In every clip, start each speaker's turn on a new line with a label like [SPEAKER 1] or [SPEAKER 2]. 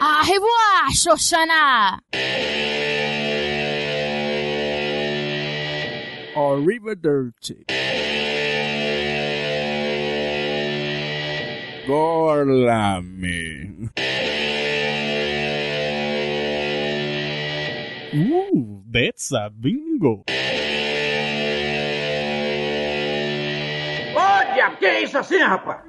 [SPEAKER 1] A Ah, revoar, Xoxana!
[SPEAKER 2] Arrivederci. Gorlame.
[SPEAKER 3] Ooh, that's a bingo.
[SPEAKER 4] Ô, diabo, que é isso assim, rapaz?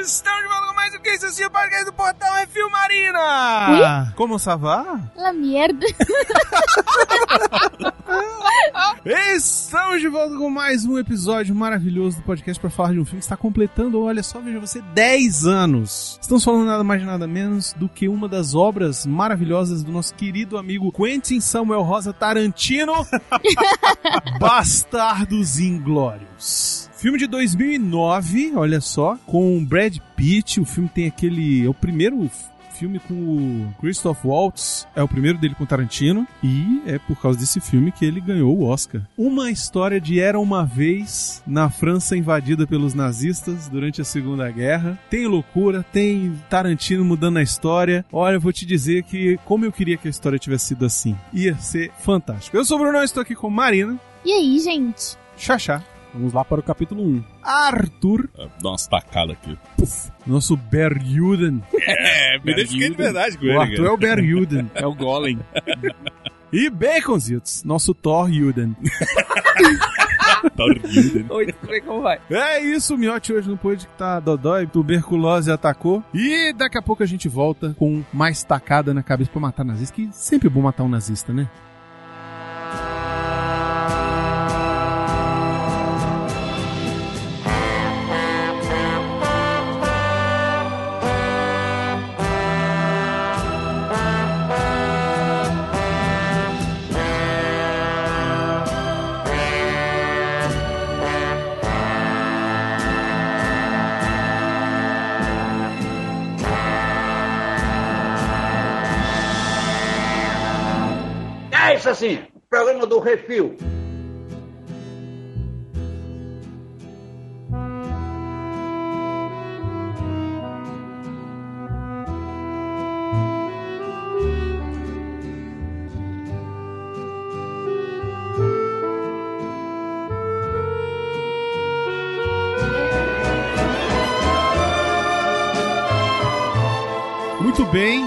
[SPEAKER 5] Estamos de volta com mais um que isso o podcast do Portal Refil Marina.
[SPEAKER 6] Como savar?
[SPEAKER 1] La merda.
[SPEAKER 5] Estamos de volta com mais um episódio maravilhoso do podcast para falar de um filme que está completando, olha só, veja você, 10 anos. Estamos falando nada mais nada menos do que uma das obras maravilhosas do nosso querido amigo Quentin Samuel Rosa Tarantino, Bastardos Inglórios. Filme de 2009, olha só, com Brad Pitt. O filme tem aquele. É o primeiro filme com o Christoph Waltz, é o primeiro dele com Tarantino, e é por causa desse filme que ele ganhou o Oscar. Uma história de Era uma Vez na França invadida pelos nazistas durante a Segunda Guerra. Tem loucura, tem Tarantino mudando a história. Olha, eu vou te dizer que como eu queria que a história tivesse sido assim. Ia ser fantástico. Eu sou o Bruno, estou aqui com Marina,
[SPEAKER 1] E aí, gente?
[SPEAKER 5] Xaxá,
[SPEAKER 3] Vamos lá para o capítulo 1.
[SPEAKER 5] Arthur,
[SPEAKER 2] Dá umas tacadas aqui.
[SPEAKER 5] nosso Berjuden.
[SPEAKER 2] É, me identifiquei de verdade com
[SPEAKER 5] O Arthur é o Berjuden.
[SPEAKER 3] É o Golem.
[SPEAKER 5] E Baconzitos, nosso Thor Juden.
[SPEAKER 2] Tá
[SPEAKER 7] Oi, tudo bem? Como vai?
[SPEAKER 5] É isso, o Miote hoje no pod que tá dodói, tuberculose atacou. E daqui a pouco a gente volta com mais tacada na cabeça pra matar nazista, que sempre é bom matar um nazista, né?
[SPEAKER 4] É isso assim, o programa do refil.
[SPEAKER 5] Muito bem,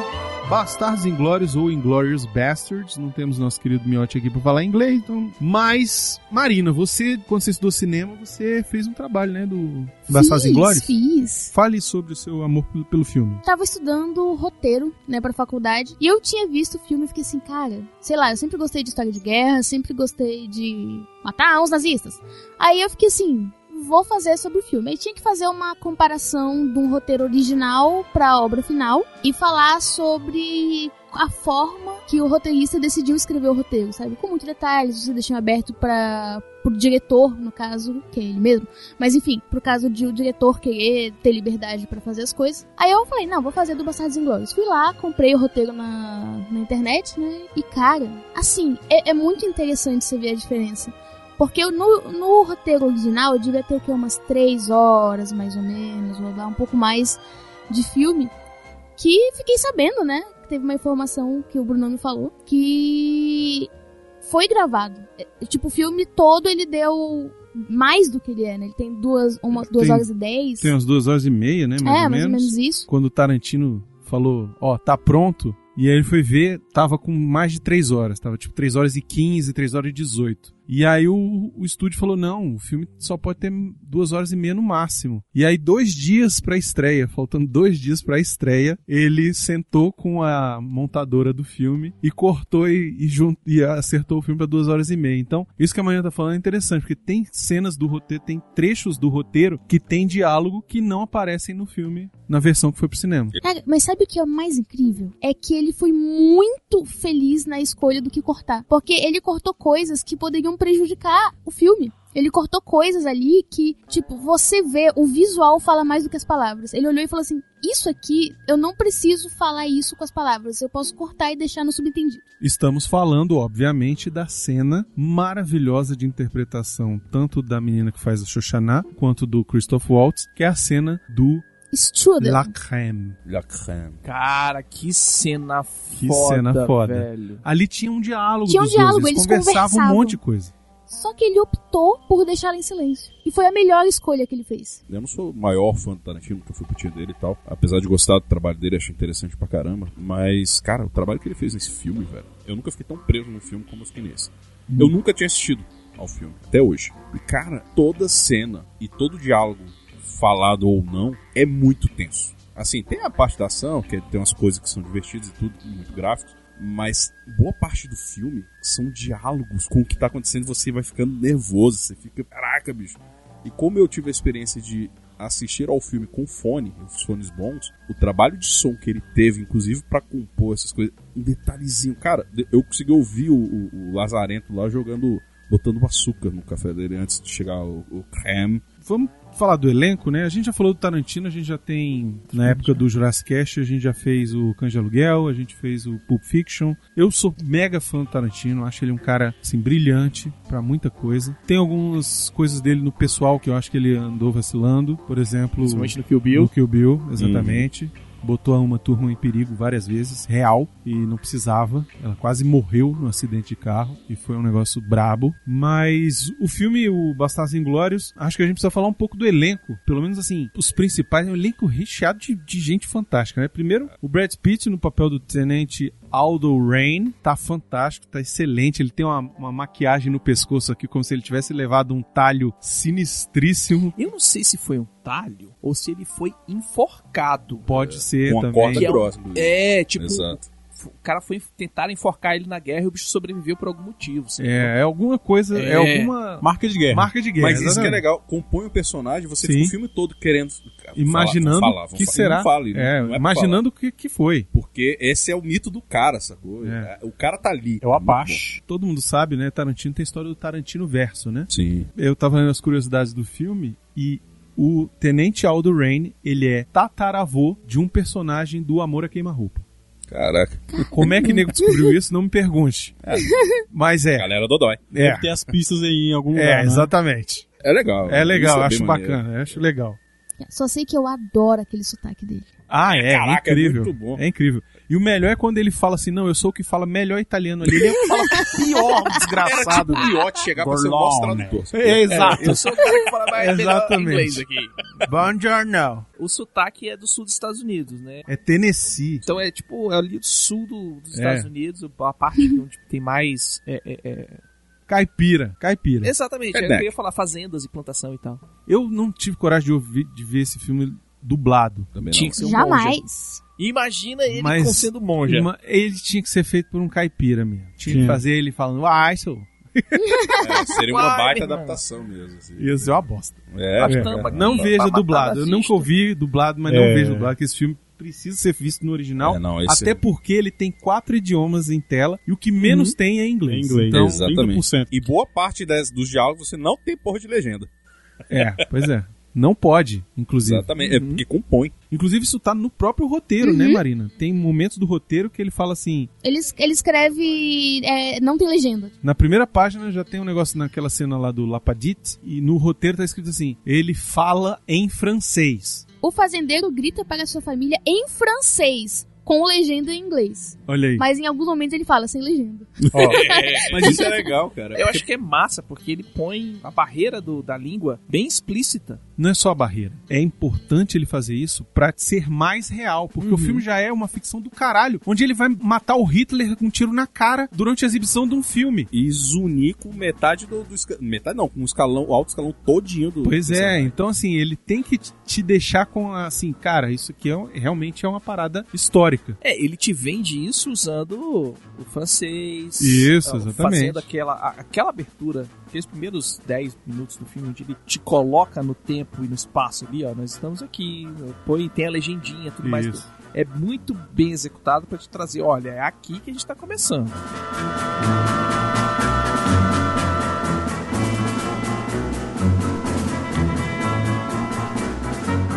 [SPEAKER 5] Bastardos Inglórios ou Inglorious Bastards, não temos nosso querido Miote aqui pra falar inglês, então... Mas, Marina, você, quando você estudou cinema, você fez um trabalho, né, do Bastardos
[SPEAKER 1] fiz,
[SPEAKER 5] Inglórios?
[SPEAKER 1] Fiz.
[SPEAKER 5] Fale sobre o seu amor pelo- pelo filme.
[SPEAKER 1] Tava estudando roteiro, né, pra faculdade. E eu tinha visto o filme e fiquei assim, cara, sei lá, eu sempre gostei de história de guerra, sempre gostei de matar uns nazistas. Aí eu fiquei assim, vou fazer sobre o filme. Aí tinha que fazer uma comparação de um roteiro original pra obra final e falar sobre a forma que o roteirista decidiu escrever o roteiro, sabe? Com muitos detalhes, você deixou aberto para pro diretor, no caso, que é ele mesmo. Mas enfim, por causa de o diretor querer ter liberdade pra fazer as coisas. Aí eu falei, não, vou fazer do Bastardos Inglórios. Fui lá, comprei o roteiro na, na internet, né? E cara, assim, é, é muito interessante você ver a diferença. Porque eu- no, no roteiro original eu devia ter o quê? Umas três horas, mais ou menos, ou dar um pouco mais de filme. Que fiquei sabendo, né? que Teve uma informação que o Bruno me falou que foi gravado. É, Tipo, o filme todo ele deu mais do que ele é, né? Ele tem duas, uma, duas
[SPEAKER 5] Tem-
[SPEAKER 1] horas e dez.
[SPEAKER 5] Tem umas duas horas e meia, né? Mais,
[SPEAKER 1] é,
[SPEAKER 5] ou,
[SPEAKER 1] mais ou
[SPEAKER 5] menos.
[SPEAKER 1] menos isso.
[SPEAKER 5] Quando o Tarantino falou, ó, tá pronto. E aí ele foi ver, tava com mais de três horas. Tava tipo três horas e 15, três horas e 18. E aí o, o estúdio falou, não, o filme só pode ter duas horas e meia no máximo. E aí dois dias pra estreia, faltando dois dias pra estreia, ele sentou com a montadora do filme e cortou e, e, jun- e acertou o filme pra duas horas e meia. Então, isso que a Mariana tá falando é interessante, porque tem cenas do roteiro, tem trechos do roteiro que tem diálogo que não aparecem no filme, na versão que foi pro cinema.
[SPEAKER 1] Cara, mas sabe o que é o mais incrível? É que ele foi muito feliz na escolha do que cortar. Porque ele cortou coisas que poderiam prejudicar o filme. Ele cortou coisas ali que, tipo, você vê, o visual fala mais do que as palavras. Ele olhou e falou assim: Isso aqui, eu não preciso falar isso com as palavras. Eu posso cortar e deixar no subentendido.
[SPEAKER 5] Estamos falando, obviamente, da cena maravilhosa de interpretação, tanto da menina que faz a Xoxaná, quanto do Christoph Waltz, que é a cena do
[SPEAKER 1] Strudel.
[SPEAKER 5] La Crème.
[SPEAKER 8] Cara, que cena foda.
[SPEAKER 5] Que cena foda.
[SPEAKER 8] Velho.
[SPEAKER 5] Ali tinha um diálogo
[SPEAKER 1] Tinha um
[SPEAKER 5] dos dois,
[SPEAKER 1] diálogo, eles
[SPEAKER 5] conversavam um
[SPEAKER 1] conversavam.
[SPEAKER 5] monte de coisa.
[SPEAKER 1] Só que ele optou por deixá-la em silêncio. E foi a melhor escolha que ele fez.
[SPEAKER 2] Eu não sou o maior fã do Tarantino, que eu fui curtindo dele e tal. Apesar de gostar do trabalho dele, achei interessante pra caramba. Mas, cara, o trabalho que ele fez nesse filme, velho. Eu nunca fiquei tão preso num filme como eu fiquei nesse. Eu nunca tinha assistido ao filme, até hoje. E, cara, toda cena e todo diálogo, falado ou não, é muito tenso. Assim, tem a parte da ação, que tem umas coisas que são divertidas e tudo, muito gráficos. Mas boa parte do filme são diálogos com o que tá acontecendo e você vai ficando nervoso. Você fica, caraca, bicho. E como eu tive a experiência de assistir ao filme com fone, os fones bons, o trabalho de som que ele teve, inclusive pra compor essas coisas, um detalhezinho. Cara, de- eu consegui ouvir o, o- o Lazarento lá jogando, botando um açúcar no café dele antes de chegar o, o creme.
[SPEAKER 5] Vamos falar do elenco, né? A gente já falou do Tarantino, a gente já tem, na época
[SPEAKER 2] né?
[SPEAKER 5] do Jurassic Cast, a gente já fez o Cães de Aluguel, a gente fez o Pulp Fiction. Eu sou mega fã do Tarantino, acho ele um cara, assim, brilhante pra muita coisa. Tem algumas coisas dele no pessoal que eu acho que ele andou vacilando, por exemplo...
[SPEAKER 6] Principalmente no Kill
[SPEAKER 5] Bill. Uhum.
[SPEAKER 6] Bill.
[SPEAKER 5] No Kill Bill, exatamente. Botou uma turma em perigo várias vezes, real, e não precisava. Ela quase morreu no acidente de carro, e foi um negócio brabo. Mas o filme, o Bastardos Inglórios, acho que a gente precisa falar um pouco do elenco. Pelo menos, assim, os principais. É um elenco recheado de, de gente fantástica, né? Primeiro, o Brad Pitt no papel do tenente Aldo Rain. Tá fantástico, tá excelente. Ele tem uma, uma maquiagem no pescoço aqui, como se ele tivesse levado um talho sinistríssimo.
[SPEAKER 8] Eu não sei se foi um talho ou se ele foi enforcado.
[SPEAKER 5] Pode ser
[SPEAKER 2] Com a
[SPEAKER 5] também.
[SPEAKER 2] corda
[SPEAKER 8] Que é um-
[SPEAKER 2] grossa, inclusive.
[SPEAKER 8] É, tipo,
[SPEAKER 2] Exato.
[SPEAKER 8] o cara foi tentar enforcar ele na guerra e o bicho sobreviveu por algum motivo. sabe?
[SPEAKER 5] É, é alguma coisa, é,
[SPEAKER 8] É.
[SPEAKER 5] alguma
[SPEAKER 6] Marca de guerra.
[SPEAKER 5] marca de guerra.
[SPEAKER 2] Mas isso que é
[SPEAKER 5] exatamente.
[SPEAKER 2] legal, compõe o personagem, você
[SPEAKER 5] Sim.
[SPEAKER 2] fica o filme todo querendo.
[SPEAKER 5] Imaginando
[SPEAKER 2] falar, falar,
[SPEAKER 5] que
[SPEAKER 2] falar.
[SPEAKER 5] será.
[SPEAKER 2] Não fala,
[SPEAKER 8] né?
[SPEAKER 2] não
[SPEAKER 5] É,
[SPEAKER 2] é pra
[SPEAKER 5] imaginando o que, que foi.
[SPEAKER 2] Porque esse é o mito do cara, sacou?
[SPEAKER 5] É.
[SPEAKER 2] O cara tá ali.
[SPEAKER 6] É o Apache.
[SPEAKER 5] Todo mundo sabe, né? Tarantino tem a história do Tarantino verso, né?
[SPEAKER 2] Sim.
[SPEAKER 5] Eu tava lendo as curiosidades do filme e o Tenente Aldo Rain, ele é tataravô de um personagem do Amor a Queima-Roupa.
[SPEAKER 2] Caraca.
[SPEAKER 5] Como é que o nego descobriu isso? Não me pergunte. Mas é.
[SPEAKER 2] Galera Dodói.
[SPEAKER 5] É,
[SPEAKER 6] Deve ter as pistas aí em algum lugar.
[SPEAKER 5] é
[SPEAKER 6] né?
[SPEAKER 5] exatamente.
[SPEAKER 2] É legal.
[SPEAKER 5] É legal,
[SPEAKER 2] Isso
[SPEAKER 5] acho
[SPEAKER 2] bem maneiro.
[SPEAKER 5] bacana, acho legal.
[SPEAKER 1] Só sei que eu adoro aquele sotaque dele.
[SPEAKER 5] Ah, é,
[SPEAKER 2] Caraca,
[SPEAKER 5] é incrível.
[SPEAKER 2] é muito bom.
[SPEAKER 5] É incrível. E o melhor é quando ele fala assim: não, eu sou o que fala melhor italiano ali. Ele é fala pior, desgraçado.
[SPEAKER 2] Era tipo o Iote chegar pra ser o nosso
[SPEAKER 6] Gorlone.
[SPEAKER 2] tradutor.
[SPEAKER 5] né? É, exato.
[SPEAKER 8] Eu sou o cara que fala mais melhor
[SPEAKER 5] Exatamente.
[SPEAKER 8] inglês aqui.
[SPEAKER 5] Buongiorno.
[SPEAKER 8] O sotaque é do sul dos Estados Unidos, né?
[SPEAKER 5] É Tennessee.
[SPEAKER 8] Então é tipo, é ali do sul do- dos
[SPEAKER 5] É.
[SPEAKER 8] Estados Unidos, a parte que é onde tem mais. é, é, é.
[SPEAKER 5] Caipira. Caipira.
[SPEAKER 8] Exatamente, é, eu
[SPEAKER 2] Redneck.
[SPEAKER 8] ia falar fazendas e plantação e tal.
[SPEAKER 5] Eu Uhum. não tive coragem de, ouvir, de ver esse filme dublado.
[SPEAKER 2] Também
[SPEAKER 8] Tinha que ser um monge.
[SPEAKER 1] Jamais.
[SPEAKER 8] Imagina ele
[SPEAKER 5] Mas-
[SPEAKER 8] com sendo monge.
[SPEAKER 5] Uma- ele tinha que ser feito por um caipira mesmo. Tinha que
[SPEAKER 6] Sim.
[SPEAKER 5] fazer ele falando, ah, isso.
[SPEAKER 2] não. É, seria uma
[SPEAKER 8] Uai,
[SPEAKER 2] baita
[SPEAKER 8] meu irmão.
[SPEAKER 2] adaptação mesmo. assim.
[SPEAKER 5] Ia ser uma bosta.
[SPEAKER 2] É,
[SPEAKER 8] Mas
[SPEAKER 2] é.
[SPEAKER 8] tamba-
[SPEAKER 5] Não
[SPEAKER 8] tamba-
[SPEAKER 5] veja
[SPEAKER 8] tamba-
[SPEAKER 5] dublado. Eu
[SPEAKER 8] tamba-
[SPEAKER 5] nunca ouvi dublado, mas não
[SPEAKER 6] É.
[SPEAKER 5] vejo dublado, que esse filme precisa ser visto no original.
[SPEAKER 2] É, não, esse
[SPEAKER 5] Até
[SPEAKER 2] é-
[SPEAKER 5] porque ele tem quatro idiomas em tela e o que menos tem é
[SPEAKER 6] É
[SPEAKER 5] inglês.
[SPEAKER 6] em inglês.
[SPEAKER 5] Então,
[SPEAKER 2] Exatamente.
[SPEAKER 6] 30%.
[SPEAKER 2] E boa parte das- dos diálogos você não tem porra de legenda.
[SPEAKER 5] é, pois é. Não pode, inclusive.
[SPEAKER 2] Exatamente. É porque compõe.
[SPEAKER 5] Inclusive, isso tá no próprio roteiro, né, Marina? Tem momentos do roteiro que ele fala assim:
[SPEAKER 1] Ele, es- ele escreve. é, não tem legenda.
[SPEAKER 5] Na primeira página já tem um negócio naquela cena lá do Lapadit, e no roteiro tá escrito assim: ele fala em francês.
[SPEAKER 1] O fazendeiro grita para sua família em francês, com legenda em inglês.
[SPEAKER 5] Olha aí.
[SPEAKER 1] Mas em alguns momentos ele fala sem legenda.
[SPEAKER 2] Mas isso é legal, cara.
[SPEAKER 8] Eu acho que é massa, porque ele põe a barreira do- da língua bem explícita.
[SPEAKER 5] Não é só a barreira. É importante ele fazer isso pra ser mais real,
[SPEAKER 6] Uhum.
[SPEAKER 5] porque o filme já é uma ficção do caralho, onde ele vai matar o Hitler com um tiro na cara durante a exibição de um filme.
[SPEAKER 2] E zunir com metade do, do esca- Metade não, com um escalão, o alto escalão todinho do.
[SPEAKER 5] Pois
[SPEAKER 2] do
[SPEAKER 5] é,
[SPEAKER 2] cenário.
[SPEAKER 5] então assim, ele tem que te- te deixar com assim, cara, isso aqui é, um- realmente é uma parada histórica.
[SPEAKER 8] É, ele te vende isso usando o francês.
[SPEAKER 5] Isso,
[SPEAKER 8] ah,
[SPEAKER 5] exatamente.
[SPEAKER 8] Fazendo aquela, a- aquela abertura, aqueles primeiros 10 minutos do filme, onde ele te coloca no tempo e no espaço ali, ó. Nós estamos aqui, né, põe, tem a legendinha tudo mais.
[SPEAKER 5] Isso.
[SPEAKER 8] É muito bem executado pra te trazer, olha, é aqui que a gente tá começando.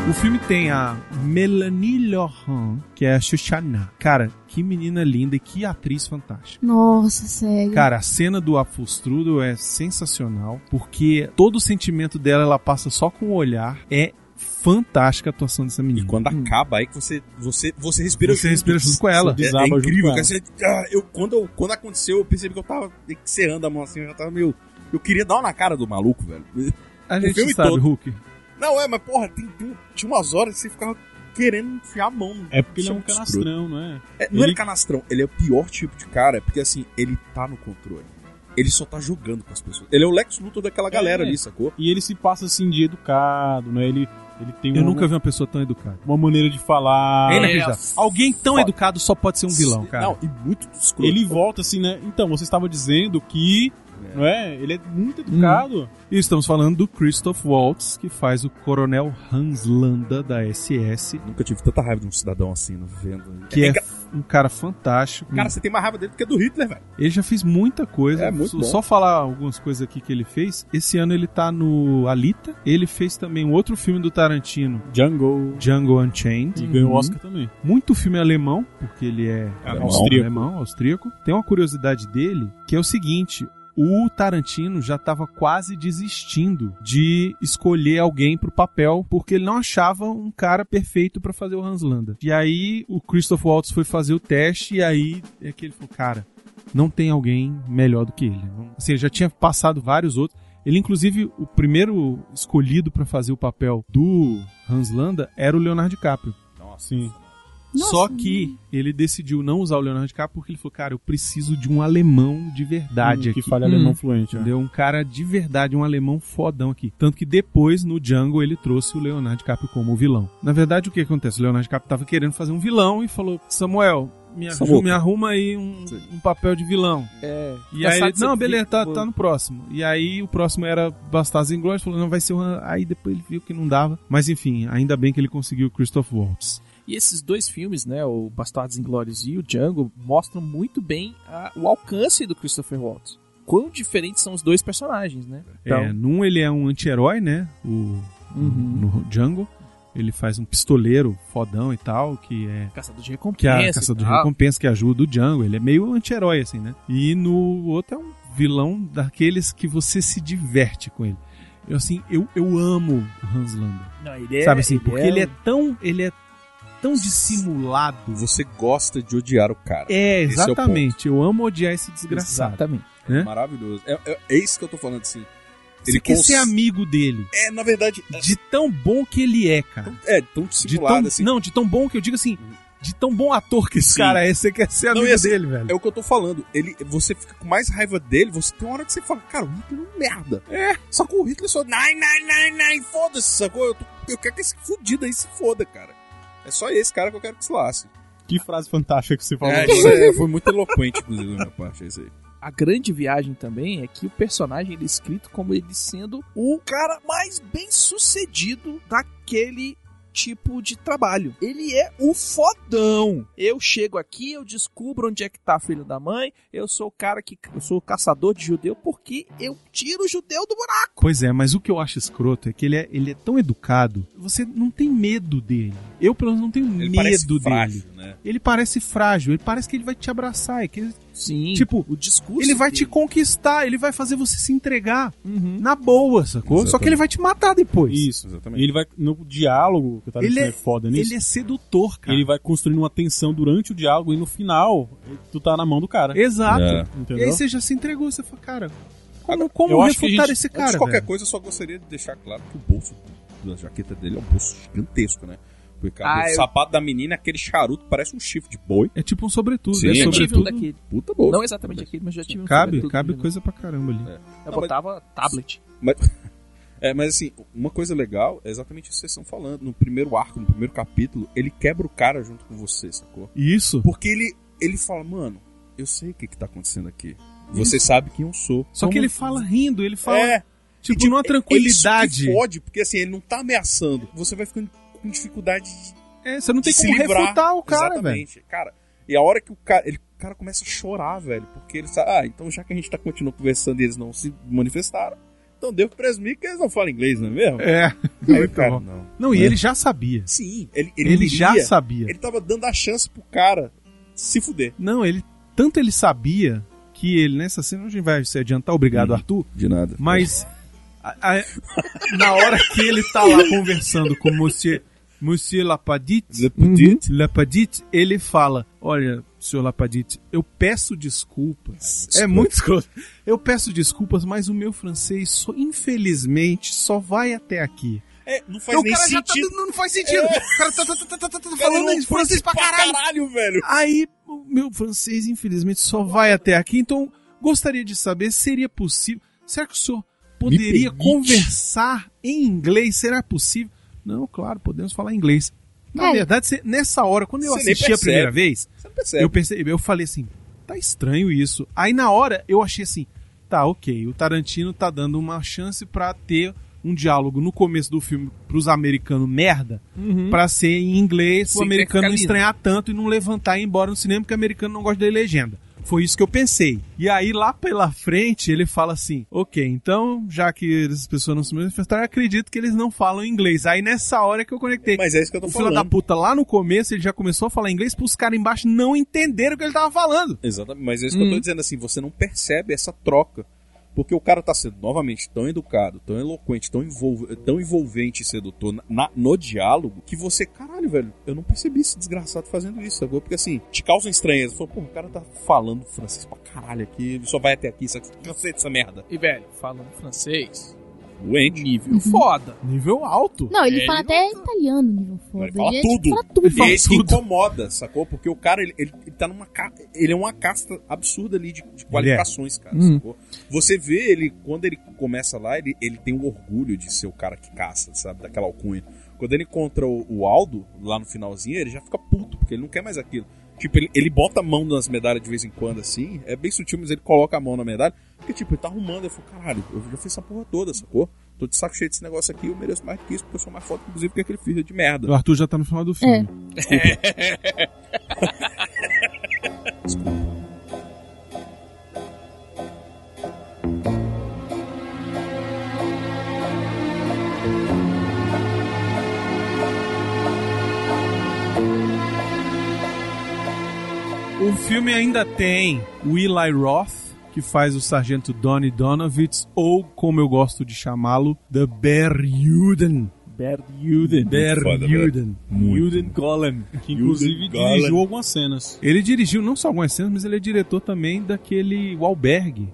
[SPEAKER 5] O filme tem a Melanie Laurent, que é a Shoshana. Cara, que menina linda e que atriz fantástica.
[SPEAKER 1] Nossa, sério.
[SPEAKER 5] Cara, a cena do Apostrudo é sensacional, porque todo o sentimento dela ela passa só com o olhar. É fantástica a atuação dessa
[SPEAKER 2] E
[SPEAKER 5] menina.
[SPEAKER 2] quando acaba, aí que você, você, você respira
[SPEAKER 5] Hum. Você respira junto com ela.
[SPEAKER 2] É,
[SPEAKER 9] Desaba
[SPEAKER 2] é
[SPEAKER 9] junto
[SPEAKER 2] incrível,
[SPEAKER 9] com
[SPEAKER 2] cara. Você, ah, eu, quando, eu- quando aconteceu, eu percebi que eu tava serrando a mão assim, eu já tava meio. Eu queria dar uma na cara do maluco, velho.
[SPEAKER 5] A
[SPEAKER 2] o
[SPEAKER 5] gente
[SPEAKER 2] filme
[SPEAKER 5] sabe,
[SPEAKER 2] todo.
[SPEAKER 5] Hulk.
[SPEAKER 2] Não, é, mas porra, tem, tem- tinha umas horas que você ficava querendo enfiar a mão. né? no-
[SPEAKER 9] É porque ele é um
[SPEAKER 2] Escroto.
[SPEAKER 9] canastrão, não é?
[SPEAKER 2] É, não ele...
[SPEAKER 9] Ele-
[SPEAKER 2] é canastrão, ele é o pior tipo de cara, porque assim, ele tá no controle. Ele só tá jogando com as pessoas. Ele é o Lex Luthor daquela galera
[SPEAKER 9] É.
[SPEAKER 2] ali, sacou?
[SPEAKER 9] E ele se passa assim de educado, né? Ele, ele tem
[SPEAKER 5] Eu
[SPEAKER 9] uma,
[SPEAKER 5] nunca vi uma pessoa tão educada.
[SPEAKER 9] uma maneira de falar.
[SPEAKER 5] É
[SPEAKER 8] Ele-
[SPEAKER 5] inacreditável. Alguém tão
[SPEAKER 2] Foda.
[SPEAKER 5] educado só pode ser um vilão, cara.
[SPEAKER 2] Não, e muito escroto.
[SPEAKER 9] Ele volta assim, né? Então, você estava dizendo que.
[SPEAKER 2] É.
[SPEAKER 9] Não é? Ele é muito educado.
[SPEAKER 5] E estamos falando do Christoph Waltz, que faz o Coronel Hans Landa da SS,
[SPEAKER 2] Nunca tive tanta raiva de um cidadão assim, não vendo.
[SPEAKER 5] que é,
[SPEAKER 2] Ca-
[SPEAKER 5] um cara fantástico.
[SPEAKER 2] Cara, você tem mais raiva dele do que do Hitler, velho.
[SPEAKER 5] Ele já fez muita coisa.
[SPEAKER 2] É, muito
[SPEAKER 5] só,
[SPEAKER 2] bom.
[SPEAKER 5] só falar algumas coisas aqui que ele fez. Esse ano ele tá no Alita. Ele fez também um outro filme do Tarantino,
[SPEAKER 9] Django.
[SPEAKER 5] Django Unchained.
[SPEAKER 9] E ganhou o Oscar
[SPEAKER 2] Uhum.
[SPEAKER 9] também.
[SPEAKER 5] Muito filme alemão, porque ele é
[SPEAKER 2] Alemão.
[SPEAKER 5] austríaco. alemão, austríaco. Tem uma curiosidade dele, que é o seguinte... O Tarantino já estava quase desistindo de escolher alguém pro papel, porque ele não achava um cara perfeito pra fazer o Hans Landa. E aí o Christoph Waltz foi fazer o teste, e aí é que ele falou: Cara, não tem alguém melhor do que ele. Não- Assim, ele já tinha passado vários outros. Ele, inclusive, o primeiro escolhido pra fazer o papel do Hans Landa era o Leonardo DiCaprio.
[SPEAKER 9] Sim.
[SPEAKER 1] Nossa.
[SPEAKER 5] Só que ele decidiu não usar o Leonardo DiCaprio porque ele falou, cara, eu preciso de um alemão de verdade
[SPEAKER 9] que
[SPEAKER 5] aqui.
[SPEAKER 9] fala
[SPEAKER 8] Hum.
[SPEAKER 2] Uhum.
[SPEAKER 9] alemão fluente. né?
[SPEAKER 5] Entendeu? Um cara de verdade, um alemão fodão aqui. Tanto que depois, no Django, ele trouxe o Leonardo DiCaprio como vilão. Na verdade, o que acontece? O Leonardo DiCaprio tava querendo fazer um vilão e falou, Samuel, me, aju-
[SPEAKER 2] Samuca.
[SPEAKER 5] me arruma aí um,
[SPEAKER 2] Sim.
[SPEAKER 5] um papel de vilão.
[SPEAKER 8] É.
[SPEAKER 5] E aí, ele,
[SPEAKER 8] Engraçado
[SPEAKER 5] não,
[SPEAKER 8] você
[SPEAKER 5] beleza,
[SPEAKER 8] ver-
[SPEAKER 5] tá, tá no próximo. E aí o próximo era Bastardos Inglórios, falou, não, vai ser um... Aí depois ele viu que não dava. Mas enfim, ainda bem que ele conseguiu o Christoph Waltz.
[SPEAKER 8] E esses dois filmes, né, o Bastardos Inglórios e o Django, mostram muito bem a- o alcance do Christopher Waltz. Quão diferentes são os dois personagens, né?
[SPEAKER 5] É, num ele é um anti-herói, né? O, No Django. Ele faz um pistoleiro fodão e tal, que é.
[SPEAKER 8] Caçador de
[SPEAKER 5] Que
[SPEAKER 8] Recompensa.
[SPEAKER 5] é a caça de
[SPEAKER 8] e tal.
[SPEAKER 5] recompensa que ajuda o Django. Ele é meio anti-herói, assim, né? E no outro é um vilão daqueles que você se diverte com ele. Eu, assim, eu, eu amo o Hans Landa.
[SPEAKER 8] Não, ele é,
[SPEAKER 5] sabe assim? porque ele é
[SPEAKER 8] um-
[SPEAKER 5] tão. Ele é tão dissimulado.
[SPEAKER 2] Você gosta de odiar o cara.
[SPEAKER 5] É,
[SPEAKER 2] Esse é o
[SPEAKER 5] exatamente. eu amo odiar esse desgraçado.
[SPEAKER 8] Exatamente.
[SPEAKER 5] né?
[SPEAKER 2] Maravilhoso. É, é- é isso que eu tô falando, assim.
[SPEAKER 5] Você quer
[SPEAKER 2] cons-
[SPEAKER 5] ser amigo dele.
[SPEAKER 2] É, na verdade, é
[SPEAKER 5] De tão bom que ele é, cara.
[SPEAKER 2] é tão
[SPEAKER 5] de tão,
[SPEAKER 2] dissimulado, assim.
[SPEAKER 5] Não, de tão bom que eu digo assim, de tão bom ator que esse
[SPEAKER 2] Sim.
[SPEAKER 5] cara é, você quer ser
[SPEAKER 2] Não,
[SPEAKER 5] amigo
[SPEAKER 2] e assim,
[SPEAKER 5] dele, velho.
[SPEAKER 2] É o que eu tô falando. Ele, você fica com mais raiva dele, você tem uma hora que você fala, cara, o Hitler é um merda. É. Só que o Hitler só, nai, nai, nai, nai, foda-se, sacou? Eu, tô- eu quero que esse fudido aí se foda, cara. É só esse cara que eu quero que se lasse.
[SPEAKER 9] Que frase fantástica que você falou.
[SPEAKER 2] É, isso é, foi muito eloquente, inclusive, da minha parte, é isso aí.
[SPEAKER 8] A grande viagem também é que o personagem ele é escrito como ele sendo o cara mais bem sucedido daquele tipo de trabalho. Ele é o fodão. Eu chego aqui, eu descubro onde é que tá filho da mãe, eu sou o cara que. Eu sou o caçador de judeu porque eu tiro o judeu do buraco.
[SPEAKER 5] Pois é, mas o que eu acho escroto é que ele é, ele é tão educado, você não tem medo dele. Eu, pelo menos, não tenho
[SPEAKER 2] Ele parece
[SPEAKER 5] medo dele.
[SPEAKER 2] frágil, né?
[SPEAKER 5] Ele parece frágil, ele parece que ele vai te abraçar. é que ele,
[SPEAKER 8] Sim.
[SPEAKER 5] tipo,
[SPEAKER 8] o discurso.
[SPEAKER 5] ele vai te
[SPEAKER 8] dele.
[SPEAKER 5] conquistar, ele vai fazer você se entregar
[SPEAKER 8] Uhum.
[SPEAKER 5] na boa, sacou? Só que
[SPEAKER 2] Exatamente.
[SPEAKER 5] ele vai te matar depois.
[SPEAKER 6] Isso. E
[SPEAKER 2] Exatamente.
[SPEAKER 6] ele vai, no diálogo, que o Tarantino
[SPEAKER 5] Ele é-
[SPEAKER 6] é foda nisso,
[SPEAKER 5] Ele é sedutor, cara.
[SPEAKER 6] ele vai construindo uma tensão durante o diálogo e no final, tu tá na mão do cara.
[SPEAKER 5] Exato.
[SPEAKER 2] É.
[SPEAKER 5] E
[SPEAKER 6] Entendeu?
[SPEAKER 5] aí você já se entregou, você fala, cara, como, como
[SPEAKER 6] eu acho que a
[SPEAKER 5] refutar
[SPEAKER 6] gente-
[SPEAKER 5] esse
[SPEAKER 2] Antes
[SPEAKER 5] cara?
[SPEAKER 2] de qualquer
[SPEAKER 5] velho?
[SPEAKER 2] coisa, eu só gostaria de deixar claro que o bolso da jaqueta dele é um bolso gigantesco, né? Porque, cara,
[SPEAKER 8] Ah,
[SPEAKER 2] o
[SPEAKER 8] eu-
[SPEAKER 2] sapato da menina, aquele charuto, parece um chifre de boi.
[SPEAKER 5] É tipo um sobretudo,
[SPEAKER 2] Sim,
[SPEAKER 5] né?
[SPEAKER 2] eu tive
[SPEAKER 8] Eu tive um
[SPEAKER 5] Sobretudo.
[SPEAKER 8] daquele.
[SPEAKER 2] Puta bolsa.
[SPEAKER 8] Não exatamente aquele, mas já tive um
[SPEAKER 5] Cabe,
[SPEAKER 8] sobretudo
[SPEAKER 5] cabe
[SPEAKER 8] dele.
[SPEAKER 2] né?
[SPEAKER 5] coisa pra caramba
[SPEAKER 2] É.
[SPEAKER 5] ali.
[SPEAKER 8] Eu
[SPEAKER 2] Não, mas-
[SPEAKER 8] botava tablet.
[SPEAKER 2] É, mas assim, uma coisa legal é exatamente isso que vocês estão falando. No primeiro arco, no primeiro capítulo, ele quebra o cara junto com você, sacou?
[SPEAKER 5] E Isso.
[SPEAKER 2] Porque ele, ele fala, mano, eu sei o que, que tá acontecendo aqui. Você sabe quem eu sou.
[SPEAKER 5] Só que ele fala rindo, ele fala,
[SPEAKER 2] É,
[SPEAKER 5] tipo,
[SPEAKER 2] tipo,
[SPEAKER 5] numa tranquilidade.
[SPEAKER 2] Ele pode, porque assim, ele não tá ameaçando. Você vai ficando com dificuldade de
[SPEAKER 5] É, você não tem
[SPEAKER 2] se
[SPEAKER 5] como
[SPEAKER 2] livrar.
[SPEAKER 5] refutar o cara, velho.
[SPEAKER 2] Exatamente. Cara, e a hora que o cara. Ele, o cara começa a chorar, velho. Porque ele sabe. Ah, então já que a gente tá continuando conversando e eles não se manifestaram, então devo presumir que eles não falam inglês, não é mesmo?
[SPEAKER 5] É.
[SPEAKER 2] Aí o
[SPEAKER 5] Muito
[SPEAKER 2] cara,
[SPEAKER 5] bom.
[SPEAKER 2] não.
[SPEAKER 5] Não, e
[SPEAKER 2] Né?
[SPEAKER 5] ele já sabia.
[SPEAKER 2] Sim, ele, ele,
[SPEAKER 5] Ele,
[SPEAKER 2] queria,
[SPEAKER 5] já sabia.
[SPEAKER 2] Ele tava dando a chance pro cara se fuder.
[SPEAKER 5] Não, ele tanto ele sabia que ele nessa cena a gente vai se adiantar, obrigado,
[SPEAKER 2] Hum.
[SPEAKER 5] Arthur,
[SPEAKER 2] De nada.
[SPEAKER 5] mas a- a- na hora que ele tá lá conversando com Monsieur Monsieur Lapadite, Lapadite, ele fala: "Olha, senhor Lapadite, eu peço desculpas. É muito escroto. Eu peço desculpas, mas o meu francês, só- infelizmente, só vai até aqui.
[SPEAKER 2] É, não faz
[SPEAKER 5] o
[SPEAKER 2] nem
[SPEAKER 5] cara já tá
[SPEAKER 2] sentido.
[SPEAKER 5] dando- não faz sentido. O cara tá, tá- tá- tá- tá- tá
[SPEAKER 2] Cara,
[SPEAKER 5] falando
[SPEAKER 2] não
[SPEAKER 5] em francês pra
[SPEAKER 2] faz
[SPEAKER 5] caralho.
[SPEAKER 2] velho.
[SPEAKER 5] Aí, o meu francês, infelizmente, só vai até aqui. Então, gostaria de saber, seria possível... Será que o senhor poderia
[SPEAKER 2] permite?
[SPEAKER 5] conversar em inglês? Será possível? Não, claro, podemos falar inglês. Na
[SPEAKER 1] Cara,
[SPEAKER 5] verdade, cê- nessa hora, quando eu
[SPEAKER 2] você nem
[SPEAKER 5] assisti a
[SPEAKER 2] percebe.
[SPEAKER 5] primeira vez,
[SPEAKER 2] Você não percebe.
[SPEAKER 5] eu percebi, eu falei assim, tá estranho isso. Aí na hora eu achei assim, tá ok, o Tarantino tá dando uma chance pra ter um diálogo no começo do filme pros americanos merda,
[SPEAKER 2] Uhum.
[SPEAKER 5] pra ser em inglês, o
[SPEAKER 8] Sim,
[SPEAKER 5] americano
[SPEAKER 8] tem
[SPEAKER 5] não
[SPEAKER 8] que ficar
[SPEAKER 5] estranhar tanto e não levantar e ir embora no cinema porque o americano não gosta de legenda. Foi isso que eu pensei. E aí, lá pela frente, ele fala assim: Ok, então, já que as pessoas não se manifestaram, eu acredito que eles não falam inglês. Aí nessa hora que eu conectei.
[SPEAKER 2] Mas é isso que eu tô
[SPEAKER 5] O filho
[SPEAKER 2] falando.
[SPEAKER 5] da puta lá no começo, ele já começou a falar inglês pros caras embaixo não entenderam o que ele tava falando.
[SPEAKER 2] Exatamente, mas é isso que eu tô
[SPEAKER 8] Hum.
[SPEAKER 2] dizendo assim, você não percebe essa troca. Porque o cara tá sendo, novamente, tão educado, tão eloquente, tão, envolv tão envolvente e sedutor na- na- no diálogo, que você, caralho, velho, eu não percebi esse desgraçado fazendo isso, sacou? Porque assim, te causa estranheza. Fala, pô, o cara tá falando francês pra caralho aqui, ele só vai até aqui, sabe? Cansei dessa merda.
[SPEAKER 8] E, velho, falando francês.
[SPEAKER 2] Doente.
[SPEAKER 8] Nível foda.
[SPEAKER 5] Nível alto.
[SPEAKER 1] Não, ele
[SPEAKER 8] É,
[SPEAKER 1] fala
[SPEAKER 8] ele
[SPEAKER 1] até italiano, nível foda.
[SPEAKER 2] Ele fala
[SPEAKER 1] é,
[SPEAKER 2] tudo.
[SPEAKER 1] Tipo, fala tudo.
[SPEAKER 2] E é isso que
[SPEAKER 5] tudo.
[SPEAKER 2] incomoda, sacou? Porque o cara, ele, ele, ele tá numa ca- Ele é uma casta absurda ali de, de qualificações,
[SPEAKER 5] é.
[SPEAKER 2] cara,
[SPEAKER 5] Uhum.
[SPEAKER 8] Hum.
[SPEAKER 2] sacou? Você vê ele, quando ele começa lá, ele, ele tem o orgulho de ser o cara que caça, sabe? Daquela alcunha. Quando ele encontra o, o Aldo, lá no finalzinho, ele já fica puto, porque ele não quer mais aquilo. Tipo, ele, ele bota a mão nas medalhas de vez em quando, assim. É bem sutil, mas ele coloca a mão na medalha. Porque, tipo, ele tá arrumando. Eu falo, caralho, eu já fiz essa porra toda, sacou? Tô de saco cheio desse negócio aqui, eu mereço mais que isso, porque eu sou mais foda, inclusive, que aquele filho de merda.
[SPEAKER 5] O Arthur já tá no final do filme. O filme ainda tem o Eli Roth, que faz o sargento Donnie Donovitz, ou como eu gosto de chamá-lo, The Berjuden.
[SPEAKER 6] Bad Yuden.
[SPEAKER 2] foda,
[SPEAKER 5] Berjuden.
[SPEAKER 6] Yuden Golem. Que inclusive
[SPEAKER 2] Yuden Golem.
[SPEAKER 6] dirigiu algumas cenas.
[SPEAKER 5] Ele dirigiu não só algumas cenas, mas ele é diretor também daquele O Albergue.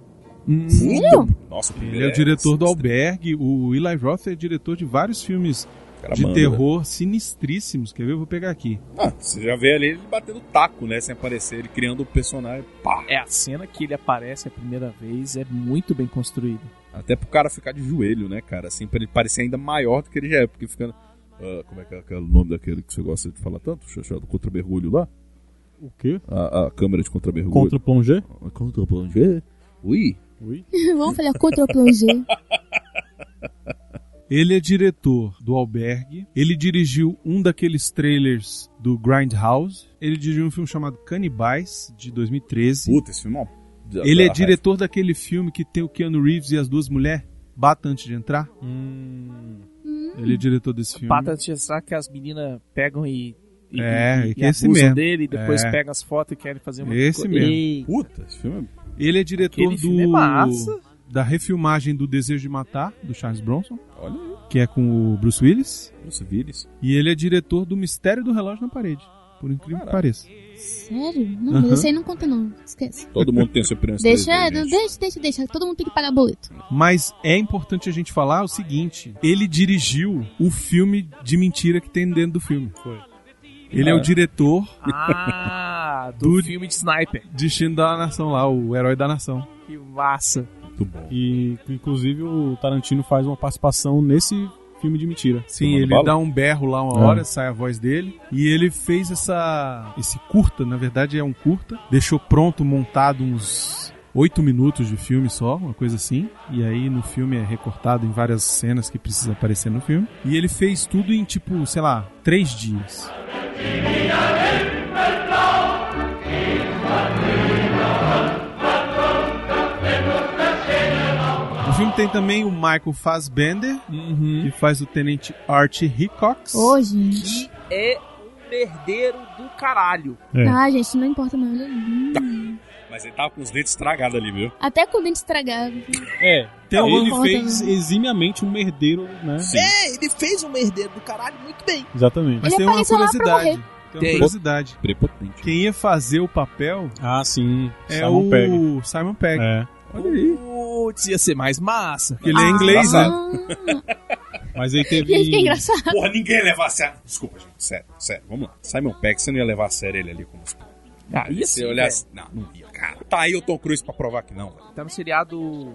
[SPEAKER 6] Hum.
[SPEAKER 2] Puta, nossa,
[SPEAKER 5] Ele é o diretor do Albergue. O Eli Roth é diretor de vários filmes
[SPEAKER 2] Cara,
[SPEAKER 5] de
[SPEAKER 2] manda,
[SPEAKER 5] terror sinistríssimos. Quer ver? Eu vou pegar aqui.
[SPEAKER 2] velho. Ah, você já vê ali ele batendo taco, né? Sem aparecer, ele criando o personagem. Pá.
[SPEAKER 8] É a cena que ele aparece a primeira vez, é muito bem construída.
[SPEAKER 2] Até pro cara ficar de joelho, né, cara? Assim, pra ele parecer ainda maior do que ele já é. Porque ficando. ah, como é que é aquele- o nome daquele que você gosta de falar tanto? Xaxá, do contra-mergulho lá?
[SPEAKER 6] O quê?
[SPEAKER 2] A, a câmera de contra-mergulho. Ah,
[SPEAKER 6] Contra o Plongé?
[SPEAKER 2] Contra Ui.
[SPEAKER 1] Vamos falar contra o plongé.
[SPEAKER 5] Ele é diretor do Albergue. Ele dirigiu um daqueles trailers do Grindhouse. Ele dirigiu um filme chamado Canibais, de 2013.
[SPEAKER 2] Puta, esse filme é uma...
[SPEAKER 5] Ele é diretor daquele filme que tem o Keanu Reeves e as duas mulheres. Bata antes de entrar. Ele é diretor desse filme.
[SPEAKER 8] Pata de será que as meninas pegam e. e-
[SPEAKER 5] É,
[SPEAKER 8] e,
[SPEAKER 5] que é esse
[SPEAKER 8] abusam
[SPEAKER 5] mesmo.
[SPEAKER 8] dele, e depois
[SPEAKER 5] É.
[SPEAKER 8] pegam as fotos e querem fazer uma
[SPEAKER 5] Esse
[SPEAKER 8] coisa.
[SPEAKER 5] mesmo.
[SPEAKER 8] Ei,
[SPEAKER 2] Puta, esse filme é...
[SPEAKER 5] Ele é diretor
[SPEAKER 8] Aquele filme é massa.
[SPEAKER 5] do da refilmagem do Desejo de Matar do Charles Bronson,
[SPEAKER 2] Olha aí.
[SPEAKER 5] que é com o Bruce Willis,
[SPEAKER 2] Bruce Willis.
[SPEAKER 5] e ele é diretor do Mistério do Relógio na Parede. Por incrível que
[SPEAKER 2] Caraca.
[SPEAKER 5] pareça.
[SPEAKER 1] Sério? Não,
[SPEAKER 5] Aham.
[SPEAKER 1] isso aí não conta, não. Esquece.
[SPEAKER 2] Todo mundo tem sua experiência.
[SPEAKER 1] Deixa,
[SPEAKER 2] dele,
[SPEAKER 1] não,
[SPEAKER 2] gente.
[SPEAKER 1] deixa, deixa, deixa. Todo mundo tem que pagar boleto.
[SPEAKER 5] Mas é importante a gente falar o seguinte: ele dirigiu o filme de mentira que tem dentro do filme. Ele é o
[SPEAKER 2] Ah.
[SPEAKER 5] diretor
[SPEAKER 8] Ah, do
[SPEAKER 5] Do-
[SPEAKER 8] filme de sniper.
[SPEAKER 5] de Chino da Nação lá, o herói da nação.
[SPEAKER 8] Que massa.
[SPEAKER 2] Muito bom.
[SPEAKER 6] E inclusive o Tarantino faz uma participação nesse filme de mentira.
[SPEAKER 5] Sim,
[SPEAKER 2] Tomando
[SPEAKER 5] ele
[SPEAKER 2] bala?
[SPEAKER 5] dá um berro lá uma
[SPEAKER 6] É.
[SPEAKER 5] hora, sai a voz dele. E ele fez essa esse curta, na verdade é um curta. Deixou pronto, montado uns oito minutos de filme só, uma coisa assim. E aí no filme é recortado em várias cenas que precisa aparecer no filme. E ele fez tudo em tipo, sei lá, três dias. O filme tem também o Michael Fassbender, que faz o tenente Art Hickox.
[SPEAKER 1] Ô, gente.
[SPEAKER 8] Que é um merdeiro do caralho.
[SPEAKER 6] É.
[SPEAKER 1] Ah, gente, não importa, não. Ele é lindo.
[SPEAKER 2] Mas ele tava com os dentes estragados ali, viu?
[SPEAKER 1] Até com o dente estragado.
[SPEAKER 6] É,
[SPEAKER 5] Tem alguma
[SPEAKER 6] ele
[SPEAKER 1] coisa,
[SPEAKER 6] fez
[SPEAKER 1] né?
[SPEAKER 6] eximiamente um merdeiro, né?
[SPEAKER 2] Sim.
[SPEAKER 8] É, ele fez um merdeiro do caralho muito bem.
[SPEAKER 6] Exatamente.
[SPEAKER 5] Mas
[SPEAKER 1] Ele
[SPEAKER 5] tem uma
[SPEAKER 1] apareceu lá pra
[SPEAKER 5] curiosidade.
[SPEAKER 1] morrer.
[SPEAKER 5] Tem uma
[SPEAKER 8] Tem.
[SPEAKER 5] curiosidade.
[SPEAKER 2] Prepotente.
[SPEAKER 5] Quem ia fazer o papel
[SPEAKER 6] Ah, sim.
[SPEAKER 5] é
[SPEAKER 6] Simon
[SPEAKER 5] o
[SPEAKER 6] Pegg.
[SPEAKER 5] Simon Pegg.
[SPEAKER 6] É.
[SPEAKER 2] Olha aí.
[SPEAKER 8] Putz, ia ser mais massa.
[SPEAKER 5] Porque ele é inglês, né?
[SPEAKER 1] Ah,
[SPEAKER 6] Mas aí teve.
[SPEAKER 1] gente, que engraçado.
[SPEAKER 2] Porra, ninguém ia levar a sério. Desculpa, gente. Sério, sério. Vamos lá. Simon Peck, você não ia levar a sério ele ali como os
[SPEAKER 8] Ah, ia
[SPEAKER 2] Se
[SPEAKER 8] sim,
[SPEAKER 2] olhasse. Não, não ia, cara. Tá aí o Tom Cruise pra provar que não, velho.
[SPEAKER 8] velho. Tá no seriado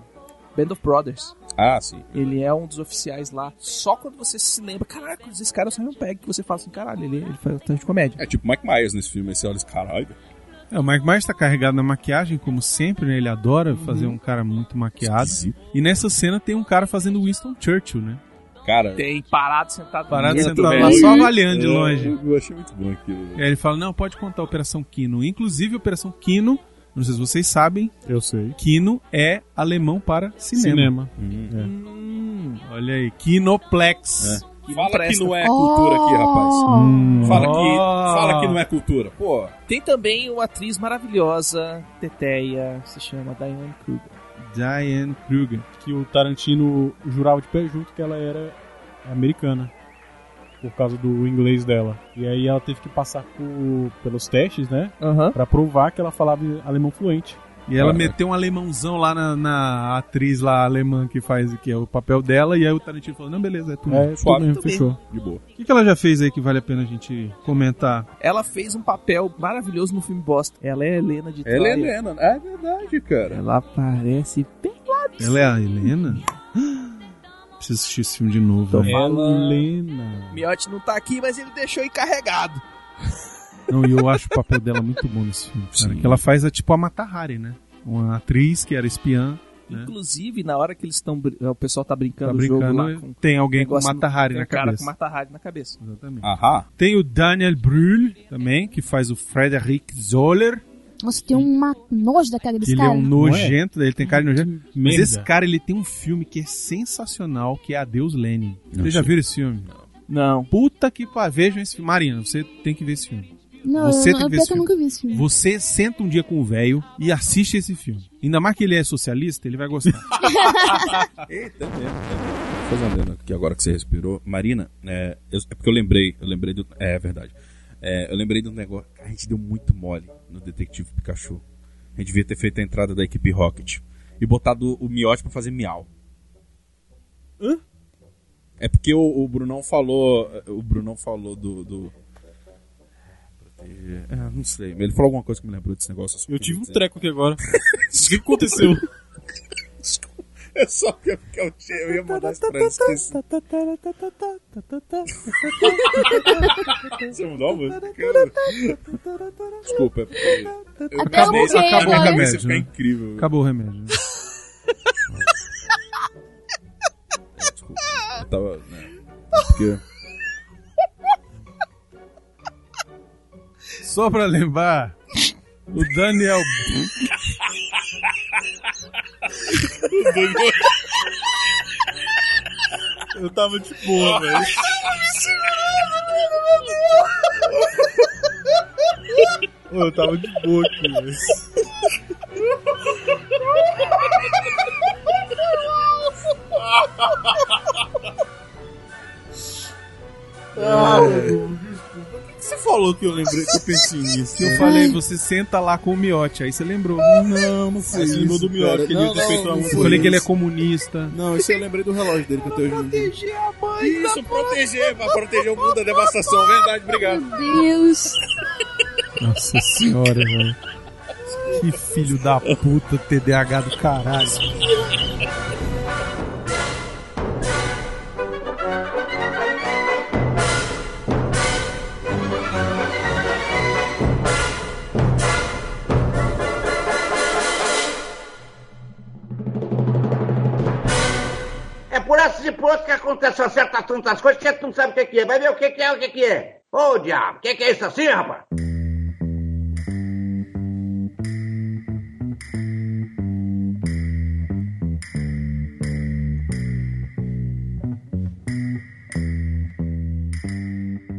[SPEAKER 8] Band of Brothers.
[SPEAKER 2] Ah, sim.
[SPEAKER 8] Ele é um dos oficiais lá. Só quando você se lembra, caraca, esse cara só não pega que você fala assim, caralho, ele, ele faz tanto de comédia.
[SPEAKER 2] É tipo Mike Myers nesse filme. Aí você olha esse caralho. velho.
[SPEAKER 5] É, o Mike Myers tá carregado na maquiagem, como sempre, né? Ele adora
[SPEAKER 6] Uhum.
[SPEAKER 5] fazer um cara muito maquiado.
[SPEAKER 2] Esquisito.
[SPEAKER 5] E nessa cena tem um cara fazendo Winston Churchill, né?
[SPEAKER 2] Cara,
[SPEAKER 8] Tem parado, sentado.
[SPEAKER 5] Parado
[SPEAKER 8] mesmo.
[SPEAKER 5] sentado
[SPEAKER 2] bem.
[SPEAKER 5] lá, só avaliando de longe.
[SPEAKER 2] Eu, eu achei muito bom aquilo. velho.
[SPEAKER 5] E aí ele fala, não, pode contar a Operação Kino. Inclusive, a Operação Kino, não sei se vocês sabem,
[SPEAKER 6] Eu sei.
[SPEAKER 5] Kino é alemão para cinema.
[SPEAKER 6] Cinema.
[SPEAKER 5] é.
[SPEAKER 8] Hum,
[SPEAKER 5] Olha aí, Kinoplex.
[SPEAKER 8] que
[SPEAKER 2] Fala que
[SPEAKER 8] presta.
[SPEAKER 2] não é cultura aqui, rapaz.
[SPEAKER 5] Hum.
[SPEAKER 2] Fala que,
[SPEAKER 5] Oh.
[SPEAKER 2] fala que não é cultura. Pô,
[SPEAKER 8] Tem também uma atriz maravilhosa, Teteia, se chama Diane Kruger.
[SPEAKER 5] Diane Kruger.
[SPEAKER 6] Que o Tarantino jurava de pé junto que ela era americana. Por causa do inglês dela. E aí ela teve que passar por- pelos testes, né?
[SPEAKER 8] Aham.
[SPEAKER 6] Pra provar que ela falava alemão fluente.
[SPEAKER 5] E ela
[SPEAKER 2] Caraca.
[SPEAKER 5] meteu um alemãozão lá na, na atriz lá alemã que faz que é o papel dela, e aí o Tarantino falou, não, beleza, é tu.
[SPEAKER 6] É, tudo
[SPEAKER 2] suave.
[SPEAKER 6] mesmo, fechou.
[SPEAKER 2] de boa.
[SPEAKER 5] O que, que ela já fez aí que vale a pena a gente comentar?
[SPEAKER 8] Ela fez um papel maravilhoso no filme Bosta. Ela é Helena de
[SPEAKER 2] Ela é
[SPEAKER 8] Troia.
[SPEAKER 2] Helena. É verdade, cara.
[SPEAKER 8] Ela aparece bem.
[SPEAKER 5] Ela é a Helena? Preciso assistir esse filme de novo. né? é velho.
[SPEAKER 6] Helena.
[SPEAKER 8] Miotti não tá aqui, mas ele deixou encarregado.
[SPEAKER 5] Não, e eu acho o papel dela muito bom nesse filme, cara.
[SPEAKER 2] Sim.
[SPEAKER 5] Que ela faz a, tipo a Mata Hari, né? Uma atriz que era espiã, né?
[SPEAKER 8] Inclusive, na hora que eles estão. br- O pessoal tá brincando
[SPEAKER 5] tá
[SPEAKER 8] o jogo lá
[SPEAKER 5] brincando.
[SPEAKER 8] com.
[SPEAKER 5] Tem alguém com
[SPEAKER 8] negócio
[SPEAKER 5] Mata Hari
[SPEAKER 8] tem
[SPEAKER 5] na
[SPEAKER 8] um cara
[SPEAKER 5] cabeça.
[SPEAKER 8] com Mata Hari na cabeça.
[SPEAKER 5] Exatamente.
[SPEAKER 2] Ahá.
[SPEAKER 5] Tem o Daniel Brühl também, que faz o Frederick Zoller.
[SPEAKER 1] Nossa, tem uma nojo da cara
[SPEAKER 5] Que
[SPEAKER 1] desse
[SPEAKER 5] ele é
[SPEAKER 1] cara.
[SPEAKER 5] um nojento, ele tem cara de nojento. Mas
[SPEAKER 6] merda.
[SPEAKER 5] esse cara, ele tem um filme que é sensacional, que é Adeus Lenin.
[SPEAKER 2] Não
[SPEAKER 5] Vocês já
[SPEAKER 2] sei.
[SPEAKER 5] viram esse filme?
[SPEAKER 8] Não.
[SPEAKER 5] Puta que pariu. Vejam esse filme. Marina, você tem que ver esse filme.
[SPEAKER 1] Não,
[SPEAKER 5] Você tem
[SPEAKER 1] eu, eu,
[SPEAKER 5] que ver
[SPEAKER 1] pior
[SPEAKER 5] esse
[SPEAKER 1] que eu nunca vi esse filme.
[SPEAKER 5] Você senta um dia com o velho e assiste esse filme. Ainda mais que ele é socialista, ele vai gostar.
[SPEAKER 2] Eita, Fazendo aqui agora que você respirou. Marina, é, eu- é porque eu lembrei, eu lembrei do. É, é verdade. É, eu lembrei do negócio. A gente deu muito mole no Detetive Pikachu. A gente devia ter feito a entrada da equipe Rocket e botado o Miote pra fazer miau.
[SPEAKER 6] Hã?
[SPEAKER 2] É porque o, o Brunão falou. O Brunão falou do. do... Proteger- Ah, não sei. Ele falou alguma coisa que me lembrou desse negócio.
[SPEAKER 6] Eu tive um treco aqui agora. O que aconteceu?
[SPEAKER 2] É só que eu, que eu, tinha- eu
[SPEAKER 6] Tá,
[SPEAKER 2] ia mandar isso pra ele. esqueci. Você mudou a música? cara? Desculpa, é porque. Eu
[SPEAKER 1] Até eu
[SPEAKER 2] acabei-
[SPEAKER 1] mudei
[SPEAKER 2] acabei-
[SPEAKER 1] agora.
[SPEAKER 2] acabei de ficar
[SPEAKER 5] Né?
[SPEAKER 2] é incrível.
[SPEAKER 5] Acabou o remédio.
[SPEAKER 2] Desculpa. Eu tava. Né, porque.
[SPEAKER 5] Só pra lembrar, o Daniel.
[SPEAKER 2] Eu tava de boa, velho. Eu tava de boa aqui, velho.
[SPEAKER 5] Você falou que eu lembrei que eu pensei nisso. Que eu falei, você senta lá com o Miote. Aí você lembrou. Não, não foi
[SPEAKER 2] Você lembrou
[SPEAKER 5] isso.
[SPEAKER 2] do Miote que ele
[SPEAKER 8] Não,
[SPEAKER 2] devia ter feito
[SPEAKER 8] não,
[SPEAKER 2] uma
[SPEAKER 8] não
[SPEAKER 5] Eu
[SPEAKER 2] música.
[SPEAKER 5] falei que ele é comunista.
[SPEAKER 2] Não, isso eu lembrei do relógio dele que eu tenho hoje em dia.
[SPEAKER 8] Proteger a mãe
[SPEAKER 2] Isso, proteger, pra proteger o mundo da devastação. Verdade, obrigado.
[SPEAKER 1] Meu Deus.
[SPEAKER 5] Nossa senhora, velho. Que filho da puta, TDAH do caralho.
[SPEAKER 4] É por essas e por outras que acontece uma certa tantas coisas que a gente não sabe o que que é. Vai ver o que que é, o que que é. Ô, diabo, o que que é isso assim, rapaz?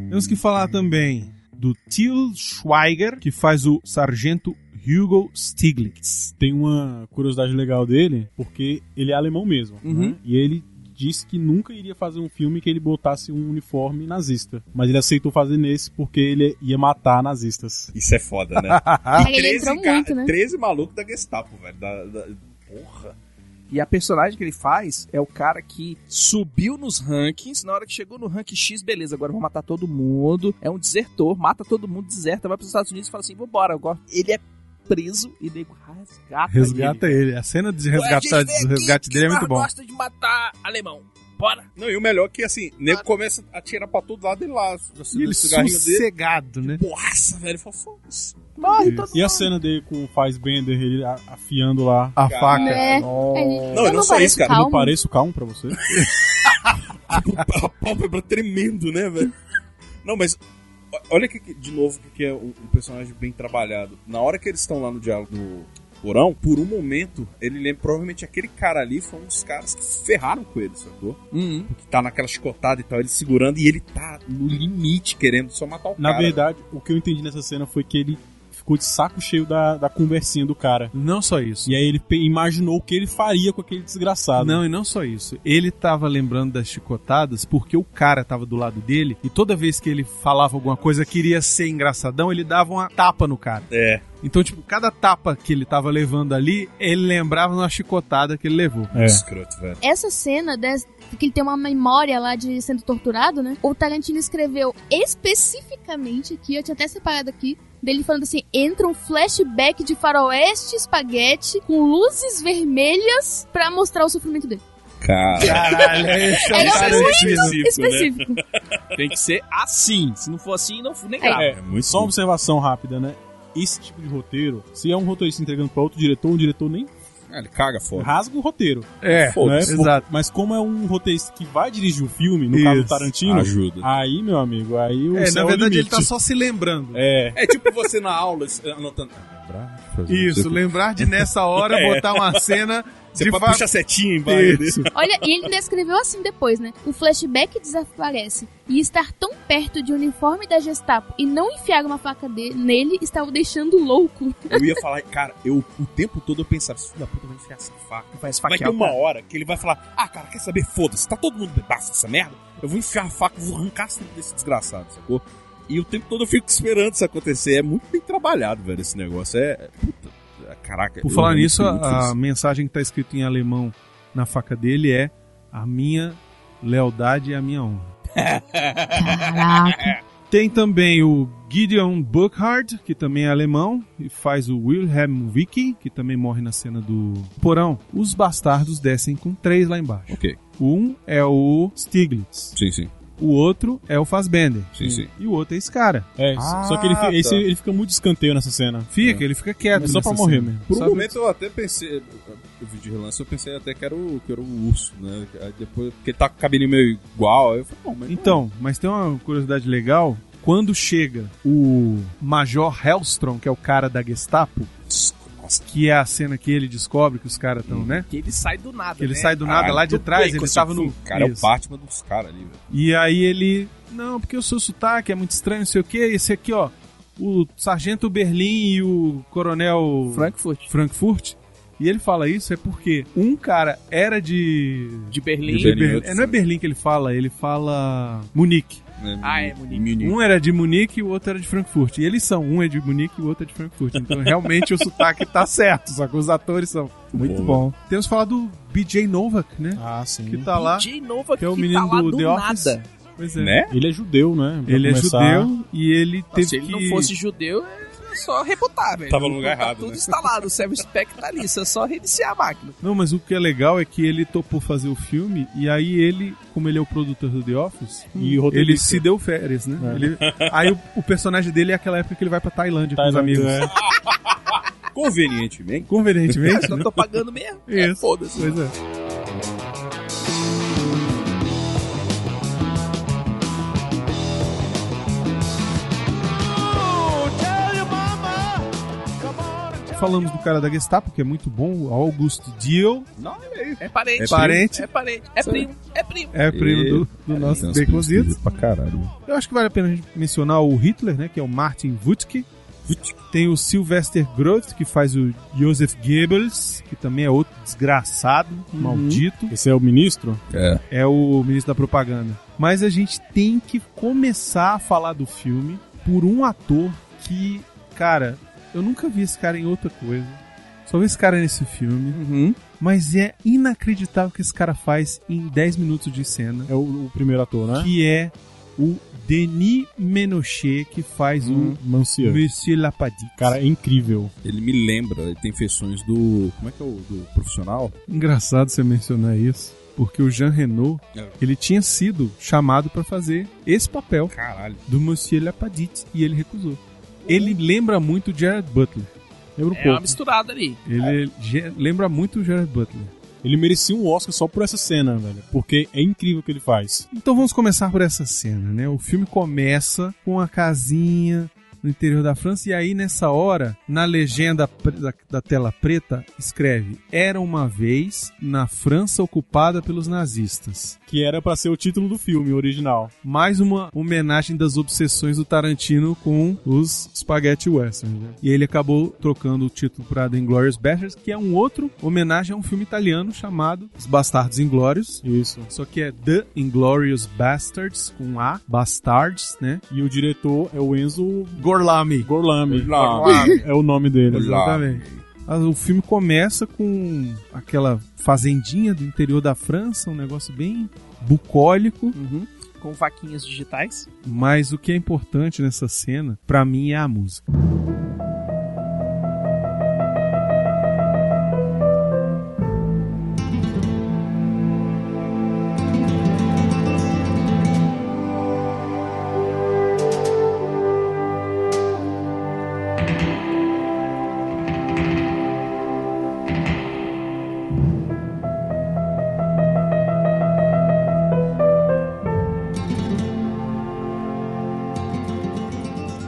[SPEAKER 5] Temos que falar também do Till Schweiger, que faz o sargento Hugo Stiglitz.
[SPEAKER 10] Tem uma curiosidade legal dele, porque ele é alemão mesmo.
[SPEAKER 8] Uhum.
[SPEAKER 10] né? E ele disse que nunca iria fazer um filme que ele botasse um uniforme nazista. Mas ele é aceitou fazer nesse porque ele é- ia matar nazistas.
[SPEAKER 2] Isso é foda, né?
[SPEAKER 1] Cara, ele entrou muito, né?
[SPEAKER 2] 13 malucos da Gestapo, velho. Da, da- Porra.
[SPEAKER 8] E a personagem que ele faz é o cara que subiu nos rankings. Na hora que chegou no ranking X, beleza, agora eu vou matar todo mundo. É um desertor, mata todo mundo, deserta, vai pros Estados Unidos e fala assim: vambora, agora. Ele é preso e nego resgata.
[SPEAKER 5] Resgata ele. A cena de resgata, do resgate dele é muito bom.
[SPEAKER 8] gosta de matar alemão. Bora.
[SPEAKER 2] Não, e o melhor é que, assim, o
[SPEAKER 1] Ah.
[SPEAKER 2] nego começa a tirar pra todo lado e lá. Assim,
[SPEAKER 5] E ele é sossegado, né?
[SPEAKER 2] Porraça, velho. Fala, foda-se.
[SPEAKER 8] Morre
[SPEAKER 5] tá
[SPEAKER 8] todo
[SPEAKER 10] E a cena dele com o Fassbender, ele a- afiando lá.
[SPEAKER 5] A
[SPEAKER 2] Cara,
[SPEAKER 5] faca.
[SPEAKER 1] Né?
[SPEAKER 10] Não,
[SPEAKER 2] Não, e não só
[SPEAKER 1] pareço
[SPEAKER 2] isso, cara.
[SPEAKER 10] eu
[SPEAKER 1] calmo.
[SPEAKER 10] não pareço calmo pra você?
[SPEAKER 2] a pálpebra tremendo, né, velho? Não, mas o- olha que, que- de novo o que é um, um personagem bem trabalhado. Na hora que eles estão lá no diálogo do Porão, por um momento, ele lembra, provavelmente aquele cara ali foi um dos caras que ferraram com ele, sacou?
[SPEAKER 8] Uhum.
[SPEAKER 2] Que tá naquela chicotada e tal, ele segurando e ele tá no limite querendo só matar o
[SPEAKER 10] Na
[SPEAKER 2] cara.
[SPEAKER 10] verdade, o que eu entendi nessa cena foi que ele ficou de saco cheio da, da conversinha do cara.
[SPEAKER 5] Não só isso.
[SPEAKER 10] E aí ele pe- imaginou o que ele faria com aquele desgraçado.
[SPEAKER 5] Não, e não só isso. Ele tava lembrando das chicotadas porque o cara tava do lado dele e toda vez que ele falava alguma coisa queria ser engraçadão, ele dava uma tapa no cara.
[SPEAKER 2] É.
[SPEAKER 5] Então, tipo, cada tapa que ele tava levando ali, é ele lembrava de uma chicotada que ele levou.
[SPEAKER 10] É.
[SPEAKER 2] Escroto, velho.
[SPEAKER 1] Essa cena, des- porque ele tem uma memória lá de sendo torturado, né? O Tarantino escreveu especificamente aqui, eu tinha até separado aqui, dele falando assim: entra um flashback de faroeste espaguete com luzes vermelhas pra mostrar o sofrimento dele.
[SPEAKER 2] Cara.
[SPEAKER 5] Caralho, esse
[SPEAKER 1] Era muito
[SPEAKER 5] específico.
[SPEAKER 1] Específico.
[SPEAKER 8] Tem que ser assim. Se não for assim, não nem
[SPEAKER 1] grava.
[SPEAKER 8] grava.
[SPEAKER 10] É.
[SPEAKER 2] É muito
[SPEAKER 5] um
[SPEAKER 10] Só uma observação rápida, né? Esse tipo de roteiro, se é um roteirista entregando pra outro diretor, um diretor nem
[SPEAKER 2] Ah, ele caga foda.
[SPEAKER 10] rasga o roteiro.
[SPEAKER 5] É,
[SPEAKER 10] né?
[SPEAKER 2] Foda-se.
[SPEAKER 5] exato.
[SPEAKER 10] Mas como é um roteirista que vai dirigir o filme, no caso
[SPEAKER 5] Isso.
[SPEAKER 10] do Tarantino,
[SPEAKER 2] Ajuda.
[SPEAKER 10] aí, meu amigo, aí o
[SPEAKER 5] É, na
[SPEAKER 10] céu é o
[SPEAKER 5] verdade, ele
[SPEAKER 10] limite.
[SPEAKER 5] tá só se lembrando.
[SPEAKER 10] É,
[SPEAKER 2] É tipo você na aula es- anotando. Ah, lembrar de fazer
[SPEAKER 5] Isso,
[SPEAKER 2] não sei o quê.
[SPEAKER 5] lembrar de nessa hora botar uma cena
[SPEAKER 2] Você
[SPEAKER 5] de
[SPEAKER 2] pode
[SPEAKER 5] fa-
[SPEAKER 2] puxar setinha né? embaixo.
[SPEAKER 5] Isso.
[SPEAKER 1] Olha, e ele descreveu assim depois, né? O flashback desaparece e estar tão perto de um uniforme da Gestapo e não enfiar uma faca de- nele está o deixando louco.
[SPEAKER 2] Eu ia falar, cara, eu o tempo todo eu pensava, filho da puta vai enfiar essa faca.
[SPEAKER 8] Vai
[SPEAKER 2] Vai ter
[SPEAKER 8] esfaquear o
[SPEAKER 2] uma
[SPEAKER 8] cara.
[SPEAKER 2] hora que ele vai falar, ah, cara, quer saber? Foda-se, tá todo mundo bebaço essa merda? Eu vou enfiar a faca, vou arrancar sempre desse desgraçado, sacou? E o tempo todo eu fico esperando isso acontecer. É muito bem trabalhado, velho, esse negócio. É. é- Puta, caraca.
[SPEAKER 5] Por
[SPEAKER 2] eu
[SPEAKER 5] falar
[SPEAKER 2] realmente
[SPEAKER 5] nisso,
[SPEAKER 2] fico muito
[SPEAKER 5] a,
[SPEAKER 2] feliz.
[SPEAKER 5] mensagem que tá escrita em alemão na faca dele é a minha lealdade
[SPEAKER 11] é
[SPEAKER 5] e a minha honra.
[SPEAKER 1] Caraca.
[SPEAKER 5] Tem também o Gideon Buckhard, que também é alemão, e faz o Wilhelm Wicke, que também morre na cena do porão. Os bastardos descem com três lá embaixo.
[SPEAKER 2] Ok,
[SPEAKER 5] Um é o Stiglitz.
[SPEAKER 2] sim, sim.
[SPEAKER 5] O
[SPEAKER 11] O outro é o Fassbender.
[SPEAKER 2] Sim, sim.
[SPEAKER 11] E o outro é esse cara.
[SPEAKER 5] É, só que ele, fi-
[SPEAKER 2] Ah,
[SPEAKER 5] esse-
[SPEAKER 2] tá.
[SPEAKER 5] ele fica muito de escanteio nessa cena.
[SPEAKER 11] Fica, ele fica quieto.
[SPEAKER 5] É só pra
[SPEAKER 11] nessa
[SPEAKER 5] morrer
[SPEAKER 11] cena.
[SPEAKER 5] mesmo.
[SPEAKER 2] Por um
[SPEAKER 11] Sabe?
[SPEAKER 2] momento eu até pensei, eu vi de relance, eu pensei até que era o, que era o urso, né? Aí depois, porque ele tá com o cabelinho meio igual, aí eu falei, bom, mas.
[SPEAKER 11] Então, mas tem uma curiosidade legal. Quando chega o Major Hellstrom, que é o cara da Gestapo, que é a cena que ele descobre que os caras estão, né?
[SPEAKER 8] Que ele sai do nada.
[SPEAKER 5] É,
[SPEAKER 11] Que ele
[SPEAKER 8] né?
[SPEAKER 11] sai do nada lá de trás, ele estava no.
[SPEAKER 2] Cara, é o
[SPEAKER 11] Isso.
[SPEAKER 2] Batman dos caras ali, velho.
[SPEAKER 11] E aí ele. Não, porque o seu sotaque é muito estranho, não sei o quê. Esse aqui, ó. O Sargento Berlim e o Coronel
[SPEAKER 8] Frankfurt.
[SPEAKER 11] Frankfurt. E ele fala isso é porque um cara era de.
[SPEAKER 8] De Berlim.
[SPEAKER 2] De Berlim.
[SPEAKER 11] Berlim.
[SPEAKER 2] outro
[SPEAKER 11] É, não é
[SPEAKER 2] foi.
[SPEAKER 11] Berlim que ele fala, ele fala. Munique.
[SPEAKER 2] né?
[SPEAKER 8] Ah, é,
[SPEAKER 2] Muni-
[SPEAKER 8] Munique.
[SPEAKER 2] Munique.
[SPEAKER 11] Um era de Munique e o outro era de Frankfurt. E eles são, um é de Munique e o outro é de Frankfurt. Então realmente o sotaque tá certo, só que os atores são.
[SPEAKER 2] Muito
[SPEAKER 11] bom. Temos que falar do BJ Novak, né?
[SPEAKER 5] Ah, sim.
[SPEAKER 11] Que tá lá.
[SPEAKER 8] DJ Nova
[SPEAKER 11] Que é o
[SPEAKER 8] que
[SPEAKER 11] menino
[SPEAKER 8] tá lá
[SPEAKER 11] do
[SPEAKER 8] do,
[SPEAKER 11] The Office.
[SPEAKER 8] nada.
[SPEAKER 11] Pois é.
[SPEAKER 2] Né?
[SPEAKER 5] Ele é judeu, né? Pra
[SPEAKER 11] Ele é
[SPEAKER 5] começar.
[SPEAKER 11] judeu e ele
[SPEAKER 8] Ah,
[SPEAKER 11] teve
[SPEAKER 8] Se ele
[SPEAKER 11] que...
[SPEAKER 8] não fosse judeu, é só rebutar, velho.
[SPEAKER 2] Tava no lugar
[SPEAKER 8] Tá
[SPEAKER 2] errado,
[SPEAKER 8] tudo
[SPEAKER 2] né?
[SPEAKER 8] instalado, o Service Pack tá ali, isso é só reiniciar a máquina.
[SPEAKER 11] Não, mas o que é legal é que ele topou fazer o filme e aí ele, como ele é o produtor do The Office,
[SPEAKER 5] E o
[SPEAKER 11] ele se deu férias, né?
[SPEAKER 5] É.
[SPEAKER 11] Ele- aí o, o personagem dele é aquela época que ele vai pra Tailândia,
[SPEAKER 5] Tailândia, é.
[SPEAKER 11] com os amigos.
[SPEAKER 8] né?
[SPEAKER 2] Convenientemente.
[SPEAKER 11] Convenientemente,
[SPEAKER 8] Eu
[SPEAKER 11] né?
[SPEAKER 8] tô pagando mesmo. É,
[SPEAKER 11] Isso.
[SPEAKER 8] foda-se.
[SPEAKER 11] Pois é. Falamos do cara da Gestapo, que é muito bom, o Augusto Dio,
[SPEAKER 2] Não, olha aí.
[SPEAKER 8] É parente.
[SPEAKER 2] É
[SPEAKER 11] parente.
[SPEAKER 8] É parente. É primo. É primo.
[SPEAKER 11] é primo do, do nosso Baconzitos.
[SPEAKER 2] pra caralho.
[SPEAKER 11] Eu acho que vale a pena a gente mencionar o Hitler, né, que é o Martin Wutke. Tem o Sylvester Groth, que faz o Joseph Goebbels, que também é outro desgraçado, maldito.
[SPEAKER 5] Uhum. Esse é o ministro?
[SPEAKER 2] É.
[SPEAKER 11] É o ministro da propaganda. Mas a gente tem que começar a falar do filme por um ator que, cara, eu nunca vi esse cara em outra coisa. Só vi esse cara nesse filme.
[SPEAKER 8] Uhum.
[SPEAKER 11] Mas é inacreditável o que esse cara faz em 10 minutos de cena.
[SPEAKER 5] É o, o primeiro ator, né?
[SPEAKER 11] Que é o Denis Menochet, que faz
[SPEAKER 8] Uhum.
[SPEAKER 2] Hum.
[SPEAKER 11] o
[SPEAKER 5] Mancia.
[SPEAKER 11] Monsieur Lapadix.
[SPEAKER 5] Cara, é incrível.
[SPEAKER 2] Ele me lembra, ele tem feições do. Como é que é o do profissional?
[SPEAKER 11] engraçado você mencionar isso. Porque o Jean Renault,
[SPEAKER 2] É.
[SPEAKER 11] ele tinha sido chamado pra fazer esse papel.
[SPEAKER 2] Caralho.
[SPEAKER 11] do Monsieur Lapadite e ele recusou. Ele lembra muito o Gerard Butler.
[SPEAKER 5] Lembra um
[SPEAKER 8] É uma
[SPEAKER 5] pouco.
[SPEAKER 8] misturada ali.
[SPEAKER 11] Ele ge- lembra muito o Gerard Butler.
[SPEAKER 5] Ele merecia um Oscar só por essa cena, velho. Porque é incrível o que ele faz.
[SPEAKER 11] Então vamos começar por essa cena, né? O filme começa com a casinha no interior da França e aí nessa hora, na legenda pre- da, da tela preta, escreve: Era uma vez na França ocupada pelos nazistas.
[SPEAKER 5] Que era pra ser o título do filme original.
[SPEAKER 11] Mais uma homenagem das obsessões do Tarantino com os Spaghetti Westerns. né? E ele acabou trocando o título para The Inglourious Basterds, que é um outro homenagem a um filme italiano chamado Os Bastardos Inglórios.
[SPEAKER 5] Isso.
[SPEAKER 11] Só que é The Inglorious Bastards, com A, Bastards, né?
[SPEAKER 5] E o diretor é o Enzo
[SPEAKER 11] Gorlami.
[SPEAKER 5] Gorlami.
[SPEAKER 2] Gorlami.
[SPEAKER 5] É o nome dele.
[SPEAKER 2] Gorlami.
[SPEAKER 11] Exatamente. Ah, O filme começa com aquela fazendinha do interior da França, um negócio bem bucólico.
[SPEAKER 8] Uhum. Com vaquinhas digitais.
[SPEAKER 11] Mas o que é importante nessa cena, pra mim, é a música.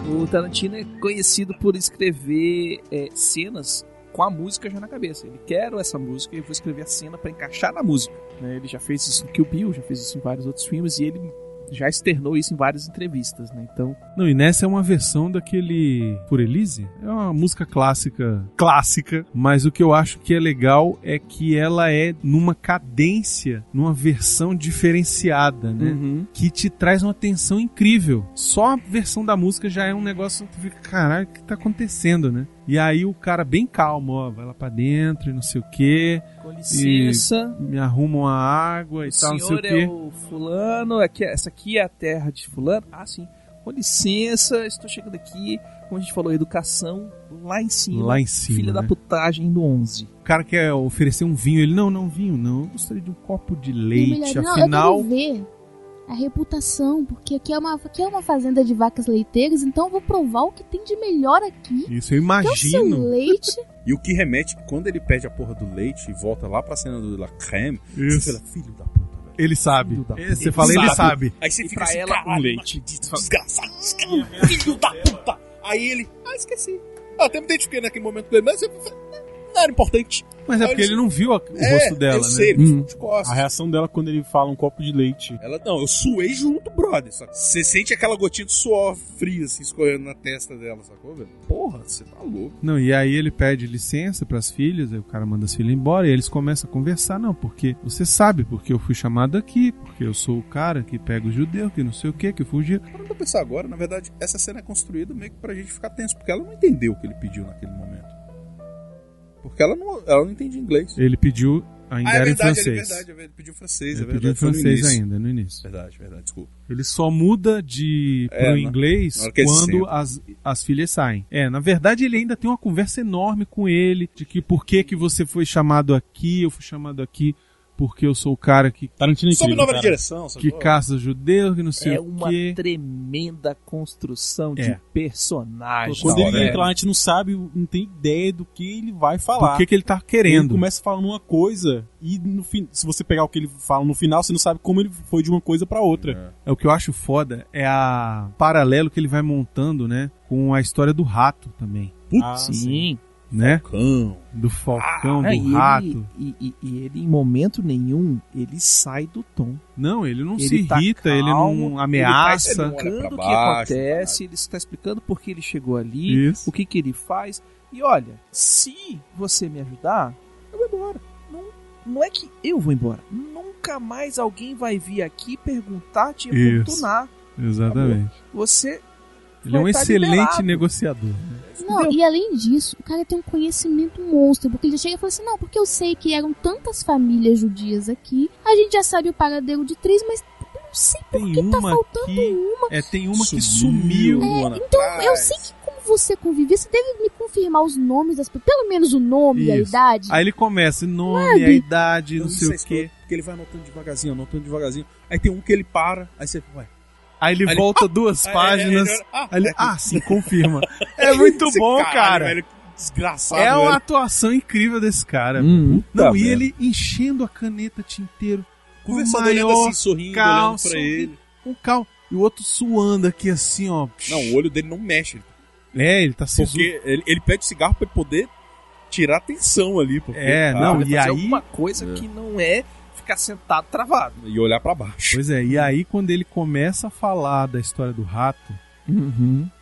[SPEAKER 8] O Tarantino é conhecido por escrever é, cenas com a música já na cabeça. Ele quero essa música e eu vou escrever a cena pra encaixar na música. né? Ele já fez isso em Kill Bill, já fez isso em vários outros filmes e ele já externou isso em várias entrevistas, né? Então,
[SPEAKER 11] Não, e nessa é uma versão daquele Por Elise. É uma música clássica, clássica, mas o que eu acho que é legal é que ela é numa cadência, numa versão diferenciada, né? Que te traz uma tensão incrível. Só a versão da música já é um negócio que tu fica, caralho, o que tá acontecendo, né? E aí o cara bem calmo, ó, vai lá pra dentro e não sei o quê,
[SPEAKER 8] com licença,
[SPEAKER 11] me arruma uma água e
[SPEAKER 8] o
[SPEAKER 11] tal, não sei o
[SPEAKER 8] senhor
[SPEAKER 11] quê.
[SPEAKER 8] é o fulano, aqui, essa aqui é a terra de fulano. Ah, sim. Com licença, estou chegando aqui, como a gente falou, educação lá em cima.
[SPEAKER 11] Lá em cima.
[SPEAKER 8] Filha da
[SPEAKER 11] né?
[SPEAKER 8] putagem do 11.
[SPEAKER 11] O cara quer oferecer um vinho, ele, não, não, vinho, não. Eu gostaria de um copo de
[SPEAKER 1] E o
[SPEAKER 11] leite.
[SPEAKER 1] melhor, não,
[SPEAKER 11] Afinal,
[SPEAKER 1] eu quero ver a reputação, porque aqui é uma, aqui é uma fazenda de vacas leiteiras, então eu vou provar o que tem de melhor aqui.
[SPEAKER 11] Isso eu
[SPEAKER 1] Que é o seu
[SPEAKER 11] imagino.
[SPEAKER 1] leite.
[SPEAKER 2] E o que remete, quando ele pede a porra do leite e volta lá pra cena do La Creme, você fala, filho da puta, velho.
[SPEAKER 11] Ele sabe.
[SPEAKER 2] Filho da
[SPEAKER 11] É, Você fala, ele sabe.
[SPEAKER 2] Aí você fica
[SPEAKER 8] pra
[SPEAKER 2] assim,
[SPEAKER 8] ela, um
[SPEAKER 2] caralho,
[SPEAKER 8] leite.
[SPEAKER 2] não acredito, desgraçado, desgraçado, filho da puta. Aí ele, ah, esqueci. Ah, até me identifiquei naquele momento dele, mas eu- não era importante.
[SPEAKER 11] Mas é porque ele não viu a- o
[SPEAKER 2] É,
[SPEAKER 11] rosto dela,
[SPEAKER 2] eu sei,
[SPEAKER 11] né?
[SPEAKER 2] ele ficou
[SPEAKER 5] Hum.
[SPEAKER 2] de costas.
[SPEAKER 5] A reação dela quando ele fala um copo de leite.
[SPEAKER 2] Ela, não, eu suei junto, brother. saca? Você sente aquela gotinha de suor fria, assim, escorrendo na testa dela, sacou, velho? Porra, você tá louco.
[SPEAKER 11] Não, e aí ele pede licença pras filhas, aí o cara manda as filhas embora e eles começam a conversar, não, porque você sabe porque eu fui chamado aqui, porque eu sou o cara que pega o judeu, que não sei o que, que fugiu.
[SPEAKER 2] Parando pra pensar agora, na verdade, essa cena é construída meio que pra gente ficar tenso, porque ela não entendeu o que ele pediu naquele momento. Porque ela não, ela não entende inglês.
[SPEAKER 11] Ele pediu, ainda
[SPEAKER 2] Ah, é
[SPEAKER 11] era em
[SPEAKER 2] verdade, é
[SPEAKER 11] francês.
[SPEAKER 2] verdade, é verdade. Pediu francês,
[SPEAKER 11] Ele
[SPEAKER 2] é
[SPEAKER 11] pediu em
[SPEAKER 2] verdade. foi no
[SPEAKER 11] francês
[SPEAKER 2] início.
[SPEAKER 11] ainda, no início.
[SPEAKER 2] Verdade, verdade, desculpa.
[SPEAKER 11] Ele só muda de
[SPEAKER 2] É,
[SPEAKER 11] pro
[SPEAKER 2] na-
[SPEAKER 11] inglês
[SPEAKER 2] na hora que ele
[SPEAKER 11] quando
[SPEAKER 2] senta.
[SPEAKER 11] as, as filhas saem. É, na verdade ele ainda tem uma conversa enorme com ele de que por que que você foi chamado aqui, eu fui chamado aqui porque eu sou o cara que,
[SPEAKER 5] Tarantino é
[SPEAKER 2] Sob
[SPEAKER 5] incrível,
[SPEAKER 2] nova
[SPEAKER 5] cara.
[SPEAKER 2] direção,
[SPEAKER 11] que
[SPEAKER 2] sacou?
[SPEAKER 11] caça judeus, que não sei
[SPEAKER 8] É
[SPEAKER 11] o
[SPEAKER 8] uma
[SPEAKER 11] quê.
[SPEAKER 8] tremenda construção de
[SPEAKER 11] É.
[SPEAKER 8] personagem.
[SPEAKER 5] Quando
[SPEAKER 2] Não,
[SPEAKER 5] ele
[SPEAKER 2] né?
[SPEAKER 5] entra lá, a gente não sabe, não tem ideia do que ele vai falar.
[SPEAKER 11] Por que que ele tá
[SPEAKER 5] Ele
[SPEAKER 11] querendo?
[SPEAKER 5] começa falando uma coisa e no fim, se você pegar o que ele fala no final, você não sabe como ele foi de uma coisa pra outra.
[SPEAKER 11] É o que eu acho foda é a paralelo que ele vai montando, né, com a história do rato também,
[SPEAKER 5] Ah,
[SPEAKER 8] Sim.
[SPEAKER 11] né?
[SPEAKER 2] Cão.
[SPEAKER 11] Do falcão,
[SPEAKER 8] Ah, e
[SPEAKER 11] do
[SPEAKER 8] ele-
[SPEAKER 11] É um rato.
[SPEAKER 8] e, e- e ele, em momento nenhum, ele sai do tom.
[SPEAKER 11] Não, ele não
[SPEAKER 8] Ele
[SPEAKER 11] se
[SPEAKER 8] tá
[SPEAKER 11] irrita, ele
[SPEAKER 8] calmo,
[SPEAKER 11] não
[SPEAKER 8] Ele
[SPEAKER 11] ameaça.
[SPEAKER 8] tá
[SPEAKER 2] Olha
[SPEAKER 8] explicando o
[SPEAKER 2] pra
[SPEAKER 8] que
[SPEAKER 2] baixo,
[SPEAKER 8] acontece, ele está explicando por que ele chegou ali,
[SPEAKER 11] Isso.
[SPEAKER 8] o que, que ele faz. E olha, se você me ajudar, eu vou embora. Não, não é que eu vou embora. Nunca mais alguém vai vir aqui perguntar, te
[SPEAKER 11] Isso.
[SPEAKER 8] importunar.
[SPEAKER 11] Exatamente.
[SPEAKER 8] Você
[SPEAKER 11] Ele é um
[SPEAKER 8] Vai tá
[SPEAKER 11] excelente
[SPEAKER 8] liberado.
[SPEAKER 11] negociador.
[SPEAKER 1] Não, e além disso, o cara tem um conhecimento monstro, porque ele já chega e fala assim, não, porque eu sei que eram tantas famílias judias aqui, a gente já sabe o paradeiro de três, mas eu não sei por
[SPEAKER 11] Tem
[SPEAKER 1] que tá
[SPEAKER 11] uma
[SPEAKER 1] faltando
[SPEAKER 11] que-
[SPEAKER 1] uma.
[SPEAKER 11] É, tem uma que
[SPEAKER 2] Sumiu,
[SPEAKER 11] sumiu.
[SPEAKER 2] Luana.
[SPEAKER 1] Então, eu sei que como você convivia, você deve me confirmar os nomes das pessoas, pelo menos o nome e a
[SPEAKER 11] Isso.
[SPEAKER 1] idade.
[SPEAKER 11] Aí ele começa, nome, a
[SPEAKER 1] Sabe?
[SPEAKER 11] idade, não
[SPEAKER 2] Não
[SPEAKER 11] sei o
[SPEAKER 2] que.
[SPEAKER 11] quê.
[SPEAKER 2] é Porque ele vai anotando devagarzinho, anotando devagarzinho. Aí tem um que ele para, aí você. Ué.
[SPEAKER 11] Aí ele
[SPEAKER 2] Aí ele-
[SPEAKER 11] volta duas
[SPEAKER 2] Aí-
[SPEAKER 11] páginas.
[SPEAKER 2] aí ele olha, ah,
[SPEAKER 11] Aí ele,
[SPEAKER 2] é aqui.
[SPEAKER 11] ah, sim, confirma. É muito
[SPEAKER 2] Esse
[SPEAKER 11] bom,
[SPEAKER 2] caralho,
[SPEAKER 11] cara.
[SPEAKER 2] velho, que desgraçado.
[SPEAKER 11] É uma
[SPEAKER 2] velho.
[SPEAKER 11] atuação incrível desse cara.
[SPEAKER 8] Hum.
[SPEAKER 11] Não,
[SPEAKER 2] Tá
[SPEAKER 11] e
[SPEAKER 2] vendo?
[SPEAKER 11] ele enchendo a caneta tinteiro. com
[SPEAKER 2] Conversando
[SPEAKER 11] maior-
[SPEAKER 2] olhando assim, sorrindo,
[SPEAKER 11] calça.
[SPEAKER 2] olhando pra ele.
[SPEAKER 11] com calma. E o outro suando aqui assim, ó.
[SPEAKER 2] Não, o olho dele não mexe.
[SPEAKER 11] É, ele tá se zoando.
[SPEAKER 2] Porque ele, ele pede cigarro pra ele poder tirar a tensão ali. porque-
[SPEAKER 11] É, não,
[SPEAKER 2] tá
[SPEAKER 8] vai
[SPEAKER 11] e
[SPEAKER 8] fazer
[SPEAKER 11] aí.
[SPEAKER 8] alguma coisa que não é ficar sentado travado.
[SPEAKER 2] E olhar pra baixo.
[SPEAKER 11] Pois é, e aí quando ele começa a falar da história do rato,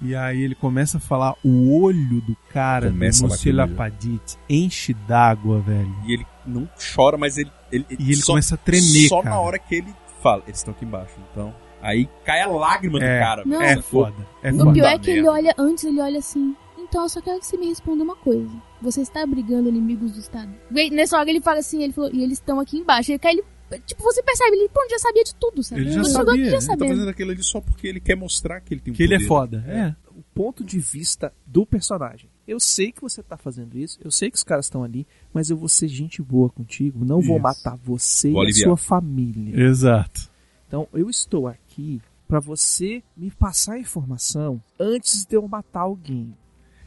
[SPEAKER 11] E aí ele começa a falar o olho do cara
[SPEAKER 2] Começa
[SPEAKER 11] do
[SPEAKER 2] a
[SPEAKER 11] Monsieur
[SPEAKER 2] lacrimejar.
[SPEAKER 11] Lapadite enche d'água, velho.
[SPEAKER 2] E ele não chora, mas ele. ele,
[SPEAKER 11] E ele
[SPEAKER 2] só,
[SPEAKER 11] começa a tremer,
[SPEAKER 2] Só
[SPEAKER 11] cara.
[SPEAKER 2] na hora que ele fala, eles estão aqui embaixo, então. Aí cai a lágrima
[SPEAKER 11] É.
[SPEAKER 2] do cara.
[SPEAKER 1] Não.
[SPEAKER 11] É
[SPEAKER 2] velho.
[SPEAKER 11] foda. É
[SPEAKER 1] O
[SPEAKER 11] foda.
[SPEAKER 1] pior é
[SPEAKER 2] Puta
[SPEAKER 1] que ele
[SPEAKER 2] merda.
[SPEAKER 1] olha, antes ele olha assim. Então eu só quero que você me responda uma coisa. Você está brigando inimigos do Estado? Bem, Nessa hora ele fala assim, ele falou, e eles estão aqui embaixo. Ele cai, ele, tipo, você percebe, ele pronto, já sabia de tudo, sabe?
[SPEAKER 11] Ele
[SPEAKER 1] chegou
[SPEAKER 11] já
[SPEAKER 1] aqui
[SPEAKER 11] sabia,
[SPEAKER 1] já
[SPEAKER 11] né?
[SPEAKER 2] Ele tá
[SPEAKER 1] sabendo.
[SPEAKER 2] fazendo aquilo ali só porque ele quer mostrar que ele tem um
[SPEAKER 11] Que ele é
[SPEAKER 2] poder.
[SPEAKER 11] foda. É.
[SPEAKER 8] o ponto de vista do personagem. Eu sei que você tá fazendo isso, eu sei que os caras estão ali, mas eu vou ser gente boa contigo, não vou
[SPEAKER 11] Isso.
[SPEAKER 8] matar você
[SPEAKER 2] Vou
[SPEAKER 8] e a
[SPEAKER 2] aliviar.
[SPEAKER 8] sua família.
[SPEAKER 11] Exato.
[SPEAKER 8] Então eu estou aqui pra você me passar informação antes de eu matar alguém.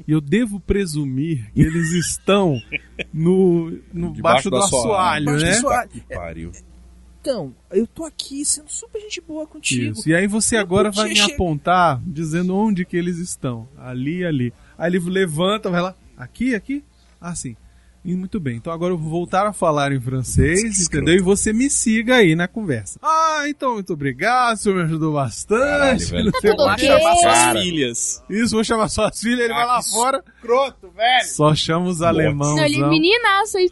[SPEAKER 11] E eu devo presumir que eles estão no, no
[SPEAKER 2] Debaixo
[SPEAKER 11] baixo do
[SPEAKER 2] da
[SPEAKER 11] assoalho,
[SPEAKER 8] assoalho.
[SPEAKER 11] né?
[SPEAKER 8] Debaixo
[SPEAKER 2] Puta que pariu.
[SPEAKER 8] Então, eu tô aqui sendo super gente boa contigo.
[SPEAKER 11] Isso. E aí você agora
[SPEAKER 8] podia
[SPEAKER 11] vai me
[SPEAKER 8] chegar-
[SPEAKER 11] apontar dizendo onde que eles estão. Ali, ali. Aí ele levanta, vai lá. Aqui, aqui? Ah, sim. E muito bem. Então agora eu vou voltar a falar em francês,
[SPEAKER 2] Escroto.
[SPEAKER 11] entendeu? E você me siga aí na conversa. Ah, então muito obrigado, o senhor me ajudou bastante.
[SPEAKER 2] Caralho, velho.
[SPEAKER 11] não sei o
[SPEAKER 1] Tá tudo
[SPEAKER 11] quê.
[SPEAKER 8] Vai chamar
[SPEAKER 2] Cara.
[SPEAKER 8] suas
[SPEAKER 1] é
[SPEAKER 8] filhas.
[SPEAKER 11] Isso, vou chamar suas filhas, ele vai lá fora.
[SPEAKER 2] Croto, velho.
[SPEAKER 11] Só chama os alemãos.
[SPEAKER 1] Não, ele, é meninaço, aí,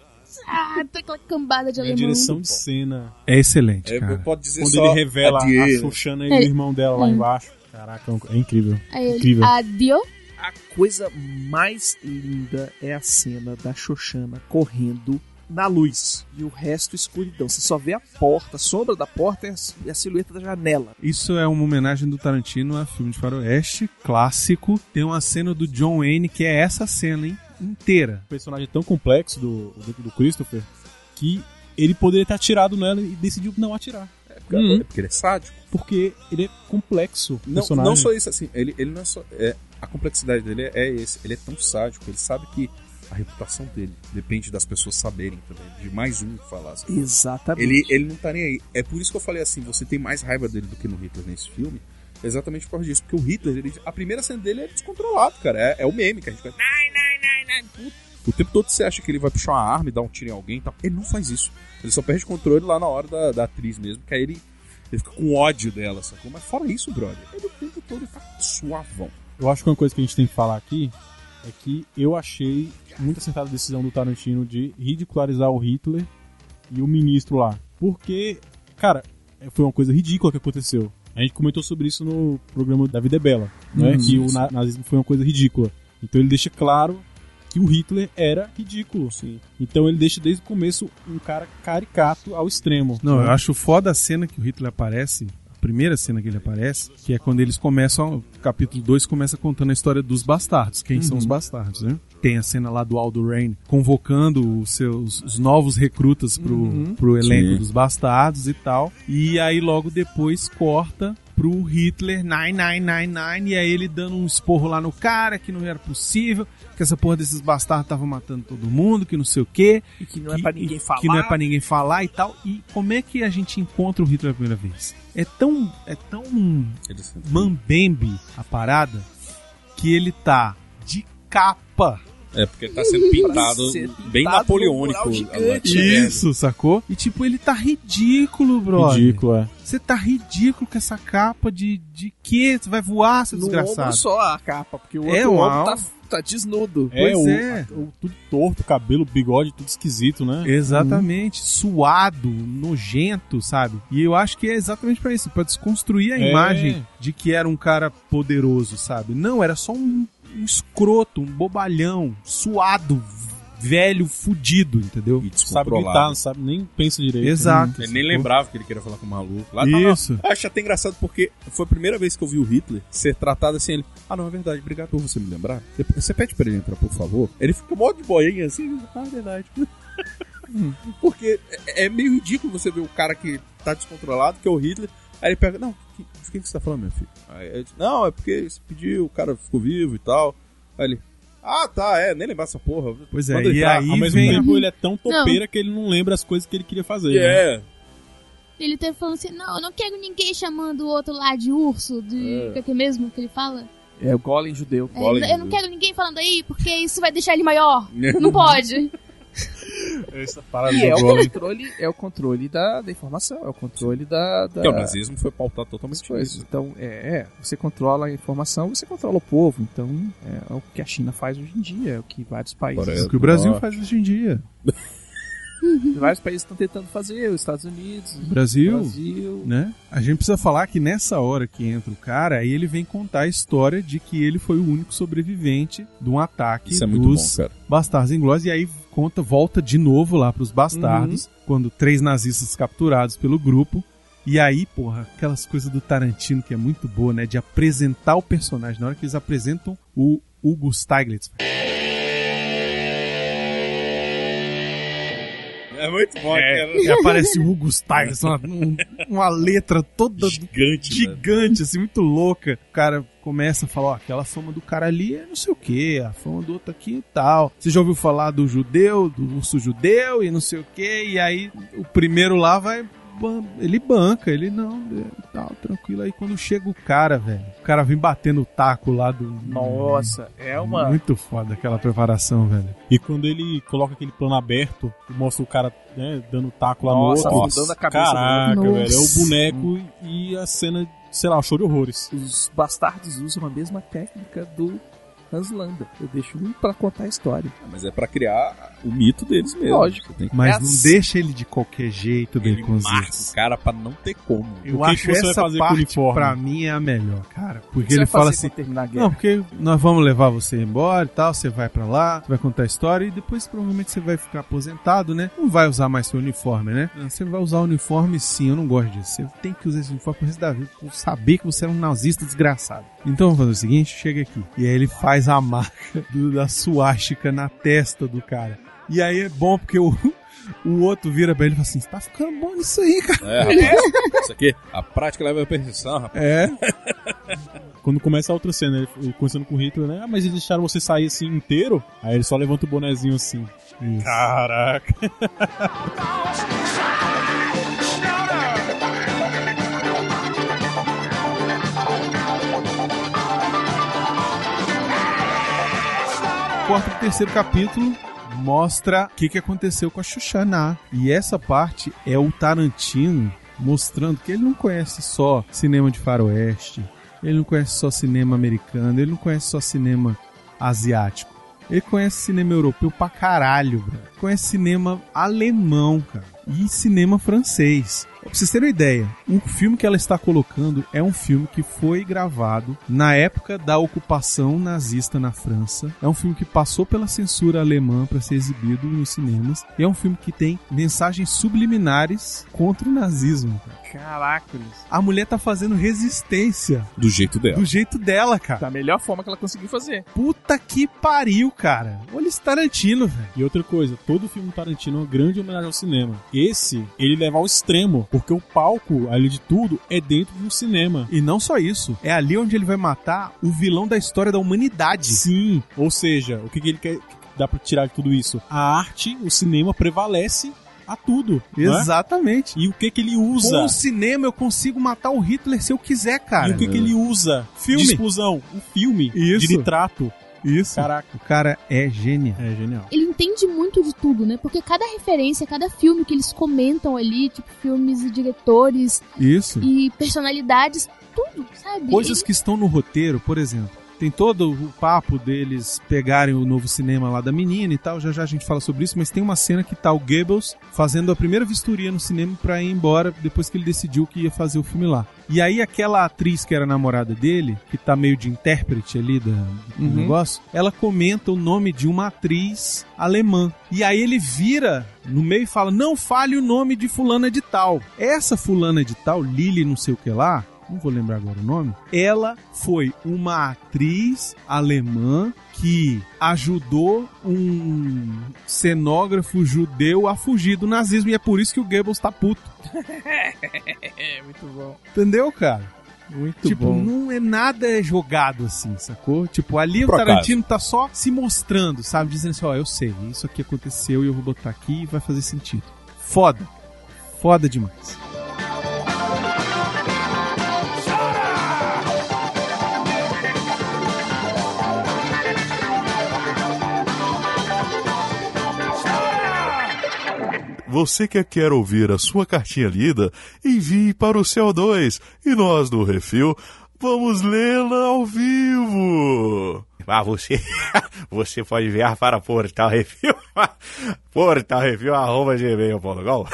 [SPEAKER 1] ah, tá aquela cambada de
[SPEAKER 5] A
[SPEAKER 1] alemão.
[SPEAKER 5] direção de cena.
[SPEAKER 11] É excelente,
[SPEAKER 2] É, eu
[SPEAKER 11] cara.
[SPEAKER 2] posso dizer
[SPEAKER 5] Quando
[SPEAKER 2] só
[SPEAKER 5] ele revela
[SPEAKER 2] adieu.
[SPEAKER 5] a Xoxana e o
[SPEAKER 1] É.
[SPEAKER 5] irmão dela lá
[SPEAKER 1] É.
[SPEAKER 5] embaixo. Caraca, é incrível.
[SPEAKER 1] Aí ele,
[SPEAKER 5] Incrível.
[SPEAKER 1] adio.
[SPEAKER 8] A coisa mais linda é a cena da Xoxana correndo na luz e o resto escuridão. Você só vê a porta, a sombra da porta e a si- e a silhueta da janela.
[SPEAKER 11] Isso é uma homenagem do Tarantino a filme de faroeste clássico. Tem uma cena do John Wayne que é essa cena, hein? Inteira.
[SPEAKER 5] O personagem é tão complexo do, do, do Christopher que ele poderia ter atirado nela e decidiu não atirar.
[SPEAKER 2] cara.
[SPEAKER 8] Uhum.
[SPEAKER 2] É porque ele é sádico.
[SPEAKER 5] Porque ele é complexo. o
[SPEAKER 2] Não,
[SPEAKER 5] personagem.
[SPEAKER 2] não só isso, assim, ele, ele não é só. é, a complexidade dele é, é esse. Ele é tão sádico, ele sabe que a reputação dele depende das pessoas saberem também, de mais um falar. assim.
[SPEAKER 8] Exatamente.
[SPEAKER 2] Ele, ele não tá nem aí. É por isso que eu falei assim, você tem mais raiva dele do que no Hitler nesse filme. Exatamente por causa disso. Porque o Hitler, ele- a primeira cena dele é descontrolado, cara. É, é o meme que a gente vai. Nai, nai, nai, nai. Puta. O tempo todo você acha que ele vai puxar uma arma e dar um tiro em alguém e tal. Ele não faz isso. Ele só perde controle lá na hora da, da atriz mesmo, que aí ele, ele fica com ódio dela, sacou? Mas fora isso, brother, ele o tempo todo tá suavão.
[SPEAKER 5] Eu acho que uma coisa que a gente tem que falar aqui é que eu achei muito acertada a decisão do Tarantino de ridicularizar o Hitler e o ministro lá. Porque, cara, é- foi uma coisa ridícula que aconteceu. A gente comentou sobre isso no programa da Vida é Bela, né?
[SPEAKER 8] Uhum.
[SPEAKER 5] que o na- nazismo foi uma coisa ridícula. Então ele deixa claro que o Hitler era ridículo. Então ele deixa desde o começo um cara caricato ao extremo.
[SPEAKER 11] Não,
[SPEAKER 5] né?
[SPEAKER 11] eu acho foda a cena que o Hitler aparece, a primeira cena que ele aparece, que é quando eles começam, o capítulo 2 começa contando a história dos bastardos, quem são os bastardos, né? Tem a cena lá do Aldo Rain convocando os seus os novos recrutas pro, pro elenco
[SPEAKER 2] Sim.
[SPEAKER 11] dos bastardos e tal. E aí logo depois corta pro Hitler 9999 e aí ele dando um esporro lá no cara que não era possível, que essa porra desses bastardos tava matando todo mundo, que não sei o quê
[SPEAKER 8] E que não é pra ninguém falar.
[SPEAKER 11] que não é pra ninguém falar e tal. E como é que a gente encontra o Hitler a primeira vez? É tão, é tão
[SPEAKER 2] Ele assim,
[SPEAKER 11] mambembe a parada que ele tá de capa.
[SPEAKER 2] É, porque ele tá sendo pintado
[SPEAKER 8] Pra ser pintado
[SPEAKER 2] bem
[SPEAKER 8] num
[SPEAKER 2] napoleônico.
[SPEAKER 8] mural gigante,
[SPEAKER 11] Isso, sacou? E tipo, ele tá ridículo, brother.
[SPEAKER 5] Ridículo, é.
[SPEAKER 11] Você tá ridículo com essa capa de, de quê? Você vai voar, seu
[SPEAKER 8] No ombro
[SPEAKER 11] desgraçado.
[SPEAKER 8] só a capa, porque o outro
[SPEAKER 11] É,
[SPEAKER 8] ombro
[SPEAKER 11] uau.
[SPEAKER 8] tá, tá desnudo.
[SPEAKER 5] É,
[SPEAKER 11] Pois
[SPEAKER 5] o,
[SPEAKER 11] é.
[SPEAKER 5] o- tudo torto, cabelo, bigode, tudo esquisito, né?
[SPEAKER 11] Exatamente, suado, nojento, sabe? E eu acho que é exatamente pra isso, pra desconstruir a
[SPEAKER 5] É.
[SPEAKER 11] imagem de que era um cara poderoso, sabe? Não, era só um, um escroto, um bobalhão, suado, velho, fudido, entendeu?
[SPEAKER 2] E
[SPEAKER 5] sabe tá,
[SPEAKER 2] descontrolado.
[SPEAKER 5] gritar, não sabe nem pensa direito.
[SPEAKER 11] Exato.
[SPEAKER 2] Ele nem lembrava que ele queria falar com o maluco. Lá tava
[SPEAKER 11] Isso.
[SPEAKER 2] Eu Acho até engraçado porque foi a primeira vez que eu vi o Hitler ser tratado assim. Ele, ah, não, é verdade, obrigado por você me lembrar. Depois, você pede pra ele entrar, por favor. Ele fica mó de boinha assim, ah, é verdade. porque é, é meio ridículo você ver o cara que tá descontrolado, que é o Hitler. Aí ele pega, não, que- de quem que você tá falando, meu filho? Aí ele, não, é porque você pediu, o cara ficou vivo e tal. Aí ele, ah, tá, é, nem lembrar essa porra.
[SPEAKER 11] Pois é,
[SPEAKER 2] Manda ele ah,
[SPEAKER 11] e
[SPEAKER 2] pra-
[SPEAKER 11] aí
[SPEAKER 5] Ao mesmo
[SPEAKER 11] vem...
[SPEAKER 5] tempo, ele é tão topeira que ele não lembra as coisas que ele queria fazer. né?
[SPEAKER 2] É,
[SPEAKER 1] Ele teve falando assim, não, eu não quero ninguém chamando o outro lá de urso, de... O que é mesmo que ele fala?
[SPEAKER 8] É o golem judeu.
[SPEAKER 1] É,
[SPEAKER 2] Golem
[SPEAKER 1] eu não
[SPEAKER 2] judeu.
[SPEAKER 1] quero ninguém falando aí, porque isso vai deixar ele maior. Não pode.
[SPEAKER 5] Essa parada
[SPEAKER 8] E é
[SPEAKER 5] do
[SPEAKER 8] o
[SPEAKER 5] golem.
[SPEAKER 8] controle, é o controle da, da informação, é o controle da, da
[SPEAKER 2] É, o nazismo foi pautado totalmente
[SPEAKER 8] das coisas.
[SPEAKER 2] nisso.
[SPEAKER 8] Então, é, é, você controla a informação, você controla o povo. Então, é, é o que a China faz hoje em dia, é o que vários países,
[SPEAKER 2] Coreia.
[SPEAKER 11] O que o Brasil faz hoje em dia?
[SPEAKER 8] vários países estão tentando fazer, os Estados Unidos, o
[SPEAKER 11] Brasil,
[SPEAKER 8] Brasil.
[SPEAKER 11] né? A gente precisa falar que nessa hora que entra o cara, aí ele vem contar a história de que ele foi o único sobrevivente de um ataque
[SPEAKER 2] Isso é muito
[SPEAKER 11] dos
[SPEAKER 2] bom, cara.
[SPEAKER 11] Bastardos Inglórios, e aí conta, volta de novo lá pros
[SPEAKER 2] Uhum.
[SPEAKER 11] Bastardos, quando três nazistas capturados pelo grupo. E aí, porra, aquelas coisas do Tarantino que é muito boa, né? De apresentar o personagem. Na hora que eles apresentam o Hugo Stiglitz.
[SPEAKER 2] É muito bom, cara.
[SPEAKER 11] E aparece o Hugo Stiglitz, uma, um- uma letra toda
[SPEAKER 2] Gigante, velho.
[SPEAKER 11] gigante, assim, muito louca. O cara começa a falar, ó, aquela fama do cara ali é não sei o que, a fama do outro aqui e tal. Você já ouviu falar do judeu, do urso judeu e não sei o que, e aí o primeiro lá vai, ban- ele banca, ele não, é, tal, tranquilo. Aí quando chega o cara, velho, o cara vem batendo o taco lá do...
[SPEAKER 8] Nossa, é uma.
[SPEAKER 11] Muito foda aquela preparação, velho.
[SPEAKER 5] E quando ele coloca aquele plano aberto e mostra o cara né, dando taco lá
[SPEAKER 8] Nossa,
[SPEAKER 5] no outro.
[SPEAKER 8] afundando a cabeça
[SPEAKER 5] Caraca,
[SPEAKER 1] dele.
[SPEAKER 5] velho. É o
[SPEAKER 8] Nossa.
[SPEAKER 5] boneco e a cena, sei lá, o show de horrores.
[SPEAKER 8] Os bastardos usam a mesma técnica do Hans Landa. Eu deixo um pra contar a história.
[SPEAKER 2] Mas é pra criar o mito deles mesmo.
[SPEAKER 8] Lógico.
[SPEAKER 2] Você tem que
[SPEAKER 11] Mas
[SPEAKER 8] É
[SPEAKER 11] não
[SPEAKER 8] assim.
[SPEAKER 11] deixa ele de qualquer jeito,
[SPEAKER 2] ele marca
[SPEAKER 11] Baconzitos.
[SPEAKER 2] o cara pra não ter como.
[SPEAKER 5] O
[SPEAKER 11] Eu
[SPEAKER 5] que que
[SPEAKER 11] acho
[SPEAKER 5] você vai
[SPEAKER 11] essa
[SPEAKER 5] fazer com o
[SPEAKER 11] parte,
[SPEAKER 5] uniforme?
[SPEAKER 11] pra mim, é a melhor, cara.
[SPEAKER 8] O
[SPEAKER 11] Porque
[SPEAKER 8] que você vai
[SPEAKER 11] ele fala
[SPEAKER 8] fazer
[SPEAKER 11] assim,
[SPEAKER 8] quando terminar a guerra?
[SPEAKER 11] Não, porque nós vamos levar você embora e tal, você vai pra lá, você vai contar a história e depois provavelmente você vai ficar aposentado, né? Não vai usar mais seu uniforme, né? Não, Você vai usar o uniforme sim, eu não gosto disso. Você tem que usar esse uniforme pro resto da vida, pra eu saber que você era um nazista desgraçado. Então vamos fazer o seguinte, chega aqui. E aí ele faz a marca do- da suástica na testa do cara. E aí é bom porque o, o outro vira pra ele e fala assim: tá ficando bom isso aí, cara.
[SPEAKER 2] É, rapaz. Isso aqui, a prática leva à perfeição, rapaz.
[SPEAKER 11] É.
[SPEAKER 5] Quando começa a outra cena, ele- ele conversando com o Hitler, né? Ah, mas eles deixaram você sair assim inteiro? Aí ele só levanta o bonezinho assim.
[SPEAKER 11] Caraca. Corta pro terceiro capítulo. Mostra o que, que aconteceu com a Xuxana. E essa parte é o Tarantino mostrando que ele não conhece só cinema de faroeste, ele não conhece só cinema americano, ele não conhece só cinema asiático. Ele conhece cinema europeu pra caralho, bro. Conhece cinema alemão, cara. E cinema francês. Pra vocês terem uma ideia, o filme que ela está colocando é um filme que foi gravado na época da ocupação nazista na França. É um filme que passou pela censura alemã para ser exibido nos cinemas. E é um filme que tem mensagens subliminares contra o nazismo. cara.
[SPEAKER 8] Caraca,
[SPEAKER 11] A mulher tá fazendo resistência
[SPEAKER 2] Do jeito dela.
[SPEAKER 11] do jeito dela, cara.
[SPEAKER 8] da melhor forma que ela conseguiu fazer.
[SPEAKER 11] Puta que pariu, cara. Olha esse Tarantino, velho.
[SPEAKER 5] E outra coisa, todo filme Tarantino é uma grande homenagem ao cinema. Esse, ele leva ao extremo, porque o palco ali de tudo é dentro de um cinema.
[SPEAKER 11] E não só isso, é ali onde ele vai matar o vilão da história da humanidade.
[SPEAKER 5] Sim, ou seja, o que, que ele quer, que dá pra tirar de tudo isso? A arte, o cinema prevalece a tudo. não é?
[SPEAKER 11] Exatamente.
[SPEAKER 5] E o que que ele usa?
[SPEAKER 11] Com o cinema eu consigo matar o Hitler se eu quiser, cara.
[SPEAKER 5] E o que que ele usa?
[SPEAKER 11] Filme.
[SPEAKER 5] De explosão, um filme
[SPEAKER 11] Isso.
[SPEAKER 5] de nitrato.
[SPEAKER 11] Isso.
[SPEAKER 5] Caraca.
[SPEAKER 11] O cara é gênio.
[SPEAKER 5] É genial.
[SPEAKER 1] Ele entende muito de tudo, né? Porque cada referência, cada filme que eles comentam ali, tipo filmes e diretores
[SPEAKER 11] Isso.
[SPEAKER 1] e personalidades, tudo, sabe?
[SPEAKER 11] Coisas que estão no roteiro, por exemplo. Tem todo o papo deles pegarem o novo cinema lá da menina e tal. Já já a gente fala sobre isso, mas tem uma cena que tá o Goebbels fazendo a primeira vistoria no cinema pra ir embora depois que ele decidiu que ia fazer o filme lá. E aí aquela atriz que era namorada dele, que tá meio de intérprete ali da- do
[SPEAKER 8] Uhum.
[SPEAKER 11] Um negócio, ela comenta o nome de uma atriz alemã. E aí ele vira no meio e fala: "Não fale o nome de fulana de tal". Essa fulana de tal, Lily, não sei o que lá, não vou lembrar agora o nome, ela foi uma atriz alemã que ajudou um cenógrafo judeu a fugir do nazismo e é por isso que o Goebbels tá puto.
[SPEAKER 8] É, muito bom.
[SPEAKER 11] Entendeu, cara?
[SPEAKER 8] Muito
[SPEAKER 11] tipo, não é nada jogado assim, sacou? Tipo, ali
[SPEAKER 2] Por
[SPEAKER 11] o
[SPEAKER 2] acaso.
[SPEAKER 11] Tarantino tá só se mostrando, sabe? Dizendo assim, ó, eu sei, isso aqui aconteceu e eu vou botar aqui e vai fazer sentido. Foda. Foda demais.
[SPEAKER 12] Você que quer ouvir a sua cartinha lida, envie para o CO2 e nós do Refil vamos lê-la ao vivo. Ah, você, você pode enviar para Portal Refil, portalrefil.gmail.com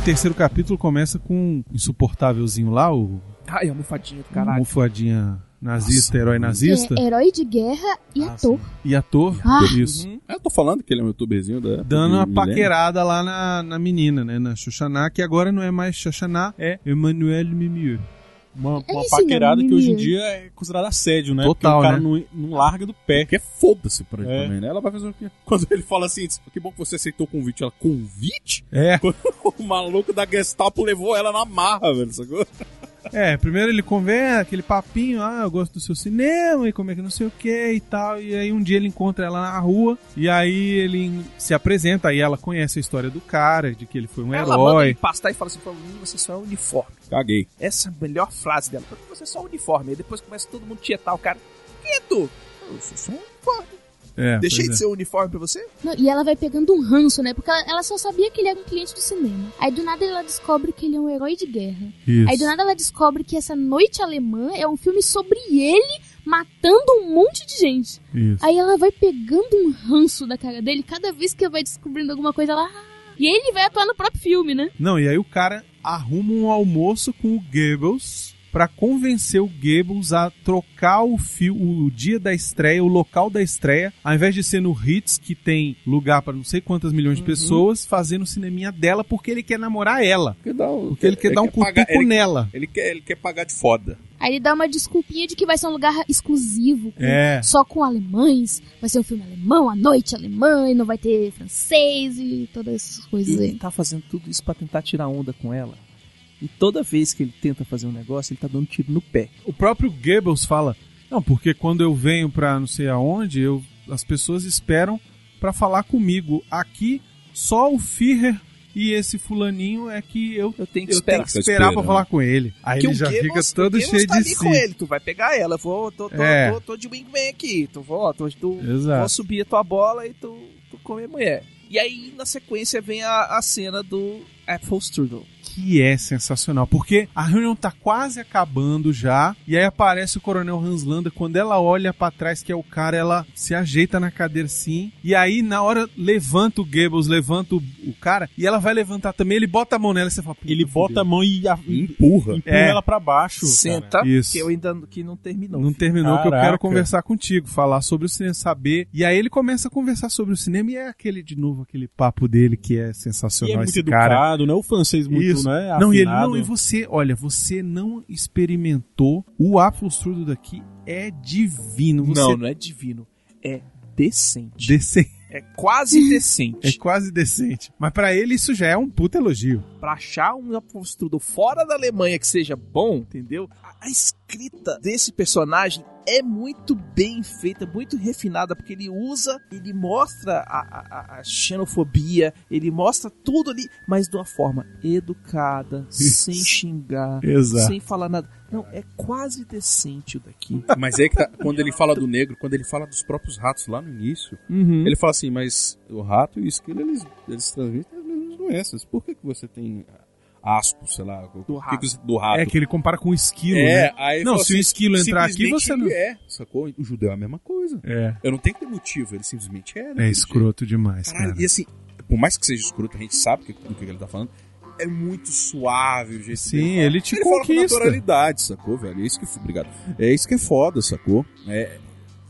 [SPEAKER 11] O terceiro capítulo começa com um insuportávelzinho lá, o
[SPEAKER 8] Ai, almofadinha do caralho.
[SPEAKER 11] mofadinha nazista, herói nazista
[SPEAKER 1] É herói de guerra e
[SPEAKER 11] Ah,
[SPEAKER 1] ator.
[SPEAKER 11] e ator.
[SPEAKER 1] Ah.
[SPEAKER 11] Isso.
[SPEAKER 2] É, Eu tô falando que ele é um youtuberzinho da.
[SPEAKER 11] Dando uma
[SPEAKER 2] do milênio.
[SPEAKER 11] paquerada lá na, na menina, né? Na Xoxaná, que agora não é mais Xoxaná, é Emmanuel Mimieux.
[SPEAKER 5] Uma,
[SPEAKER 1] É
[SPEAKER 5] uma
[SPEAKER 1] isso,
[SPEAKER 5] paquerada
[SPEAKER 1] não,
[SPEAKER 5] que hoje em
[SPEAKER 1] menino.
[SPEAKER 5] dia é considerada assédio, né?
[SPEAKER 11] Total,
[SPEAKER 5] Porque o cara
[SPEAKER 11] né?
[SPEAKER 5] não, não larga do pé.
[SPEAKER 2] Porque foda-se pra ele
[SPEAKER 5] É.
[SPEAKER 2] também, né? Ela vai fazer o quê? Quando ele fala assim, que bom que você aceitou o convite. Ela, convite?
[SPEAKER 11] É,
[SPEAKER 2] O maluco da Gestapo levou ela na marra, velho, sacou?
[SPEAKER 11] É, primeiro ele conversa, aquele papinho, ah, eu gosto do seu cinema e como é que não sei o que e tal. E aí um dia ele encontra ela na rua e aí ele se apresenta, aí ela conhece a história do cara, de que ele foi um
[SPEAKER 8] Ela manda
[SPEAKER 11] herói.
[SPEAKER 8] ele pastar e fala assim, fala, "Hum, você só é uniforme.
[SPEAKER 2] Caguei.
[SPEAKER 8] Essa é a melhor frase dela. Porque você é só uniforme. Aí depois começa todo mundo tietar o cara. Quem é tu? Eu sou só um uniforme.
[SPEAKER 11] É,
[SPEAKER 8] Deixei de
[SPEAKER 11] pois
[SPEAKER 8] ser um uniforme pra você?
[SPEAKER 1] Não, e ela vai pegando um ranço, né? Porque ela, ela só sabia que ele era um cliente do cinema. Aí do nada ela descobre que ele é um herói de guerra.
[SPEAKER 11] é. Isso.
[SPEAKER 1] Aí do nada ela descobre que essa noite alemã é um filme sobre ele matando um monte de gente.
[SPEAKER 11] Isso.
[SPEAKER 1] Aí ela vai pegando um ranço da cara dele. Cada vez que ela vai descobrindo alguma coisa, ela. "Ah". E ele vai atuar no próprio filme, né?
[SPEAKER 11] Não, e aí o cara arruma um almoço com o Goebbels para convencer o Goebbels a trocar o, fio, o dia da estreia, o local da estreia, ao invés de ser no Ritz, que tem lugar para não sei quantas milhões de pessoas, fazer no cineminha dela, porque ele quer namorar ela.
[SPEAKER 2] Porque, dá, o-
[SPEAKER 11] Porque ele quer dar um
[SPEAKER 2] pagar-
[SPEAKER 11] cutuco
[SPEAKER 2] ele-
[SPEAKER 11] nela.
[SPEAKER 2] Ele quer, ele quer pagar de foda.
[SPEAKER 1] Aí ele dá uma desculpinha de que vai ser um lugar exclusivo, com-
[SPEAKER 11] É.
[SPEAKER 1] só com alemães, vai ser um filme alemão, à noite alemã, e não vai ter francês e todas essas coisas
[SPEAKER 8] Ele
[SPEAKER 1] aí.
[SPEAKER 8] tá fazendo tudo isso pra tentar tirar onda com ela. E toda vez que ele tenta fazer um negócio, ele tá dando tiro no pé.
[SPEAKER 11] O próprio Goebbels fala: Não, porque quando eu venho pra não sei aonde, eu, as pessoas esperam pra falar comigo. Aqui, só o Führer e esse fulaninho é que eu,
[SPEAKER 8] Eu tenho que
[SPEAKER 11] eu tenho
[SPEAKER 8] esperar.
[SPEAKER 11] que esperar pra
[SPEAKER 2] esperando.
[SPEAKER 11] falar com ele. Aí
[SPEAKER 8] Que
[SPEAKER 11] ele já fica
[SPEAKER 8] Goebbels-
[SPEAKER 11] todo
[SPEAKER 8] o Goebbels
[SPEAKER 11] cheio
[SPEAKER 8] tá
[SPEAKER 11] de
[SPEAKER 8] ali com
[SPEAKER 11] si.
[SPEAKER 8] ele, tu vai pegar ela, vou, tô, tô,
[SPEAKER 11] É.
[SPEAKER 8] tô, tô de wingman aqui, tu, vou, tô, tu,
[SPEAKER 11] Exato.
[SPEAKER 8] vou subir a tua bola e tu, tu come a mulher. E aí, na sequência, vem a, a cena do Apple Strudel.
[SPEAKER 11] Que é sensacional. Porque a reunião tá quase acabando já. E aí aparece o Coronel Hans Landa. Quando ela olha pra trás, que é o cara, ela se ajeita na cadeira sim. E aí, na hora, levanta o Goebbels, levanta o, o cara. E ela vai levantar também. Ele bota a mão nela e você fala. "Puta,
[SPEAKER 5] Ele
[SPEAKER 11] fudeu."
[SPEAKER 5] bota a mão e a- empurra
[SPEAKER 2] Empurra.
[SPEAKER 11] É.
[SPEAKER 5] ela pra baixo. cara.
[SPEAKER 8] Senta,
[SPEAKER 11] Isso.
[SPEAKER 8] que eu ainda que não terminou.
[SPEAKER 11] né? Não terminou, que eu
[SPEAKER 5] Caraca.
[SPEAKER 11] quero conversar contigo, falar sobre o cinema, saber. E aí ele começa a conversar sobre o cinema e é aquele, de novo, aquele papo dele que é
[SPEAKER 5] E
[SPEAKER 11] sensacional.
[SPEAKER 5] é muito
[SPEAKER 11] esse cara.
[SPEAKER 5] educado, né? O francês muito,
[SPEAKER 11] Isso.
[SPEAKER 5] né?
[SPEAKER 11] Não, e ele
[SPEAKER 5] afinado.
[SPEAKER 11] não, e você, olha, você não experimentou o Apfelstrudo daqui é divino. Você
[SPEAKER 8] Não, não é divino. É decente.
[SPEAKER 11] decente,
[SPEAKER 8] É quase
[SPEAKER 11] é
[SPEAKER 8] decente.
[SPEAKER 11] quase decente. Mas pra ele isso já é um puta elogio.
[SPEAKER 8] pra achar um apóstolo fora da Alemanha que seja bom, entendeu? A, a escrita desse personagem é muito bem feita, muito refinada, porque ele usa, ele mostra a, a- a- a xenofobia, ele mostra tudo ali, mas de uma forma educada, sem xingar,
[SPEAKER 11] Exato.
[SPEAKER 8] sem falar nada. Não, é quase decente o daqui.
[SPEAKER 2] Mas é que tá- quando ele fala do negro, quando ele fala dos próprios ratos lá no início,
[SPEAKER 11] Uhum.
[SPEAKER 2] ele fala assim, mas o rato e o esquilo, eles, eles transmitem as mesmas doenças. Por que, que você tem asco, sei lá, do
[SPEAKER 8] rato.
[SPEAKER 2] do rato?
[SPEAKER 11] É que ele compara com o esquilo,
[SPEAKER 2] É,
[SPEAKER 11] né?
[SPEAKER 2] aí
[SPEAKER 11] Não,
[SPEAKER 2] fala
[SPEAKER 11] se o esquilo entrar aqui,
[SPEAKER 2] simplesmente
[SPEAKER 11] você não-
[SPEAKER 2] ele é, sacou? O judeu é a mesma coisa.
[SPEAKER 11] É.
[SPEAKER 2] Eu não tenho que ter motivo, ele simplesmente é.
[SPEAKER 11] É
[SPEAKER 2] daquele
[SPEAKER 11] escroto
[SPEAKER 2] jeito.
[SPEAKER 11] demais, cara.
[SPEAKER 2] Caralho, e assim, por mais que seja escroto, a gente sabe que- do que ele tá falando, é muito suave o jeito
[SPEAKER 11] Sim,
[SPEAKER 2] dele falar.
[SPEAKER 11] ele te
[SPEAKER 2] ele fala com
[SPEAKER 11] conquista.
[SPEAKER 2] naturalidade, sacou, velho? É isso que obrigado. É isso que é foda, sacou? É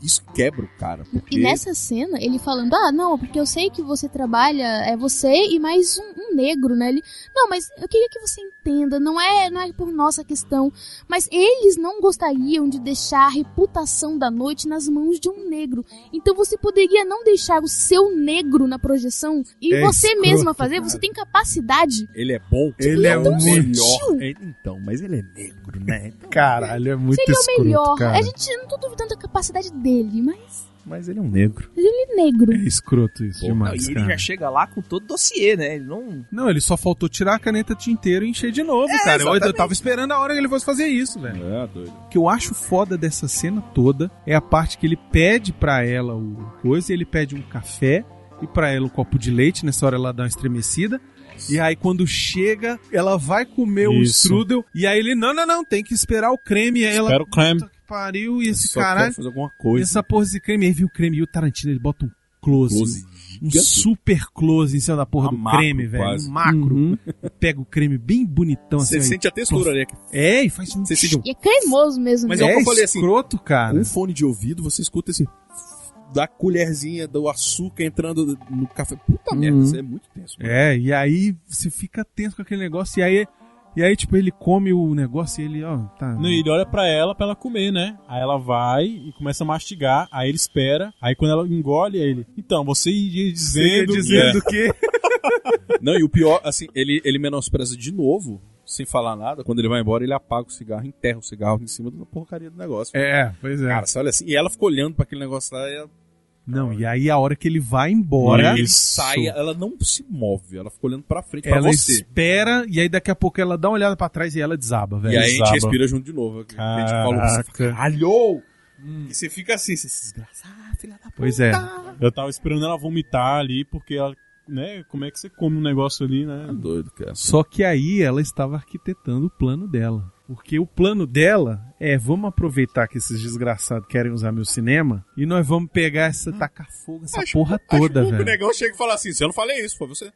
[SPEAKER 2] isso quebra o cara, porque
[SPEAKER 1] E nessa cena, ele falando, ah, não, porque eu sei que você trabalha, é você e mais um, um negro, né? Ele, não, mas eu queria que você entenda, não é, não é por nossa questão, mas eles não gostariam de deixar a reputação da noite nas mãos de um negro. Então você poderia não deixar o seu negro na projeção e
[SPEAKER 11] É
[SPEAKER 1] você
[SPEAKER 11] escroto,
[SPEAKER 1] mesma fazer,
[SPEAKER 11] cara.
[SPEAKER 1] você tem capacidade.
[SPEAKER 2] ele é bom,
[SPEAKER 11] Ele é
[SPEAKER 2] um
[SPEAKER 11] um
[SPEAKER 2] melhor.
[SPEAKER 1] sutil.
[SPEAKER 2] É, então, mas ele é negro, né? Então,
[SPEAKER 11] Caralho, é muito
[SPEAKER 1] Seria
[SPEAKER 11] escroto,
[SPEAKER 1] o melhor.
[SPEAKER 11] cara.
[SPEAKER 1] A gente eu não tô duvidando da capacidade dele, mas
[SPEAKER 2] Mas ele é um negro.
[SPEAKER 1] ele é negro.
[SPEAKER 11] É escroto isso
[SPEAKER 8] Não,
[SPEAKER 11] demais,
[SPEAKER 8] e ele
[SPEAKER 11] cara.
[SPEAKER 8] já chega lá com todo o dossiê, né? Ele não.
[SPEAKER 11] Não, ele só faltou tirar a caneta tinteiro e encher de novo, cara. Eu, eu
[SPEAKER 8] exatamente.
[SPEAKER 11] tava esperando a hora que ele fosse fazer isso, velho.
[SPEAKER 2] É, doido.
[SPEAKER 11] O que eu acho foda dessa cena toda é a parte que ele pede pra ela o coisa, ele pede um café e pra ela um copo de leite, nessa hora ela dá uma estremecida. E aí quando chega, ela vai comer o
[SPEAKER 5] Isso.
[SPEAKER 11] strudel e aí ele não, não, não, tem que esperar o creme, e aí ela
[SPEAKER 5] Espera o creme.
[SPEAKER 11] puta que pariu e esse
[SPEAKER 2] um Só
[SPEAKER 11] caralho,
[SPEAKER 2] quer fazer alguma coisa.
[SPEAKER 11] essa porra de creme, aí vem o creme e o Tarantino ele bota um close,
[SPEAKER 2] Close
[SPEAKER 11] um
[SPEAKER 2] gigante.
[SPEAKER 11] super close em cima da porra
[SPEAKER 2] Ah,
[SPEAKER 11] do
[SPEAKER 2] macro,
[SPEAKER 11] creme, velho,
[SPEAKER 2] quase.
[SPEAKER 11] um macro.
[SPEAKER 8] Uhum.
[SPEAKER 11] Pega o creme bem bonitão
[SPEAKER 2] Você
[SPEAKER 11] assim. ó,
[SPEAKER 2] sente a textura, né?
[SPEAKER 11] e- É, e faz um
[SPEAKER 2] Você sente um...
[SPEAKER 1] E é cremoso mesmo.
[SPEAKER 2] Mas
[SPEAKER 1] né?
[SPEAKER 2] é o que
[SPEAKER 11] é
[SPEAKER 2] eu falei assim,
[SPEAKER 11] escroto, cara.
[SPEAKER 2] um fone de ouvido, você escuta esse... Da colherzinha do açúcar entrando no café. Puta merda,
[SPEAKER 8] Uhum.
[SPEAKER 2] isso é muito tenso. mano.
[SPEAKER 11] É, e aí você fica tenso com aquele negócio, e aí, e aí tipo, ele come o negócio e ele, ó, tá.
[SPEAKER 5] Não, e ele olha pra ela pra ela comer, né? Aí ela vai e começa a mastigar, aí ele espera, aí quando ela engole, aí ele. Então, você ia
[SPEAKER 11] Você ia
[SPEAKER 5] dizendo.
[SPEAKER 11] dizendo que.
[SPEAKER 2] Não, e o pior, assim, ele, ele menospreza de novo, sem falar nada. Quando ele vai embora, ele apaga o cigarro, enterra o cigarro em cima da porcaria do negócio.
[SPEAKER 11] É, pois é.
[SPEAKER 2] Cara, você olha assim, e ela ficou olhando pra aquele negócio lá e ela,
[SPEAKER 11] não, e aí a hora que ele vai embora,
[SPEAKER 2] ele
[SPEAKER 5] Isso.
[SPEAKER 2] sai, ela não se move, ela ficou olhando pra frente, pra
[SPEAKER 11] ela
[SPEAKER 2] você.
[SPEAKER 11] espera, e aí daqui a pouco ela dá uma olhada pra trás e ela desaba, velho.
[SPEAKER 2] E aí a gente
[SPEAKER 5] desaba.
[SPEAKER 2] respira junto de novo. A gente fala, você fala,
[SPEAKER 5] Caraca.
[SPEAKER 2] caralho!
[SPEAKER 5] Hum.
[SPEAKER 2] E você fica assim, você se desgraça.
[SPEAKER 11] Pois é.
[SPEAKER 5] Eu tava esperando ela vomitar ali, porque ela. Né? Como é que você come um negócio ali, né?
[SPEAKER 2] Doido, cara.
[SPEAKER 11] Só que aí ela estava arquitetando o plano dela. Porque o plano dela é: vamos aproveitar que esses desgraçados querem usar meu cinema e nós vamos pegar
[SPEAKER 1] Hum.
[SPEAKER 11] essa tacar fogo, essa porra toda,
[SPEAKER 2] O
[SPEAKER 11] velho.
[SPEAKER 2] negão chega e fala assim, você não falei isso, foi você.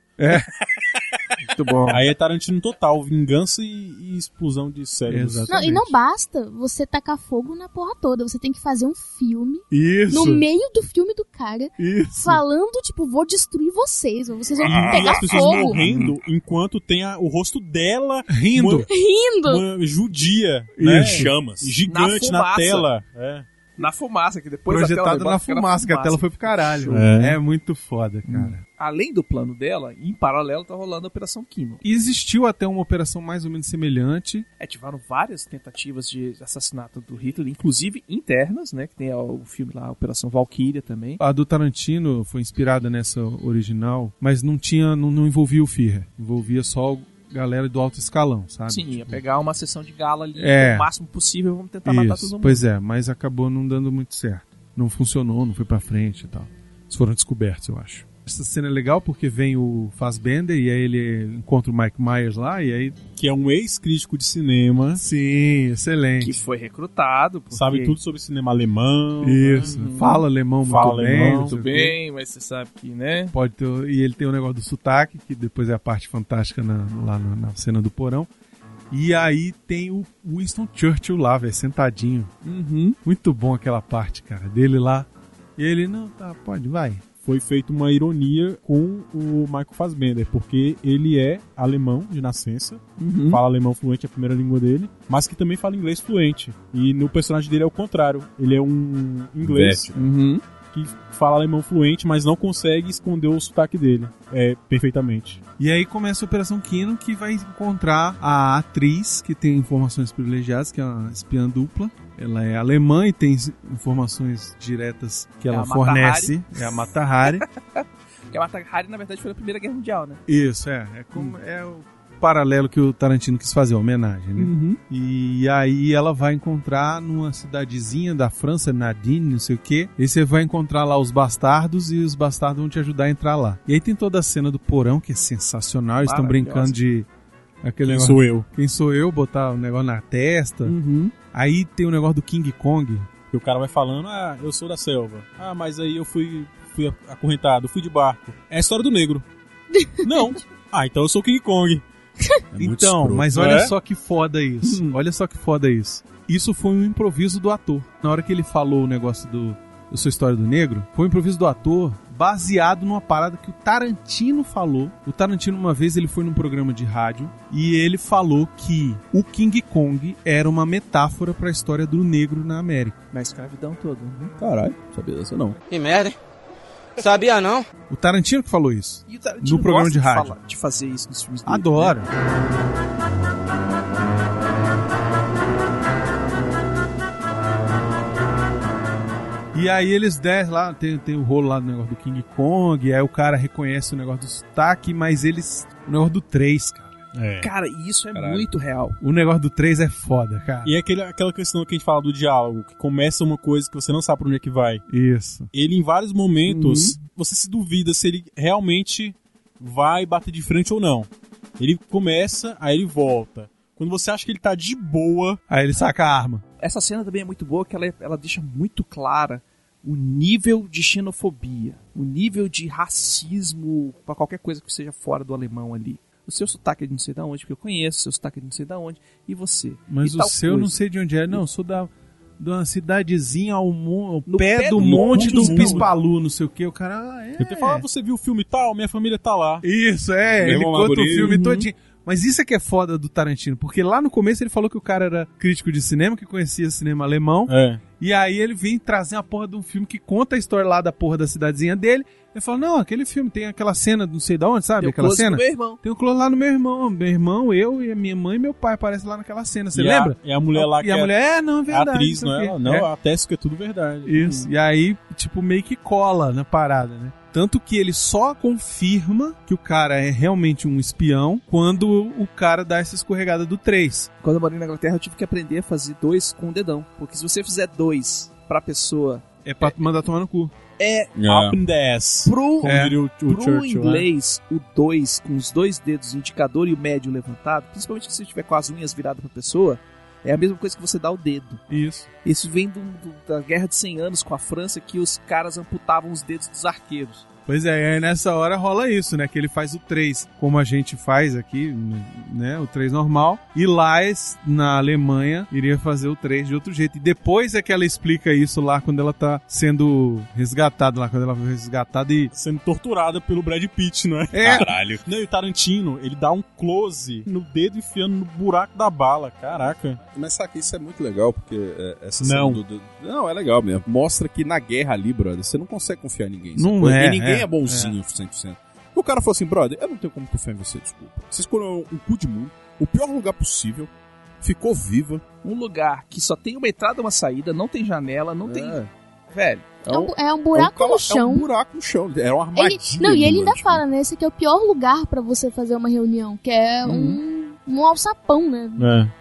[SPEAKER 8] Muito bom.
[SPEAKER 5] Aí é Tarantino total, vingança e, e explosão de cérebros.
[SPEAKER 11] Exato.
[SPEAKER 1] Não, e não basta você tacar fogo na porra toda. Você tem que fazer um filme
[SPEAKER 11] Isso.
[SPEAKER 1] no meio do filme do cara
[SPEAKER 11] Isso.
[SPEAKER 1] falando, tipo, vou destruir vocês, ou vocês vão
[SPEAKER 5] E as
[SPEAKER 1] pegar
[SPEAKER 5] pessoas
[SPEAKER 1] fogo.
[SPEAKER 5] morrendo enquanto tem a- o rosto dela
[SPEAKER 11] Rindo.
[SPEAKER 1] Rindo.
[SPEAKER 5] uma, uma judia, né?
[SPEAKER 2] Chamas.
[SPEAKER 5] Gigante
[SPEAKER 8] Na
[SPEAKER 5] na,
[SPEAKER 8] fumaça.
[SPEAKER 5] tela. É.
[SPEAKER 8] Na fumaça, que depois a tela
[SPEAKER 11] Projetada na
[SPEAKER 8] levanta, fica
[SPEAKER 11] fumaça, que a tela foi pro caralho.
[SPEAKER 5] É.
[SPEAKER 11] É, muito foda,
[SPEAKER 5] Hum.
[SPEAKER 11] cara.
[SPEAKER 8] Além do plano dela, em paralelo tá rolando a Operação Kimo.
[SPEAKER 11] E Existiu até uma operação mais ou menos semelhante.
[SPEAKER 8] É, tiveram várias tentativas de assassinato do Hitler, inclusive internas, né? Que tem ó, o filme lá, Operação Valkyria também.
[SPEAKER 11] A do Tarantino foi inspirada nessa original, mas não tinha, não, não envolvia o Führer. Envolvia só a galera do alto escalão, sabe? tipo,
[SPEAKER 8] Sim, ia pegar uma sessão de gala ali,
[SPEAKER 11] É.
[SPEAKER 8] o máximo possível, vamos tentar matar todo
[SPEAKER 11] Isso,
[SPEAKER 8] mundo.
[SPEAKER 11] pois é, mas acabou não dando muito certo. Não funcionou, não foi pra frente e tal. Eles foram descobertos, eu acho. Essa cena é legal porque vem o Fassbender e aí ele encontra o Mike Myers lá e aí...
[SPEAKER 5] Que é um ex-crítico de cinema,
[SPEAKER 11] Sim, excelente.
[SPEAKER 8] Que foi recrutado. porque-
[SPEAKER 5] sabe tudo sobre cinema alemão.
[SPEAKER 11] Isso,
[SPEAKER 8] Uhum.
[SPEAKER 11] fala alemão muito
[SPEAKER 5] Fala
[SPEAKER 11] bem.
[SPEAKER 5] alemão
[SPEAKER 11] não
[SPEAKER 8] Muito
[SPEAKER 11] sei o quê.
[SPEAKER 8] bem, mas você sabe que, né?
[SPEAKER 11] Pode ter, e ele tem o negócio do sotaque, que depois é a parte fantástica na- lá na, na cena do porão. E aí tem o Winston Churchill lá, velho, sentadinho.
[SPEAKER 5] Uhum.
[SPEAKER 11] Muito bom aquela parte, cara, dele lá. E ele, não, tá, pode, vai.
[SPEAKER 5] Foi feita uma ironia com o Michael Fassbender, porque ele é alemão de nascença,
[SPEAKER 8] Uhum.
[SPEAKER 5] fala alemão fluente, é a primeira língua dele, mas que também fala inglês fluente. E no personagem dele é o contrário. Ele é um inglês
[SPEAKER 8] Uhum.
[SPEAKER 5] que fala alemão fluente, mas não consegue esconder o sotaque dele. É, perfeitamente.
[SPEAKER 11] E aí começa a Operação Kino, que vai encontrar a atriz, que tem informações privilegiadas, que é uma espiã dupla. Ela é alemã e tem informações diretas que
[SPEAKER 8] É
[SPEAKER 11] ela
[SPEAKER 8] a
[SPEAKER 11] fornece. É a Mata Hari.
[SPEAKER 8] Porque a Mata Hari, na verdade, foi na Primeira Guerra Mundial, né?
[SPEAKER 11] Isso, é. É, como, é o paralelo que o Tarantino quis fazer, a homenagem, né? E aí ela vai encontrar numa cidadezinha da França, Nadine, não sei o quê. E você vai encontrar lá os bastardos e os bastardos vão te ajudar a entrar lá. E aí tem toda a cena do porão, que é sensacional. Eles estão
[SPEAKER 8] Maravilhosa.
[SPEAKER 11] brincando de... Aquele
[SPEAKER 5] Quem
[SPEAKER 11] negócio,
[SPEAKER 5] sou eu?
[SPEAKER 11] quem sou eu, botar o negócio na testa. Aí tem o negócio do King Kong.
[SPEAKER 5] E o cara vai falando, ah, eu sou da selva. Ah, mas aí eu fui, fui acorrentado, fui de barco. É a história do negro. Não. Ah, então eu sou King Kong.
[SPEAKER 11] então, mas
[SPEAKER 5] não
[SPEAKER 11] olha
[SPEAKER 5] é?
[SPEAKER 11] só que foda isso.
[SPEAKER 5] Hum.
[SPEAKER 11] Olha só que foda isso. Isso foi um improviso do ator. Na hora que ele falou o negócio do Eu Sou História do Negro, foi um improviso do ator baseado numa parada que o Tarantino falou. O Tarantino, uma vez, ele foi num programa de rádio e ele falou que o King Kong era uma metáfora para a história do negro na América.
[SPEAKER 8] Na escravidão toda. Uhum.
[SPEAKER 2] Caralho, sabia dessa não.
[SPEAKER 13] Que merda, hein? Sabia não?
[SPEAKER 11] O Tarantino que falou isso.
[SPEAKER 8] E o Tarantino
[SPEAKER 11] No programa
[SPEAKER 8] gosta
[SPEAKER 11] de rádio.
[SPEAKER 8] falar- de fazer isso nos filmes dele.
[SPEAKER 11] Adora. E aí eles descem lá, tem, tem o rolo lá do negócio do King Kong, e aí o cara reconhece o negócio do sotaque, mas eles. O negócio do 3, cara.
[SPEAKER 5] É.
[SPEAKER 8] Cara, e isso é
[SPEAKER 2] Caralho.
[SPEAKER 8] muito real.
[SPEAKER 11] O negócio do 3 é foda, cara.
[SPEAKER 5] E é aquele, aquela questão que a gente fala do diálogo, que começa uma coisa que você não sabe pra onde é que vai.
[SPEAKER 11] Isso.
[SPEAKER 5] Ele, em vários
[SPEAKER 11] Uhum.
[SPEAKER 5] momentos, você se duvida se ele realmente vai bater de frente ou não. Ele começa, aí ele volta. Quando você acha que ele tá de boa,
[SPEAKER 11] Aí ele saca a arma.
[SPEAKER 8] Essa cena também é muito boa, que ela, ela deixa muito clara o nível de xenofobia, o nível de racismo pra qualquer coisa que seja fora do alemão ali. O seu sotaque é de não sei de onde, porque eu conheço, o seu sotaque é de não sei de onde, e você?
[SPEAKER 11] Mas
[SPEAKER 8] E
[SPEAKER 11] o
[SPEAKER 8] tal
[SPEAKER 11] seu
[SPEAKER 8] coisa.
[SPEAKER 11] não sei de onde é. Não, eu sou da, de uma cidadezinha ao, mon- ao
[SPEAKER 8] No
[SPEAKER 11] pé,
[SPEAKER 8] pé
[SPEAKER 11] do
[SPEAKER 8] do
[SPEAKER 11] monte
[SPEAKER 5] Monte
[SPEAKER 11] do
[SPEAKER 5] do Mundo.
[SPEAKER 11] Pispalu, não sei o que. O cara, ah, é.
[SPEAKER 5] eu te falo, ah, você viu o filme tal, minha família tá lá.
[SPEAKER 11] Isso, é, ele
[SPEAKER 2] Levou uma
[SPEAKER 11] conta o
[SPEAKER 2] guria.
[SPEAKER 11] filme todinho. Mas isso é que é foda do Tarantino, porque lá no começo ele falou que o cara era crítico de cinema, que conhecia cinema alemão,
[SPEAKER 5] É.
[SPEAKER 11] e aí ele vem trazer a porra de um filme que conta a história lá da porra da cidadezinha dele. Ele fala, não, aquele filme tem aquela cena, não sei de onde, sabe?
[SPEAKER 8] Deu
[SPEAKER 11] aquela
[SPEAKER 8] close
[SPEAKER 11] cena.
[SPEAKER 8] no meu irmão.
[SPEAKER 11] Tem um clone lá no meu irmão, meu irmão, eu e a minha mãe e meu pai aparecem lá naquela cena, você
[SPEAKER 5] E a-
[SPEAKER 11] lembra?
[SPEAKER 5] É a mulher lá
[SPEAKER 11] e
[SPEAKER 5] que
[SPEAKER 11] a
[SPEAKER 5] é
[SPEAKER 11] mulher, é, não, é verdade.
[SPEAKER 5] atriz,
[SPEAKER 11] sei
[SPEAKER 5] não
[SPEAKER 11] o
[SPEAKER 5] é?
[SPEAKER 11] quê.
[SPEAKER 5] Ela? Não, ela atesta que é tudo verdade.
[SPEAKER 11] Isso. E aí, tipo, meio que cola na parada, né? Tanto que ele só confirma que o cara é realmente um espião quando o cara dá essa escorregada do 3.
[SPEAKER 8] Quando eu morei na Inglaterra, eu tive que aprender a fazer dois com o dedão. Porque se você fizer dois pra pessoa,
[SPEAKER 11] É pra mandar tomar no cu.
[SPEAKER 2] É.
[SPEAKER 11] É,
[SPEAKER 5] Up and ass.
[SPEAKER 8] pro,
[SPEAKER 5] Como diria o, o
[SPEAKER 8] pro
[SPEAKER 5] Churchill, né?
[SPEAKER 8] inglês, o dois, com os dois dedos, o indicador e o médio levantado, principalmente se você tiver com as unhas viradas pra pessoa, é a mesma coisa que você dá o dedo.
[SPEAKER 11] Isso.
[SPEAKER 8] Isso vem do- do- da Guerra de 100 Anos com a França, que os caras amputavam os dedos dos arqueiros.
[SPEAKER 11] Pois é, e aí nessa hora rola isso, né? Que ele faz o 3, como a gente faz aqui, né? O 3 normal. E lá, es- na Alemanha, iria fazer o 3 de outro jeito. E depois é que ela explica isso lá quando ela tá sendo resgatada, lá quando ela foi resgatada e.
[SPEAKER 5] Sendo torturada pelo Brad Pitt, não é?
[SPEAKER 11] É.
[SPEAKER 14] Caralho.
[SPEAKER 5] Não, e o Tarantino, ele dá um close no dedo enfiando no buraco da bala. Caraca.
[SPEAKER 2] Mas saca, isso é muito legal, porque é, essa
[SPEAKER 5] Não.
[SPEAKER 2] cena do, do- Não, é legal mesmo. Mostra que na guerra ali, brother, você não consegue confiar em ninguém.
[SPEAKER 11] Não
[SPEAKER 2] sacou?
[SPEAKER 11] é,
[SPEAKER 2] E ninguém
[SPEAKER 11] é,
[SPEAKER 2] é, bonzinho 100%. O cara falou assim, brother, eu não tenho como confiar em você, desculpa. Você escolheu um cu de mundo, o pior lugar possível, ficou viva.
[SPEAKER 8] Um lugar que só tem uma entrada e uma saída, não tem janela, não tem.
[SPEAKER 2] É,
[SPEAKER 8] Velho,
[SPEAKER 2] é
[SPEAKER 1] É um, é um buraco
[SPEAKER 2] é um
[SPEAKER 1] no
[SPEAKER 2] cala-
[SPEAKER 1] chão.
[SPEAKER 2] É um buraco no chão. É uma
[SPEAKER 1] Ele-
[SPEAKER 2] armadilha.
[SPEAKER 1] não, e ele
[SPEAKER 2] mano,
[SPEAKER 1] ainda
[SPEAKER 2] tipo,
[SPEAKER 1] fala, né? Esse aqui é o pior lugar pra você fazer uma reunião, que é um, um alçapão, né?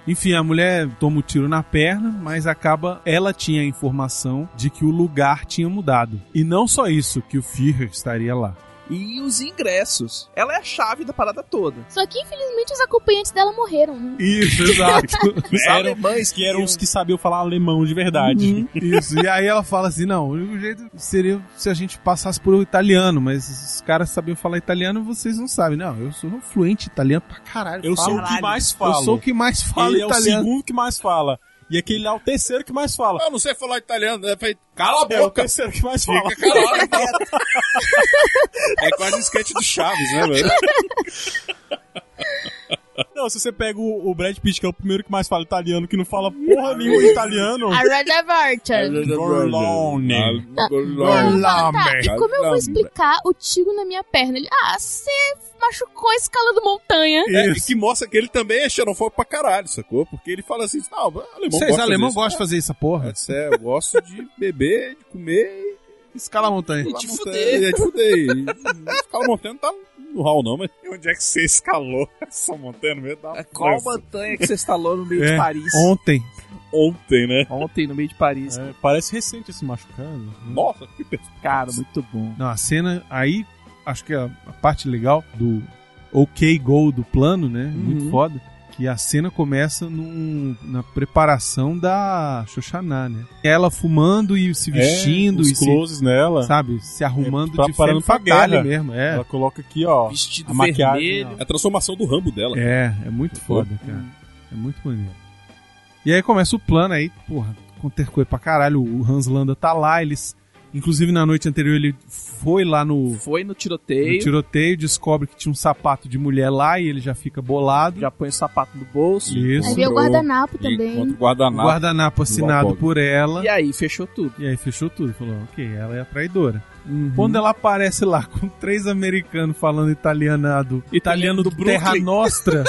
[SPEAKER 5] É.
[SPEAKER 11] Enfim, a mulher toma o tiro na perna, mas acaba. Ela tinha a informação de que o lugar tinha mudado. E não só isso, que o Führer estaria lá.
[SPEAKER 8] e os ingressos. Ela é a chave da parada toda.
[SPEAKER 1] Só que, infelizmente, os acompanhantes dela morreram, né?
[SPEAKER 11] Isso, exato.
[SPEAKER 8] Os
[SPEAKER 5] Eram-
[SPEAKER 8] alemães
[SPEAKER 5] Que eram os que sabiam falar alemão de verdade.
[SPEAKER 1] Uhum.
[SPEAKER 11] Isso. E aí ela fala assim: não, o único jeito seria se a gente passasse por italiano, mas esses caras sabiam falar italiano e vocês não sabem. Não, eu sou um fluente italiano pra caralho.
[SPEAKER 5] Eu
[SPEAKER 11] falo,
[SPEAKER 5] sou o que mais falo.
[SPEAKER 11] eu sou o que mais falo
[SPEAKER 5] Ele é o
[SPEAKER 11] italiano.
[SPEAKER 5] segundo que mais fala. E aquele lá é o terceiro que mais fala.
[SPEAKER 2] Eu não sei falar italiano. Eu falei, cala a
[SPEAKER 5] É o
[SPEAKER 2] boca.
[SPEAKER 5] terceiro que mais fala.
[SPEAKER 2] Fica calado. é quase um sketch do Chaves, né, velho?
[SPEAKER 5] Não, se você pega o, o Brad Pitt, que é o primeiro que mais fala italiano, que não fala porra nenhuma de italiano.
[SPEAKER 2] é
[SPEAKER 1] Aradavarta.
[SPEAKER 5] Gorlone.
[SPEAKER 2] Gorlone.
[SPEAKER 1] Tá, e como eu vou
[SPEAKER 2] Lambert.
[SPEAKER 1] explicar o tiro na minha perna? Ele, ah, você machucou a escala do montanha.
[SPEAKER 2] É, e que mostra que ele também é xenofóbico pra caralho, sacou? Porque ele fala assim, não, alemão
[SPEAKER 11] Vocês
[SPEAKER 2] gosta
[SPEAKER 11] alemão
[SPEAKER 2] disso.
[SPEAKER 11] gostam de fazer essa
[SPEAKER 2] É,
[SPEAKER 11] porra?
[SPEAKER 2] sério, eu gosto de beber, de comer
[SPEAKER 11] Escala a montanha.
[SPEAKER 2] e
[SPEAKER 8] te
[SPEAKER 2] montanha.
[SPEAKER 8] fuder.
[SPEAKER 2] É, de fuder. E Escala montanha não tá no hall, não, mas... Onde é que você escalou essa montanha no meio da...
[SPEAKER 8] Qual montanha que você instalou no meio
[SPEAKER 11] É.
[SPEAKER 8] de Paris?
[SPEAKER 11] Ontem.
[SPEAKER 2] Ontem, né?
[SPEAKER 8] Ontem, no meio de Paris.
[SPEAKER 5] É, parece recente esse machucado.
[SPEAKER 2] Nossa, que pesado.
[SPEAKER 8] Cara, muito bom.
[SPEAKER 11] Não, a cena aí, acho que é a, a parte legal do OK Go do plano, né? Muito
[SPEAKER 8] Uhum.
[SPEAKER 11] foda. Que a cena começa num- na preparação da Xoxaná, né? Ela fumando e se vestindo
[SPEAKER 5] É, os
[SPEAKER 11] e se
[SPEAKER 5] closes nela.
[SPEAKER 11] sabe? Se arrumando
[SPEAKER 5] pra-
[SPEAKER 11] de
[SPEAKER 5] parando
[SPEAKER 11] forma
[SPEAKER 5] pra
[SPEAKER 11] fatale
[SPEAKER 5] guerra.
[SPEAKER 11] mesmo. É.
[SPEAKER 5] Ela tá- coloca aqui, ó.
[SPEAKER 8] Vestido
[SPEAKER 5] A maquiagem,
[SPEAKER 8] vermelho.
[SPEAKER 2] É a transformação do Rambo dela.
[SPEAKER 11] é, é muito foda,
[SPEAKER 5] tá-
[SPEAKER 11] cara. É muito maneiro. E aí começa o plano aí, porra, conter coisa pra caralho. O Hans Landa tá lá, eles. Inclusive na noite anterior ele foi lá no,
[SPEAKER 8] Foi no
[SPEAKER 11] no
[SPEAKER 8] tiroteio,
[SPEAKER 11] tiroteio, descobre que tinha um sapato de mulher lá e ele já fica bolado.
[SPEAKER 8] já põe o sapato no
[SPEAKER 2] É
[SPEAKER 8] bolso.
[SPEAKER 11] Isso.
[SPEAKER 1] Aí veio o guardanapo também.
[SPEAKER 2] Enquanto o guardanapo...
[SPEAKER 11] Guardanapo assinado
[SPEAKER 2] Logo.
[SPEAKER 11] por ela.
[SPEAKER 8] E aí, fechou tudo.
[SPEAKER 11] E aí fechou tudo, falou, ok, ela é a traidora.
[SPEAKER 8] Uhum.
[SPEAKER 11] Quando ela aparece lá com três americanos falando italianado, italiano do
[SPEAKER 8] Brooklyn.
[SPEAKER 11] Terra Nostra,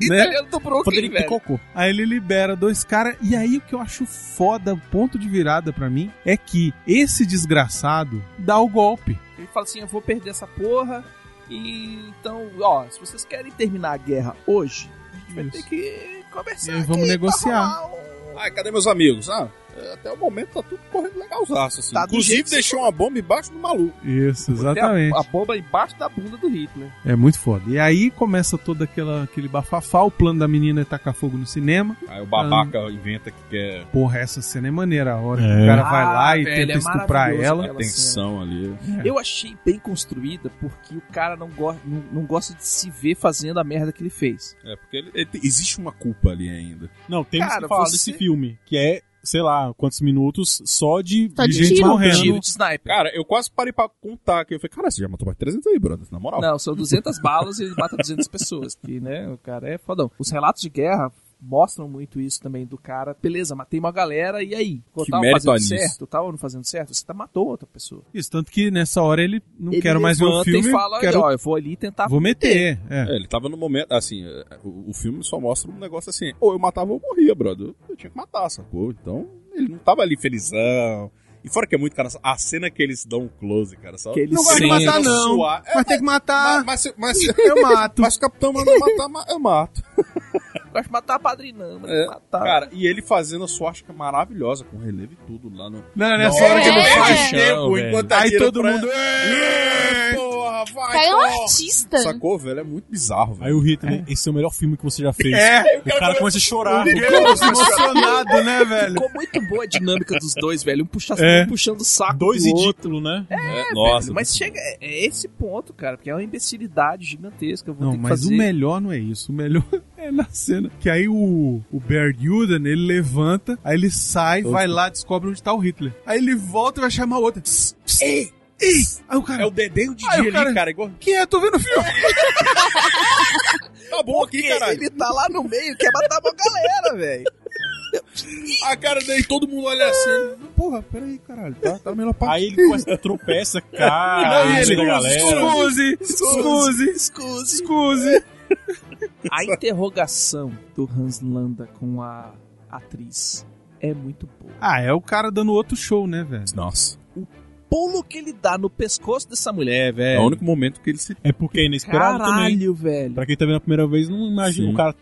[SPEAKER 11] né?
[SPEAKER 8] Italiano tá do Brooklyn,
[SPEAKER 5] Poderia ter
[SPEAKER 8] velho.
[SPEAKER 5] cocô.
[SPEAKER 11] Aí ele libera dois caras. E aí o que eu acho foda, o ponto de virada pra mim, é que esse desgraçado dá o golpe.
[SPEAKER 8] Ele fala assim: eu vou perder essa porra. E então, ó, se vocês querem terminar a guerra hoje, a gente vai ter que
[SPEAKER 11] E
[SPEAKER 8] conversar.
[SPEAKER 11] aí vamos
[SPEAKER 8] aqui pra
[SPEAKER 11] negociar.
[SPEAKER 8] rolar um-
[SPEAKER 2] Ai, cadê meus amigos? Ah, até o momento tá tudo correndo legalzaço, assim.
[SPEAKER 8] Tá do jeito
[SPEAKER 2] Inclusive
[SPEAKER 8] que você
[SPEAKER 2] deixou uma bomba embaixo do maluco.
[SPEAKER 8] Tem
[SPEAKER 11] Isso,
[SPEAKER 8] a-
[SPEAKER 11] exatamente.
[SPEAKER 8] A, bomba embaixo da bunda do Hitler.
[SPEAKER 11] É muito foda. E aí começa todo aquela, aquele bafafá. O plano da menina é tacar fogo no cinema.
[SPEAKER 2] Aí o babaca
[SPEAKER 1] Ah.
[SPEAKER 2] inventa que quer
[SPEAKER 11] Porra, essa cena é maneira. A hora que
[SPEAKER 5] É.
[SPEAKER 11] o cara vai lá
[SPEAKER 8] Ah,
[SPEAKER 11] e
[SPEAKER 8] velho,
[SPEAKER 11] tenta
[SPEAKER 8] é
[SPEAKER 11] estuprar
[SPEAKER 8] maravilhoso,
[SPEAKER 11] ela.
[SPEAKER 8] cara.
[SPEAKER 1] assim,
[SPEAKER 8] Aquela
[SPEAKER 2] atenção
[SPEAKER 1] né?
[SPEAKER 2] ali.
[SPEAKER 11] É.
[SPEAKER 8] Eu achei bem construída porque o cara não, go não, não gosta de se ver fazendo a merda que ele fez.
[SPEAKER 2] É, porque ele, ele tem- existe uma culpa ali ainda.
[SPEAKER 5] Não, temos
[SPEAKER 8] Cara,
[SPEAKER 5] que falar
[SPEAKER 8] você-
[SPEAKER 5] desse filme, que é, sei lá, quantos minutos só de,
[SPEAKER 1] Só de
[SPEAKER 5] gente
[SPEAKER 1] tiro.
[SPEAKER 5] morrendo.
[SPEAKER 8] Tiro de sniper.
[SPEAKER 2] Cara, eu quase parei pra contar aqui. Eu falei, cara, você já matou mais 300 aí, brother, na moral.
[SPEAKER 8] Não, são 200 balas e ele mata 200 pessoas. Que, né, o cara é fodão. Os relatos de guerra mostram muito isso também do cara. Beleza, matei uma galera, e aí? Eu
[SPEAKER 2] Que
[SPEAKER 8] tava
[SPEAKER 2] mérito
[SPEAKER 8] fazendo
[SPEAKER 2] há nisso.
[SPEAKER 8] certo? Eu Tava não fazendo certo? Você tá matou outra pessoa.
[SPEAKER 11] Isso, tanto que nessa hora ele não
[SPEAKER 8] Ele
[SPEAKER 11] quero mais ver o
[SPEAKER 8] levanta
[SPEAKER 11] filme.
[SPEAKER 8] E fala,
[SPEAKER 11] quero...
[SPEAKER 8] ó, eu vou ali tentar...
[SPEAKER 11] Vou meter. É.
[SPEAKER 2] É, ele tava no momento, assim, é, o, o filme só mostra um negócio assim, ou eu matava ou eu morria, brother. Eu tinha que matar, sacou? Então, ele não tava ali felizão. E fora que é muito, cara, a cena que eles dão um close, cara, só...
[SPEAKER 8] Que ele
[SPEAKER 11] Não gosto de
[SPEAKER 8] senta,
[SPEAKER 11] matar, não.
[SPEAKER 2] Suar. É,
[SPEAKER 11] Mas tem que matar.
[SPEAKER 2] mas, mas, mas,
[SPEAKER 11] Eu mato.
[SPEAKER 2] mas o capitão manda matar, ma- eu mato.
[SPEAKER 8] Eu gosto de matar a padrinã, mas
[SPEAKER 2] É,
[SPEAKER 11] Ah.
[SPEAKER 8] matar...
[SPEAKER 2] Cara, e ele fazendo a swastika é maravilhosa, com relevo e tudo lá no...
[SPEAKER 11] Não,
[SPEAKER 2] Não,
[SPEAKER 11] nessa hora
[SPEAKER 1] é.
[SPEAKER 11] que ele
[SPEAKER 1] faz
[SPEAKER 2] perde tempo,
[SPEAKER 5] velho.
[SPEAKER 2] enquanto
[SPEAKER 11] Aí
[SPEAKER 2] atira
[SPEAKER 11] todo
[SPEAKER 2] pra-
[SPEAKER 11] mundo.
[SPEAKER 2] Ê, Porra,
[SPEAKER 14] vai,
[SPEAKER 1] Cara, é um
[SPEAKER 14] pô.
[SPEAKER 1] artista.
[SPEAKER 2] Sacou, velho? É muito bizarro, velho.
[SPEAKER 5] Aí o Hitler, esse é o melhor filme que você já fez.
[SPEAKER 2] É.
[SPEAKER 5] o cara começa a chorar.
[SPEAKER 11] emocionado, né, velho?
[SPEAKER 8] Ficou muito boa a dinâmica dos dois, velho. Um, puxa,
[SPEAKER 5] É.
[SPEAKER 8] um puxando o saco
[SPEAKER 5] Dois
[SPEAKER 8] do
[SPEAKER 5] e
[SPEAKER 8] outro.
[SPEAKER 5] título, né?
[SPEAKER 2] É,
[SPEAKER 8] É,
[SPEAKER 2] nossa.
[SPEAKER 8] velho, mas chega, é é esse ponto, cara, porque é uma imbecilidade gigantesca. Eu vou
[SPEAKER 11] Não,
[SPEAKER 8] ter que
[SPEAKER 11] mas
[SPEAKER 8] fazer.
[SPEAKER 11] o melhor não é isso. O melhor é na cena. Que aí o, o Baird Yuden, ele levanta, aí ele sai, vai lá, descobre onde tá o Hitler. Aí ele volta e vai chamar o outro. Tss, tss, Ei! Ei! Aí o cara.
[SPEAKER 14] É o Dedé e o Didi
[SPEAKER 11] Ai, o
[SPEAKER 14] ali,
[SPEAKER 11] cara-
[SPEAKER 14] cara. igual...
[SPEAKER 11] Quem é? Tô vendo o filme.
[SPEAKER 14] Tá bom aqui,
[SPEAKER 8] Porque
[SPEAKER 14] caralho.
[SPEAKER 8] ele tá lá no meio, quer matar uma galera, velho.
[SPEAKER 14] A cara dele, todo mundo olha assim.
[SPEAKER 2] Porra, peraí, caralho. Tá, tá na melhor parte.
[SPEAKER 5] Aí ele começa, tropeça, cara,
[SPEAKER 11] Não, e
[SPEAKER 5] no meio
[SPEAKER 11] ele,
[SPEAKER 5] da galera.
[SPEAKER 11] Excuse! Excuse! Excuse! Excuse!
[SPEAKER 8] A interrogação do Hans Landa com a atriz é muito boa.
[SPEAKER 11] Ah, é o cara dando outro show, né, velho?
[SPEAKER 2] Nossa.
[SPEAKER 8] Pulo que ele dá no pescoço dessa mulher,
[SPEAKER 2] É
[SPEAKER 8] velho.
[SPEAKER 2] o único momento que ele se.
[SPEAKER 5] É porque é inesperado também.
[SPEAKER 8] Caralho, velho.
[SPEAKER 5] Pra quem tá vendo a primeira vez, não imagina.
[SPEAKER 2] Sim.
[SPEAKER 5] O cara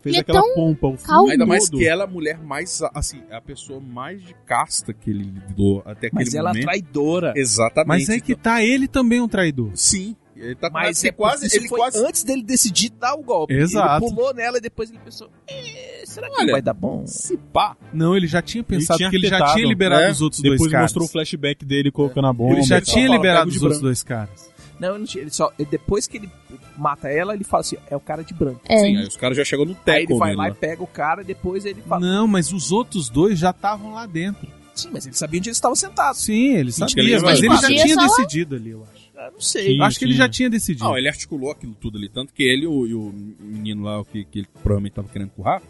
[SPEAKER 5] fez
[SPEAKER 1] Ele é
[SPEAKER 5] aquela
[SPEAKER 1] tão
[SPEAKER 5] pompa. O
[SPEAKER 1] calmo.
[SPEAKER 5] filme
[SPEAKER 2] Ainda mais
[SPEAKER 5] todo.
[SPEAKER 2] que ela é a mulher mais. Assim, a pessoa mais de casta que ele lidou até aquele
[SPEAKER 8] Mas ela é
[SPEAKER 2] momento.
[SPEAKER 8] traidora.
[SPEAKER 2] Exatamente.
[SPEAKER 11] Mas é que tá ele também um traidor.
[SPEAKER 2] Então, Sim. Ele tá
[SPEAKER 8] Mas
[SPEAKER 2] ele
[SPEAKER 8] é
[SPEAKER 2] quase.
[SPEAKER 8] quase, isso
[SPEAKER 2] Ele
[SPEAKER 8] foi
[SPEAKER 2] quase.
[SPEAKER 8] antes dele decidir dar o golpe.
[SPEAKER 11] Exato.
[SPEAKER 8] Ele pulou nela e depois ele pensou: "Eh, será que
[SPEAKER 2] Olha,
[SPEAKER 8] vai dar bom?
[SPEAKER 2] Se pá.
[SPEAKER 11] Não, ele já tinha pensado
[SPEAKER 5] tinha É.
[SPEAKER 11] que ele já
[SPEAKER 5] afetado,
[SPEAKER 11] tinha liberado
[SPEAKER 2] né?
[SPEAKER 11] os outros
[SPEAKER 5] Depois
[SPEAKER 11] dois
[SPEAKER 5] ele
[SPEAKER 11] caras.
[SPEAKER 5] mostrou o flashback dele colocando a bomba.
[SPEAKER 11] Ele já
[SPEAKER 5] e tal.
[SPEAKER 11] tinha
[SPEAKER 2] fala,
[SPEAKER 11] liberado
[SPEAKER 2] pego de
[SPEAKER 11] os outros
[SPEAKER 2] branco.
[SPEAKER 11] dois caras.
[SPEAKER 8] Não, ele, não tinha- ele só. Depois que ele mata ela, ele fala assim: é o cara de branco.
[SPEAKER 1] É.
[SPEAKER 2] Sim, aí os caras já chegou no
[SPEAKER 8] Aí ele
[SPEAKER 2] teco
[SPEAKER 8] vai
[SPEAKER 2] nele,
[SPEAKER 8] lá e
[SPEAKER 2] né?
[SPEAKER 8] pega o cara, depois ele fala.
[SPEAKER 11] Não, mas os outros dois já estavam lá dentro.
[SPEAKER 8] Sim, mas ele sabia onde eles estavam sentados.
[SPEAKER 11] Sim, ele
[SPEAKER 2] Sim,
[SPEAKER 11] sabia,
[SPEAKER 2] ele é
[SPEAKER 11] mas ele já
[SPEAKER 1] sabia.
[SPEAKER 11] tinha
[SPEAKER 1] é Só-
[SPEAKER 11] decidido ali, eu acho.
[SPEAKER 8] Eu não sei.
[SPEAKER 5] Sim,
[SPEAKER 11] Eu acho que ele
[SPEAKER 5] sim.
[SPEAKER 11] já tinha decidido.
[SPEAKER 2] Não, é ele articulou aquilo tudo ali. Tanto que ele e o, e o menino lá, o que, que ele provavelmente tava querendo empurrar.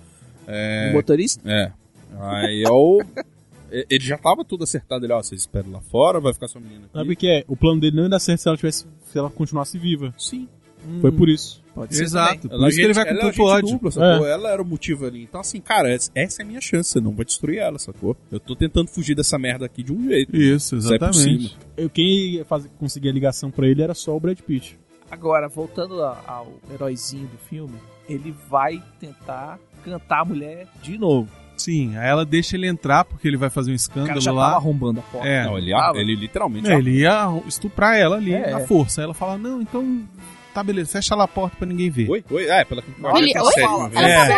[SPEAKER 8] O motorista?
[SPEAKER 2] É. Aí eu. e- Ele já tava tudo acertado. Ele, ó, vocês esperam lá fora, vai ficar sua menina aqui.
[SPEAKER 5] Sabe o que é? O plano dele não ia dar certo se ela, tivesse, se ela continuasse viva.
[SPEAKER 2] Sim.
[SPEAKER 11] Hum.
[SPEAKER 5] Foi por isso.
[SPEAKER 8] Pode ser.
[SPEAKER 11] Exato, por
[SPEAKER 2] é
[SPEAKER 11] isso que
[SPEAKER 2] gente-
[SPEAKER 11] ele vai
[SPEAKER 2] ela é
[SPEAKER 11] com tanto
[SPEAKER 2] gente
[SPEAKER 11] ódio. É.
[SPEAKER 2] dupla, sacou? Ela era o motivo ali. Então, assim, cara, essa- essa é a minha chance. Eu não vou destruir ela, sacou? Eu tô tentando fugir dessa merda aqui de um jeito.
[SPEAKER 11] Isso,
[SPEAKER 2] Sai por
[SPEAKER 11] exatamente.
[SPEAKER 5] Eu, quem ia fazer, conseguir a ligação pra ele era só o Brad Pitt.
[SPEAKER 8] Agora, voltando a- ao heróizinho do filme, ele vai tentar cantar a mulher de novo.
[SPEAKER 11] Sim, aí ela deixa ele entrar porque ele vai fazer um
[SPEAKER 8] O cara
[SPEAKER 11] escândalo
[SPEAKER 8] já tava
[SPEAKER 11] lá.
[SPEAKER 8] arrombando a porta.
[SPEAKER 11] É.
[SPEAKER 2] Não, ele,
[SPEAKER 8] Tava.
[SPEAKER 2] ele literalmente.
[SPEAKER 11] É, ele ia estuprar ela ali
[SPEAKER 8] É.
[SPEAKER 11] na força. Aí ela fala: Não, então tá beleza, fecha lá a porta pra ninguém ver.
[SPEAKER 2] Oi, oi, ah, é, pela
[SPEAKER 1] Ele- oi? Ela
[SPEAKER 2] sétima vez.
[SPEAKER 11] É.
[SPEAKER 1] falou, não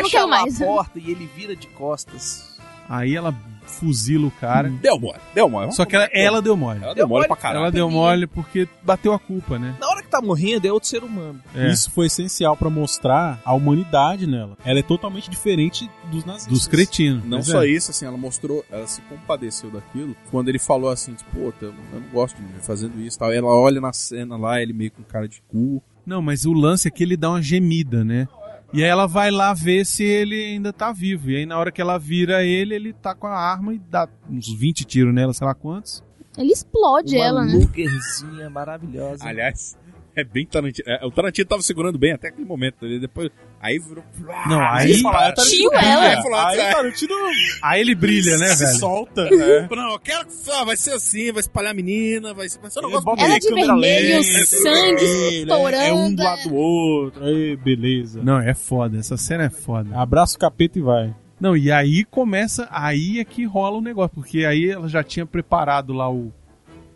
[SPEAKER 8] Fecha
[SPEAKER 1] quero
[SPEAKER 8] lá
[SPEAKER 1] mais. né?
[SPEAKER 8] a porta e ele vira de costas.
[SPEAKER 11] Aí ela fuzila o cara.
[SPEAKER 2] Deu mole, deu mole.
[SPEAKER 11] Só é que ela, ela deu mole.
[SPEAKER 2] Ela é
[SPEAKER 8] Deu
[SPEAKER 2] deu
[SPEAKER 8] mole
[SPEAKER 2] mole pra
[SPEAKER 11] Ela
[SPEAKER 2] caralho.
[SPEAKER 11] deu
[SPEAKER 8] peguei.
[SPEAKER 11] mole porque bateu a culpa, né?
[SPEAKER 8] Na hora que tá morrendo, é outro ser humano.
[SPEAKER 11] É.
[SPEAKER 5] Isso foi essencial pra mostrar a humanidade nela. Ela é totalmente diferente dos nazistas.
[SPEAKER 11] Dos cretinos.
[SPEAKER 2] Não
[SPEAKER 11] Pois
[SPEAKER 2] só
[SPEAKER 11] é.
[SPEAKER 2] isso, assim, ela mostrou, ela se compadeceu daquilo. Quando ele falou assim, tipo, pô, eu eu não gosto de me ver fazendo isso e tal. Ela olha na cena lá, ele meio com cara de cu.
[SPEAKER 11] Não, mas o lance é que ele dá uma gemida, né? E aí ela vai lá ver se ele ainda tá vivo. E aí na hora que ela vira ele, ele tá com a arma e dá uns 20 tiros nela, sei lá quantos.
[SPEAKER 1] Ele explode
[SPEAKER 8] Uma
[SPEAKER 1] ela, né?
[SPEAKER 8] lugerzinha maravilhosa.
[SPEAKER 2] Aliás, é bem Tarantino. É, o Tarantino tava segurando bem até aquele momento. Ele depois. Aí "Ah, virou.
[SPEAKER 11] Não,
[SPEAKER 5] Aí,
[SPEAKER 11] aí,
[SPEAKER 5] fala, é
[SPEAKER 2] tá,
[SPEAKER 5] Tarantino.
[SPEAKER 1] Tio ela.
[SPEAKER 5] É, aí o Tarantino
[SPEAKER 11] aí ele brilha, né,
[SPEAKER 5] se
[SPEAKER 11] velho? É.
[SPEAKER 5] solta.
[SPEAKER 2] Não, "Tá, eu quero que ah, vai ser assim, vai espalhar a menina, vai ser. Mas eu não
[SPEAKER 5] Ele
[SPEAKER 2] gosto
[SPEAKER 5] bota
[SPEAKER 2] de-
[SPEAKER 1] Ela de
[SPEAKER 5] câmera
[SPEAKER 1] vermelho,
[SPEAKER 5] lenta,
[SPEAKER 1] sangue estourando.
[SPEAKER 5] É um do lado do outro. Aí, beleza.
[SPEAKER 11] Não, é foda, essa cena é foda.
[SPEAKER 5] Abraça o capeta e vai.
[SPEAKER 11] Não, e aí começa, aí é que rola o negócio, porque aí ela já tinha preparado lá o, o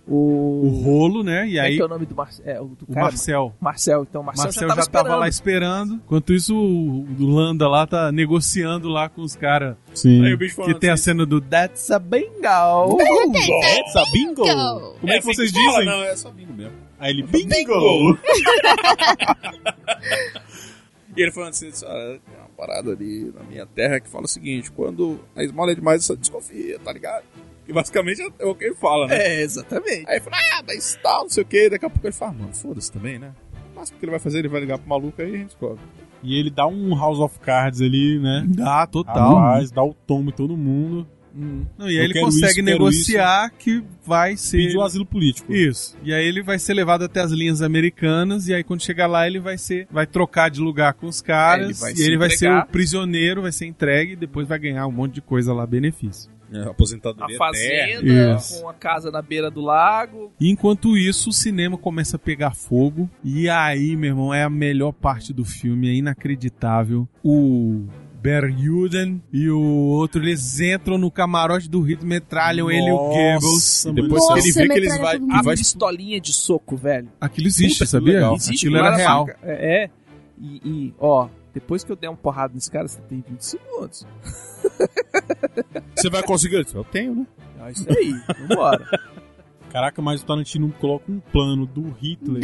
[SPEAKER 8] O...
[SPEAKER 11] rolo, né? E
[SPEAKER 8] Como é
[SPEAKER 11] aí
[SPEAKER 8] que é o nome do Marcel? É, o do
[SPEAKER 11] o
[SPEAKER 8] cara?
[SPEAKER 11] Marcel.
[SPEAKER 8] Marcel, então. Marcel,
[SPEAKER 11] Marcel
[SPEAKER 8] já
[SPEAKER 11] já
[SPEAKER 8] tava
[SPEAKER 11] tava,
[SPEAKER 8] esperando.
[SPEAKER 11] lá esperando. Enquanto isso, o o Landa lá tá negociando lá com os caras.
[SPEAKER 5] Sim.
[SPEAKER 2] Aí o bicho falando
[SPEAKER 11] Que tem a cena do That's a Bengal.
[SPEAKER 5] Essa bingo?
[SPEAKER 1] Bingo.
[SPEAKER 5] Como é, que vocês
[SPEAKER 2] assim, fala,
[SPEAKER 5] dizem?
[SPEAKER 2] Não, é só bingo mesmo.
[SPEAKER 5] Aí ele, bingo!
[SPEAKER 2] E ele falando assim, "Senhora, tem uma parada ali na minha terra que fala o seguinte, quando a esmola é demais, você desconfia, tá ligado? E basicamente é o que ele fala, né?
[SPEAKER 8] É, exatamente.
[SPEAKER 2] Aí ele fala, ah, mas tal, não sei o que, daqui a pouco ele fala, mano, foda-se também, né? Mas o que ele vai fazer, ele vai ligar pro maluco aí e a gente descobre.
[SPEAKER 5] E ele dá um House of Cards ali, né?
[SPEAKER 11] Dá,
[SPEAKER 2] um-
[SPEAKER 11] total.
[SPEAKER 5] Rapaz, dá o tombo em todo mundo.
[SPEAKER 11] Não, e
[SPEAKER 5] Eu
[SPEAKER 11] aí ele
[SPEAKER 5] quero isso,
[SPEAKER 11] consegue
[SPEAKER 5] quero
[SPEAKER 11] negociar que vai ser.
[SPEAKER 5] Pediu asilo
[SPEAKER 8] tipo,
[SPEAKER 5] político.
[SPEAKER 11] Isso. E aí ele vai ser levado até as linhas americanas. E aí quando chegar lá, ele vai ser. Vai trocar de lugar com os caras.
[SPEAKER 8] É, Ele vai
[SPEAKER 11] e
[SPEAKER 8] se
[SPEAKER 11] ele vai ser
[SPEAKER 8] entregar.
[SPEAKER 11] o prisioneiro, vai ser entregue e depois vai ganhar um monte de coisa lá, benefício.
[SPEAKER 2] É,
[SPEAKER 8] A
[SPEAKER 2] aposentadoria eterna.
[SPEAKER 8] fazenda,
[SPEAKER 11] Isso.
[SPEAKER 8] com a casa na beira do lago.
[SPEAKER 11] E enquanto isso, o cinema começa a pegar fogo. E aí, meu irmão, é a melhor parte do filme, é inacreditável. O Berjuden e o outro, eles entram no camarote do Rio e metralham ele e o Goebbels.
[SPEAKER 8] E depois
[SPEAKER 11] Nossa,
[SPEAKER 8] ele vê que eles
[SPEAKER 11] metralha
[SPEAKER 8] vai,
[SPEAKER 11] todo mundo.
[SPEAKER 8] a pistolinha de soco, velho.
[SPEAKER 11] Aquilo existe,
[SPEAKER 8] Puta,
[SPEAKER 11] é
[SPEAKER 8] que
[SPEAKER 11] sabia?
[SPEAKER 8] legal.
[SPEAKER 11] Existe,
[SPEAKER 8] Aquilo é
[SPEAKER 11] não
[SPEAKER 8] era
[SPEAKER 11] era real.
[SPEAKER 8] marca. É, é. E, e, ó, depois que eu der uma porrada nesse cara, você tem 20 segundos.
[SPEAKER 2] Você vai conseguir? Eu tenho, né?
[SPEAKER 8] É isso aí, vambora.
[SPEAKER 5] Caraca, mas o Tarantino coloca um plano do Hitler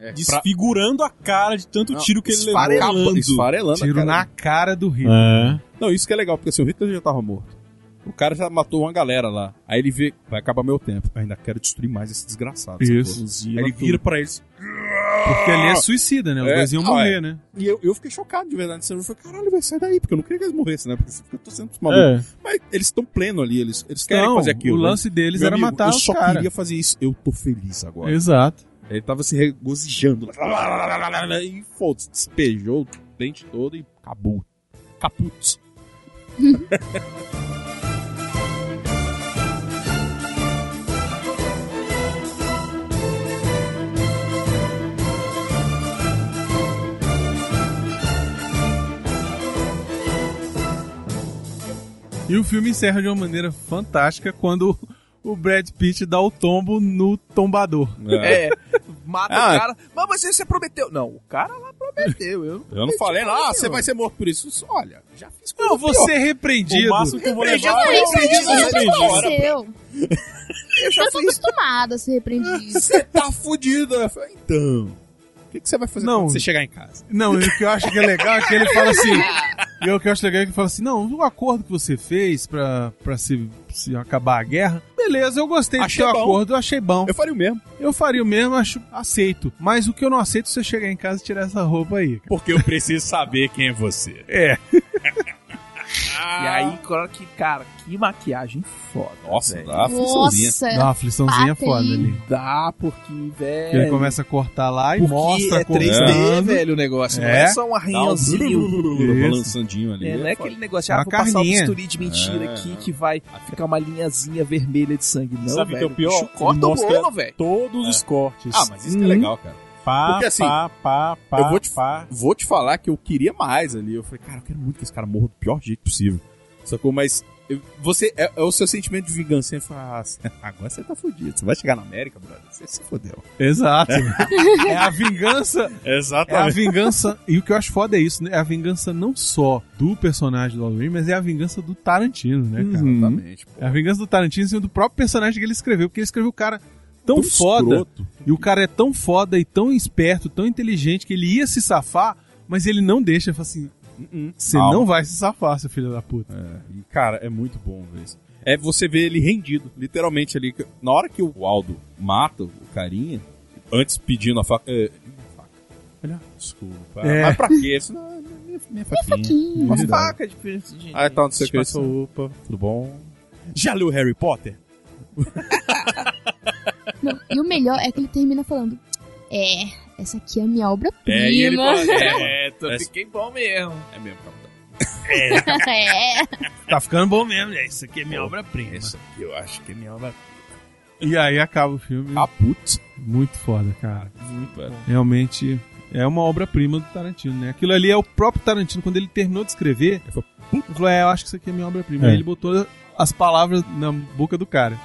[SPEAKER 1] É.
[SPEAKER 5] desfigurando a cara de tanto
[SPEAKER 2] Não,
[SPEAKER 5] tiro que ele levou.
[SPEAKER 2] esfarelando, esfarelando a
[SPEAKER 11] Tiro
[SPEAKER 2] cara
[SPEAKER 11] na
[SPEAKER 2] dele.
[SPEAKER 11] cara do Hitler.
[SPEAKER 5] É.
[SPEAKER 2] Não, isso que é legal, porque assim, o Hitler já tava morto. O cara já matou uma galera lá. Aí ele vê, vai acabar meu tempo. Ainda quero destruir mais esse desgraçado.
[SPEAKER 11] Isso.
[SPEAKER 2] sacou?
[SPEAKER 5] Fuzila
[SPEAKER 2] Aí ele
[SPEAKER 5] tudo.
[SPEAKER 2] vira pra eles.
[SPEAKER 11] Porque ali é suicida, né? Os
[SPEAKER 2] É,
[SPEAKER 11] dois iam
[SPEAKER 2] ah,
[SPEAKER 11] morrer,
[SPEAKER 2] é.
[SPEAKER 11] né?
[SPEAKER 2] E eu, eu fiquei chocado de verdade. Assim, Eu falei, caralho, vai sair daí, porque eu não queria que eles morressem, né? Porque eu tô sendo maluco.
[SPEAKER 5] É.
[SPEAKER 2] Mas eles estão pleno ali, eles, eles querem
[SPEAKER 11] Não,
[SPEAKER 2] fazer aquilo.
[SPEAKER 11] o
[SPEAKER 2] né?
[SPEAKER 11] lance deles
[SPEAKER 2] Meu
[SPEAKER 11] era
[SPEAKER 2] amigo,
[SPEAKER 11] matar
[SPEAKER 2] Eu
[SPEAKER 11] os
[SPEAKER 2] só
[SPEAKER 11] caras.
[SPEAKER 2] queria fazer isso. Eu tô feliz agora.
[SPEAKER 11] Exato.
[SPEAKER 2] Ele tava se regozijando. E foda-se, despejou o dente todo e acabou. Caput.
[SPEAKER 11] E o filme encerra de uma maneira fantástica quando o Brad Pitt dá o tombo no tombador.
[SPEAKER 8] É, mata
[SPEAKER 2] Ah.
[SPEAKER 8] o cara. Mas você, você prometeu. Não, o cara lá prometeu. Eu
[SPEAKER 2] Eu não falei, ah, você vai ser morto por isso. Isso, Olha, já fiz coisa
[SPEAKER 11] Não, você é
[SPEAKER 5] O
[SPEAKER 11] repreendido.
[SPEAKER 5] máximo que eu vou
[SPEAKER 2] Ele já
[SPEAKER 5] levar
[SPEAKER 2] foi
[SPEAKER 5] é
[SPEAKER 1] Isso aí
[SPEAKER 2] Aprendi,
[SPEAKER 1] já
[SPEAKER 2] aprendi.
[SPEAKER 1] aconteceu.
[SPEAKER 8] Eu já
[SPEAKER 1] Eu tô
[SPEAKER 8] fiz.
[SPEAKER 1] acostumada a ser repreendida.
[SPEAKER 2] Você tá fudido. Eu falei, então, o que, que você vai fazer
[SPEAKER 11] Não.
[SPEAKER 2] quando você chegar em casa?
[SPEAKER 11] Não, e o que eu acho que é legal é que ele fala assim. E o que eu acho legal é que ele fala assim: não, o acordo que você fez pra, pra se, se acabar a guerra, beleza, eu gostei
[SPEAKER 2] Achei
[SPEAKER 11] do seu
[SPEAKER 2] bom.
[SPEAKER 11] acordo, eu achei bom.
[SPEAKER 2] Eu faria o mesmo,
[SPEAKER 11] Eu faria o mesmo, acho, aceito. Mas o que eu não aceito é você chegar em casa e tirar essa roupa aí.
[SPEAKER 2] porque eu preciso saber quem é você.
[SPEAKER 11] É.
[SPEAKER 8] E aí, claro que, cara, que maquiagem foda.
[SPEAKER 2] Nossa,
[SPEAKER 8] velho.
[SPEAKER 11] Tá
[SPEAKER 2] dá uma afliçãozinha.
[SPEAKER 1] Nossa. é um
[SPEAKER 11] Dá uma afliçãozinha
[SPEAKER 1] Pata
[SPEAKER 11] foda
[SPEAKER 1] aí.
[SPEAKER 11] ali.
[SPEAKER 8] Dá, porque, velho.
[SPEAKER 11] Que Ele começa a cortar lá e
[SPEAKER 8] É. porque
[SPEAKER 11] mostra
[SPEAKER 8] é 3D,
[SPEAKER 11] cortando.
[SPEAKER 8] velho, o negócio. Não
[SPEAKER 11] É.
[SPEAKER 8] é só um
[SPEAKER 2] Dá um
[SPEAKER 8] arranhãozinho.
[SPEAKER 11] Isso.
[SPEAKER 2] balançandinho ali.
[SPEAKER 8] É, não é
[SPEAKER 2] É foda.
[SPEAKER 8] aquele negócio,
[SPEAKER 11] É
[SPEAKER 8] ah,
[SPEAKER 11] uma
[SPEAKER 8] vou passar um
[SPEAKER 11] carninha.
[SPEAKER 8] bisturi de mentira
[SPEAKER 2] É.
[SPEAKER 8] aqui que vai ficar uma linhazinha vermelha de sangue. Não,
[SPEAKER 5] Sabe o que é
[SPEAKER 8] velho.
[SPEAKER 5] o pior?
[SPEAKER 8] bicho Corta o
[SPEAKER 5] Mostra-
[SPEAKER 8] bolo, velho.
[SPEAKER 5] todos os cortes.
[SPEAKER 2] Ah, mas isso que é
[SPEAKER 11] Hum?
[SPEAKER 8] Uhum.
[SPEAKER 2] legal, cara.
[SPEAKER 5] Pá,
[SPEAKER 2] Porque, assim,
[SPEAKER 5] pá, pá, pá,
[SPEAKER 2] eu vou te-
[SPEAKER 5] pá.
[SPEAKER 2] Vou te falar que eu queria mais ali. Eu falei, cara, eu quero muito que esse cara morra do pior jeito possível. Sacou? Mas eu- você, é, é o seu sentimento de vingança. Você fala, ah, cê- agora você tá fudido. Você vai chegar na América, brother. Você se fodeu.
[SPEAKER 11] Exato. é a vingança É a
[SPEAKER 2] Exatamente.
[SPEAKER 11] vingança. E o que eu acho foda é isso, né? É a vingança não só do personagem do Halloween, mas é a vingança do Tarantino, né, cara?
[SPEAKER 2] Exatamente. Pô.
[SPEAKER 11] É a vingança do Tarantino sendo do próprio personagem que ele escreveu, porque ele escreveu o cara tão,
[SPEAKER 2] Tão
[SPEAKER 11] foda.
[SPEAKER 2] escroto.
[SPEAKER 11] E o cara é tão foda e tão esperto, tão inteligente, que ele ia se safar, mas ele não deixa. Ele fala assim: você
[SPEAKER 2] Calma.
[SPEAKER 11] não vai se safar, seu filho da puta.
[SPEAKER 2] É, e, cara, é muito bom ver isso. É você ver ele rendido, literalmente ali. Na hora que o Aldo mata o carinha, antes pedindo a faca. É, faca. Olha, desculpa.
[SPEAKER 11] É.
[SPEAKER 2] Mas pra quê? Isso não, é minha, minha
[SPEAKER 11] Tá
[SPEAKER 2] faquinha.
[SPEAKER 1] faquinha.
[SPEAKER 2] Uma faca.
[SPEAKER 8] de gente.
[SPEAKER 2] Ah, tá, não sei o que.
[SPEAKER 11] Espaço
[SPEAKER 2] Opa, tudo bom? Já leu Harry Potter?
[SPEAKER 1] Não, e o melhor é que ele termina falando: É, essa aqui é a minha
[SPEAKER 2] É, e ele
[SPEAKER 1] obra-prima.
[SPEAKER 2] fala, é,
[SPEAKER 8] É, tô,
[SPEAKER 2] É.
[SPEAKER 8] fiquei bom mesmo.
[SPEAKER 2] é mesmo, capitão.
[SPEAKER 1] É.
[SPEAKER 11] Tá ficando bom mesmo, né? Isso aqui é minha obra-prima.
[SPEAKER 2] Essa aqui eu acho que é minha obra.
[SPEAKER 11] E aí acaba o filme.
[SPEAKER 2] Caput.
[SPEAKER 11] Muito foda, cara. Realmente é uma obra-prima do Tarantino, né? Aquilo ali é o próprio Tarantino, quando ele terminou de escrever, ele falou, "Putz", ele falou, é, eu acho que isso aqui é minha obra-prima.
[SPEAKER 5] É.
[SPEAKER 11] Aí Ele botou as palavras na boca do cara.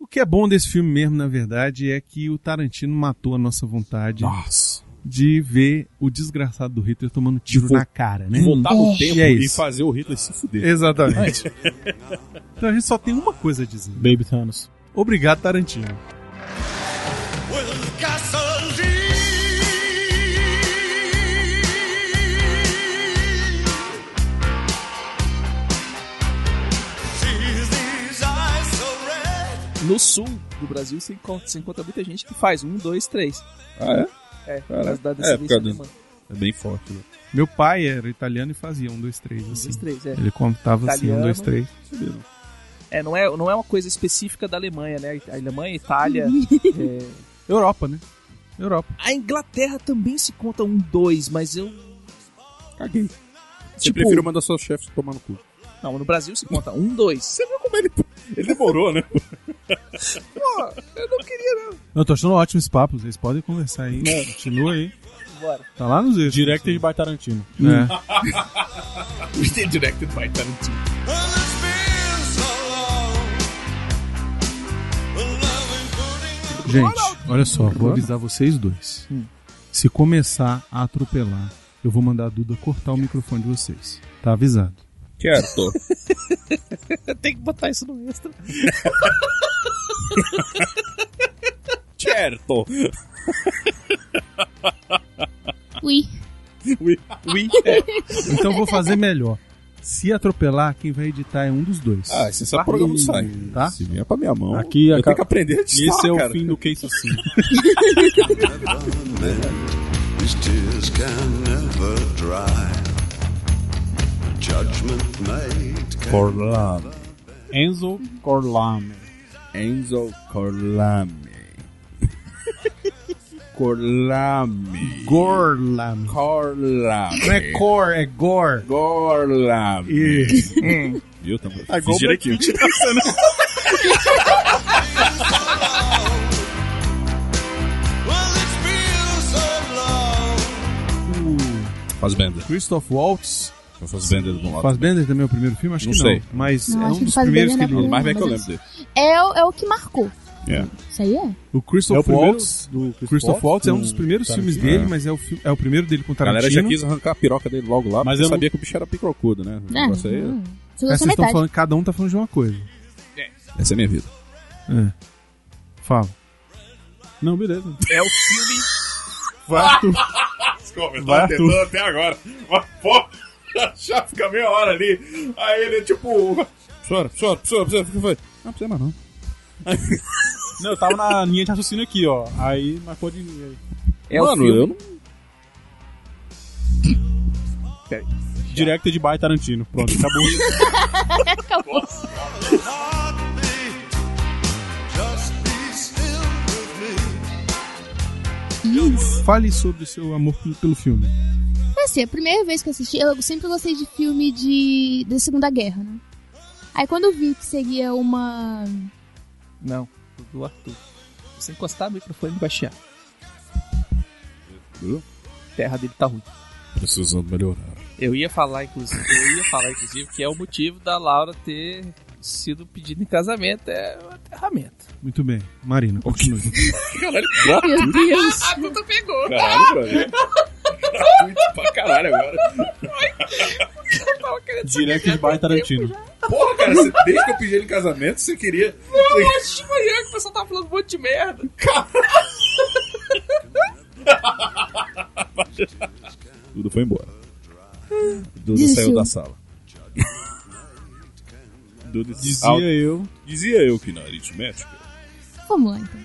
[SPEAKER 11] O que é bom desse filme mesmo, na verdade, é que o Tarantino matou a nossa vontade
[SPEAKER 2] Nossa.
[SPEAKER 11] de ver o desgraçado do Hitler tomando tiro
[SPEAKER 2] De vo-
[SPEAKER 11] na cara, né?
[SPEAKER 2] Voltar no tempo
[SPEAKER 11] E é
[SPEAKER 2] e
[SPEAKER 11] isso.
[SPEAKER 2] fazer o Hitler se fuder.
[SPEAKER 11] Exatamente. então a gente só tem uma coisa a dizer.
[SPEAKER 5] Baby Thanos.
[SPEAKER 11] Obrigado, Tarantino.
[SPEAKER 8] No sul do Brasil você encontra, você encontra muita gente que faz um, dois, três.
[SPEAKER 2] Ah, é?
[SPEAKER 8] É,
[SPEAKER 2] Caraca.
[SPEAKER 8] mas da
[SPEAKER 2] É, por
[SPEAKER 8] descendência
[SPEAKER 2] causa do-
[SPEAKER 8] alemã.
[SPEAKER 2] É bem forte. Né?
[SPEAKER 11] Meu pai era italiano e fazia um, dois, três,
[SPEAKER 8] Um,
[SPEAKER 11] assim.
[SPEAKER 8] dois, três, é.
[SPEAKER 11] Ele contava assim, um,
[SPEAKER 8] Italiano.
[SPEAKER 11] dois, três.
[SPEAKER 8] É, não é, não é uma coisa específica da Alemanha, né? A Alemanha, a Itália, é,
[SPEAKER 11] Europa, né? Europa.
[SPEAKER 8] A Inglaterra também se conta um dois, mas eu.
[SPEAKER 2] Caguei. Você
[SPEAKER 8] Tipo-
[SPEAKER 2] prefiro mandar seus chefes tomar no cu.
[SPEAKER 8] Não, no Brasil se conta um dois. Você viu como ele.
[SPEAKER 2] Ele demorou, né?
[SPEAKER 8] Pô, eu não queria, não.
[SPEAKER 11] Eu tô achando ótimo esse papo, vocês podem conversar aí. Continua aí.
[SPEAKER 8] Bora.
[SPEAKER 11] Tá lá nos eixos.
[SPEAKER 5] Directed by Tarantino.
[SPEAKER 11] É.
[SPEAKER 8] Directed by Tarantino.
[SPEAKER 11] Gente, olha só, vou avisar vocês dois.
[SPEAKER 2] Hum.
[SPEAKER 11] Se começar a atropelar, eu vou mandar a Duda cortar o microfone de vocês. Tá avisado.
[SPEAKER 2] Certo.
[SPEAKER 8] Tem que botar isso no extra.
[SPEAKER 2] Certo.
[SPEAKER 1] Ui.
[SPEAKER 2] Ui, ui. é.
[SPEAKER 11] Então eu vou fazer melhor. Se atropelar, quem vai editar é um dos dois.
[SPEAKER 2] Ah, se esse programa não sai.
[SPEAKER 11] Tá?
[SPEAKER 2] Se vier pra minha mão,
[SPEAKER 5] Aqui,
[SPEAKER 2] eu
[SPEAKER 5] aca-
[SPEAKER 2] tenho que aprender a editar,
[SPEAKER 5] Esse é o
[SPEAKER 2] cara.
[SPEAKER 5] fim do case assim.
[SPEAKER 15] These tears can never dry. Judgment made can
[SPEAKER 2] Corlame.
[SPEAKER 5] Enzo Corlame.
[SPEAKER 2] Enzo Corlame. Corlame.
[SPEAKER 11] Gorlam.
[SPEAKER 2] Corlame.
[SPEAKER 11] Não é cor, é gore. Hum.
[SPEAKER 2] Gorlame. Viu? Tá, fiz
[SPEAKER 5] é
[SPEAKER 2] direitinho.
[SPEAKER 5] né?
[SPEAKER 2] Faz benda.
[SPEAKER 11] Christoph Waltz.
[SPEAKER 2] Faz benda do bom um lado.
[SPEAKER 11] Fassbender também é o primeiro filme? Acho
[SPEAKER 2] Não
[SPEAKER 11] que
[SPEAKER 2] sei.
[SPEAKER 11] não. Mas
[SPEAKER 1] Não,
[SPEAKER 11] é
[SPEAKER 1] acho
[SPEAKER 11] um
[SPEAKER 1] que
[SPEAKER 11] dos
[SPEAKER 1] Fassbender
[SPEAKER 11] primeiros que
[SPEAKER 1] não é
[SPEAKER 11] ele...
[SPEAKER 1] bom.
[SPEAKER 2] Mas bem que eu
[SPEAKER 1] Mas
[SPEAKER 2] lembro dele.
[SPEAKER 1] É, o- é o que marcou.
[SPEAKER 2] É.
[SPEAKER 1] Isso aí é?
[SPEAKER 11] O Christoph
[SPEAKER 5] É o primeiro
[SPEAKER 11] Waltz, do Christoph Waltz, é um dos primeiros filmes dele, mas é o, fi- é o primeiro dele com
[SPEAKER 2] A galera já
[SPEAKER 11] Tarantino.
[SPEAKER 2] quis arrancar a piroca dele logo lá,
[SPEAKER 5] Mas
[SPEAKER 2] mas eu
[SPEAKER 5] eu não-
[SPEAKER 2] sabia que o bicho era picrocudo, né? O
[SPEAKER 1] É.
[SPEAKER 2] negócio aí-
[SPEAKER 1] hum. Chegou só
[SPEAKER 11] Mas vocês estão
[SPEAKER 1] metade.
[SPEAKER 11] falando, cada um tá falando de uma coisa.
[SPEAKER 2] Essa é a minha vida.
[SPEAKER 11] Fala.
[SPEAKER 5] Não, beleza.
[SPEAKER 8] É o filme.
[SPEAKER 12] Desculpa, eu tava tentando até agora. Mas, pô, já fica meia hora ali. Aí ele, tipo,
[SPEAKER 2] Chora, chora, chora, chora. O que foi? Não precisa mais não.
[SPEAKER 5] Não, eu tava na linha de raciocínio aqui, ó. Aí, mas pode. aí.
[SPEAKER 8] É
[SPEAKER 2] Mano,
[SPEAKER 8] o filme.
[SPEAKER 2] eu não...
[SPEAKER 5] Directed by Tarantino. Pronto, acabou.
[SPEAKER 15] heartbeat. Just be still with me.
[SPEAKER 11] Fale sobre o seu amor pelo- pelo filme.
[SPEAKER 1] Assim, a primeira vez que eu assisti, eu sempre gostei de filme de, de Segunda Guerra, né? Aí quando eu vi que seria uma.
[SPEAKER 8] Não, do Arthur. Se encostar no microfone, ele vai chiar.
[SPEAKER 2] Viu?
[SPEAKER 8] A terra dele tá ruim.
[SPEAKER 2] Precisando melhorar.
[SPEAKER 8] Eu ia falar, inclusive, eu ia falar, inclusive, que é o motivo da Laura ter sido pedida em casamento, é o aterramento.
[SPEAKER 11] Muito bem. Marina, continue.
[SPEAKER 2] Caralho,
[SPEAKER 1] Meu Deus!
[SPEAKER 8] Ah,
[SPEAKER 2] caralho, velho. Gratuito pra caralho agora.
[SPEAKER 5] Directed by Tarantino.
[SPEAKER 2] Porra, cara, você- desde que eu pedi ele em casamento, você queria... você-
[SPEAKER 8] de manhã que o pessoal tava falando um monte de merda.
[SPEAKER 2] Duda foi embora. Duda
[SPEAKER 1] Desistiu.
[SPEAKER 2] saiu da sala. Duda
[SPEAKER 5] Dizia eu.
[SPEAKER 2] dizia eu que na aritmética.
[SPEAKER 1] Vamos lá então.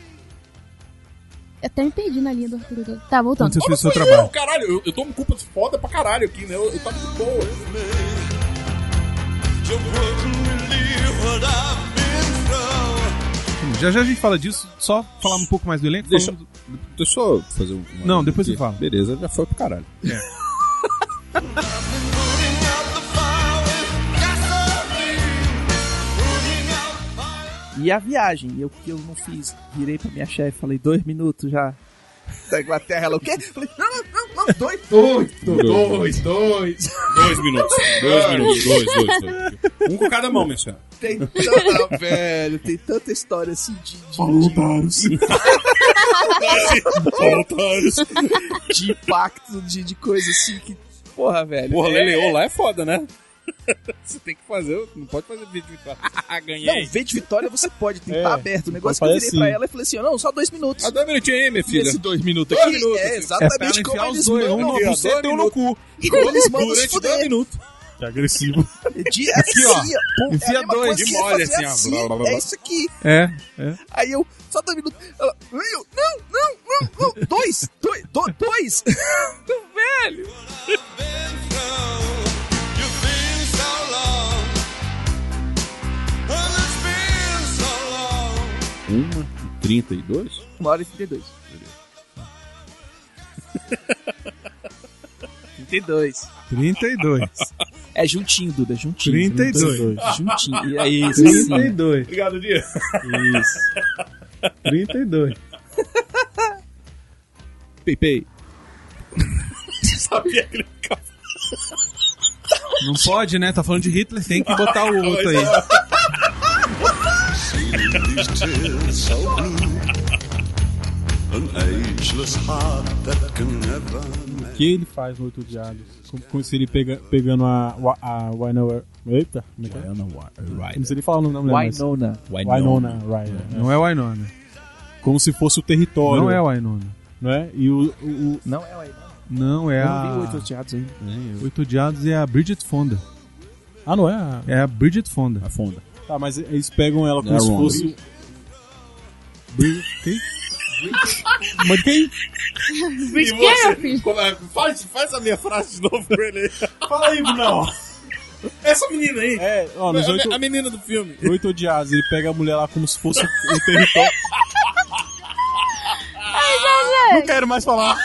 [SPEAKER 1] Eu até me perdi na linha do Arthur agora. Tá, voltando.
[SPEAKER 16] é
[SPEAKER 11] Quando você fez o seu trabalho.
[SPEAKER 2] Caralho, eu, eu tomo culpa de foda pra caralho aqui, né? Eu, eu tava de boa.
[SPEAKER 15] You wouldn't believe what I've been through.
[SPEAKER 11] Já já a gente fala disso, só falar um pouco mais do elenco.
[SPEAKER 2] Deixa-
[SPEAKER 11] falando-
[SPEAKER 2] Deixa eu fazer um. uma-
[SPEAKER 11] Não, depois
[SPEAKER 2] aqui.
[SPEAKER 11] você fala.
[SPEAKER 2] Beleza, já foi pro caralho.
[SPEAKER 15] Putting out the fire with gasoline. Putting out
[SPEAKER 8] E a viagem, e eu que eu não fiz. Virei pra minha chefe, falei, dois minutos já. Da Inglaterra, ela o quê? Falei, não, não, não, dois.
[SPEAKER 2] Dois, dois. Dois minutos. Dois minutos, dois, dois, dois. Um com cada mão, minha senhora.
[SPEAKER 8] Tem tanta, velho, tem tanta história assim de, de,
[SPEAKER 2] Otários.
[SPEAKER 8] de, de impacto, de, de coisa assim que. Porra, velho.
[SPEAKER 2] Porra,
[SPEAKER 8] é-
[SPEAKER 2] Leleô lá é foda, né? Você tem que fazer, não pode fazer vídeo. Ganhei.
[SPEAKER 8] É, Não, V de vitória você pode, tem que
[SPEAKER 5] É,
[SPEAKER 8] estar aberto. O negócio que
[SPEAKER 5] pode
[SPEAKER 8] eu
[SPEAKER 5] fazer
[SPEAKER 8] virei pra
[SPEAKER 5] assim.
[SPEAKER 8] ela e falei assim: não, só dois minutos.
[SPEAKER 2] Ah, dois minutinhos aí, minha filha.
[SPEAKER 8] Nesse dois minutos
[SPEAKER 2] Dois
[SPEAKER 8] aqui.
[SPEAKER 2] minutos, assim.
[SPEAKER 8] é
[SPEAKER 2] filho.
[SPEAKER 8] exatamente como eles mandam.
[SPEAKER 2] no
[SPEAKER 8] Como
[SPEAKER 2] buceta e um no cu.
[SPEAKER 8] eles mandam se
[SPEAKER 2] Durante dois
[SPEAKER 8] fuder.
[SPEAKER 2] minutos.
[SPEAKER 5] Que agressivo.
[SPEAKER 8] De assim, ó. Pô,
[SPEAKER 11] Enfia
[SPEAKER 8] é a mesma
[SPEAKER 11] dois.
[SPEAKER 8] coisa que
[SPEAKER 2] De
[SPEAKER 8] você
[SPEAKER 2] molho,
[SPEAKER 8] fazer
[SPEAKER 2] assim, ó. Blá, blá, blá,
[SPEAKER 8] É
[SPEAKER 2] blá.
[SPEAKER 8] isso aqui.
[SPEAKER 11] É.
[SPEAKER 8] Aí eu, só dois minutos. Ela, eu, não, não, não, não. Dois, dois, do- dois. Velho.
[SPEAKER 15] been through. You've been so long. Well, it's been so long.
[SPEAKER 2] Uma e
[SPEAKER 17] 32?
[SPEAKER 8] Uma hora e 32. 32.
[SPEAKER 16] 32.
[SPEAKER 8] É juntinho, Duda, juntinho.
[SPEAKER 16] 32.
[SPEAKER 8] Juntinho. E é isso, assim.
[SPEAKER 16] 32.
[SPEAKER 17] Obrigado, Dias.
[SPEAKER 16] Isso. 32.
[SPEAKER 8] Peipei.
[SPEAKER 17] Sabia que ele ficava.
[SPEAKER 16] Não pode, né? Tá falando de Hitler, tem que botar o outro aí.
[SPEAKER 18] Ceiling is still so blue. An ageless heart that can never
[SPEAKER 5] O que ele faz no outro diário? Como, como se ele pega, pegando a, wa- a Winona... Eita, como é que é? Como se ele fala o nome da mulher. mas-
[SPEAKER 8] Winona.
[SPEAKER 5] Winona Ryder.
[SPEAKER 16] Não é Winona.
[SPEAKER 5] Como se fosse o território.
[SPEAKER 16] Não é Winona.
[SPEAKER 5] Não é? E o... o- o-
[SPEAKER 8] Não é o Ainona.
[SPEAKER 16] Não, é
[SPEAKER 8] Eu não vi
[SPEAKER 16] a...
[SPEAKER 8] o Oito Teatros ainda.
[SPEAKER 16] Oito Odiados é a Bridget Fonda.
[SPEAKER 5] Ah, não é? a-
[SPEAKER 16] É a Bridget Fonda.
[SPEAKER 17] A fonda.
[SPEAKER 5] Tá, mas eles pegam ela como
[SPEAKER 17] Não é
[SPEAKER 5] se
[SPEAKER 17] Ron.
[SPEAKER 5] fosse... Bri- Quem? Mas quem?
[SPEAKER 1] Bridge Garfield.
[SPEAKER 17] Como é? Faz, faz a minha frase de novo pra ele.
[SPEAKER 5] Fala aí, não.
[SPEAKER 11] Essa menina aí.
[SPEAKER 5] É, ó, nos
[SPEAKER 11] a,
[SPEAKER 5] oito,
[SPEAKER 11] a menina do filme.
[SPEAKER 5] no oito odiados, ele pega a mulher lá como se fosse o território. Não quero mais falar.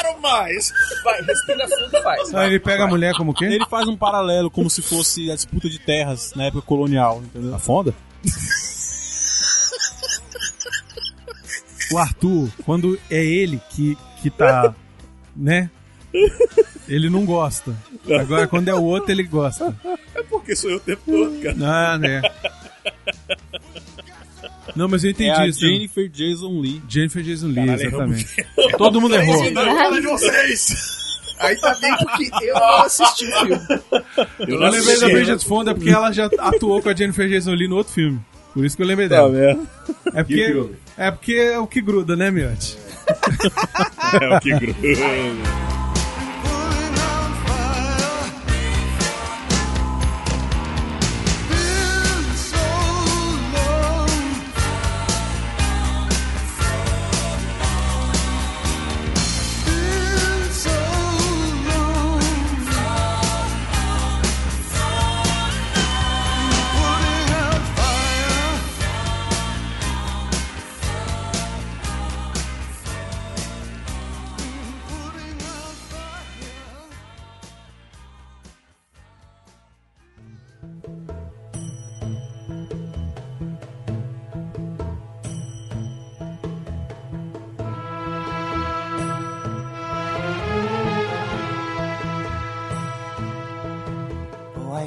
[SPEAKER 11] Quero mais.
[SPEAKER 8] Vai, respira fundo e faz.
[SPEAKER 16] Ah, ele pega a mulher como o quê?
[SPEAKER 5] Ele faz um paralelo como se fosse a disputa de terras na época colonial, entendeu?
[SPEAKER 17] A fonda?
[SPEAKER 16] O Arthur, quando é ele que, que tá, né? Ele não gosta. Agora, quando é o outro, ele gosta.
[SPEAKER 17] É Porque sou eu o tempo todo, cara.
[SPEAKER 16] Ah, né? Não, mas eu entendi
[SPEAKER 5] é a
[SPEAKER 16] isso. né?
[SPEAKER 5] Jennifer Jason Lee.
[SPEAKER 16] Jennifer Jason Lee,
[SPEAKER 17] Caralho,
[SPEAKER 16] exatamente. Todo mundo errou.
[SPEAKER 17] fala de vocês!
[SPEAKER 8] Ainda tá bem porque eu não assisti o filme.
[SPEAKER 17] Eu
[SPEAKER 16] Eu lembrei da Bridget Fonda porque ela já atuou com a Jennifer Jason Lee no outro filme. Por isso que eu lembrei dela. É
[SPEAKER 17] Tá Que
[SPEAKER 16] porque,
[SPEAKER 17] filme?
[SPEAKER 16] é porque é o que gruda, né, Miotti?
[SPEAKER 17] É o que grande.
[SPEAKER 18] Pulling on fire. Been so long. Been so long. Putting out fire. Putting out fire.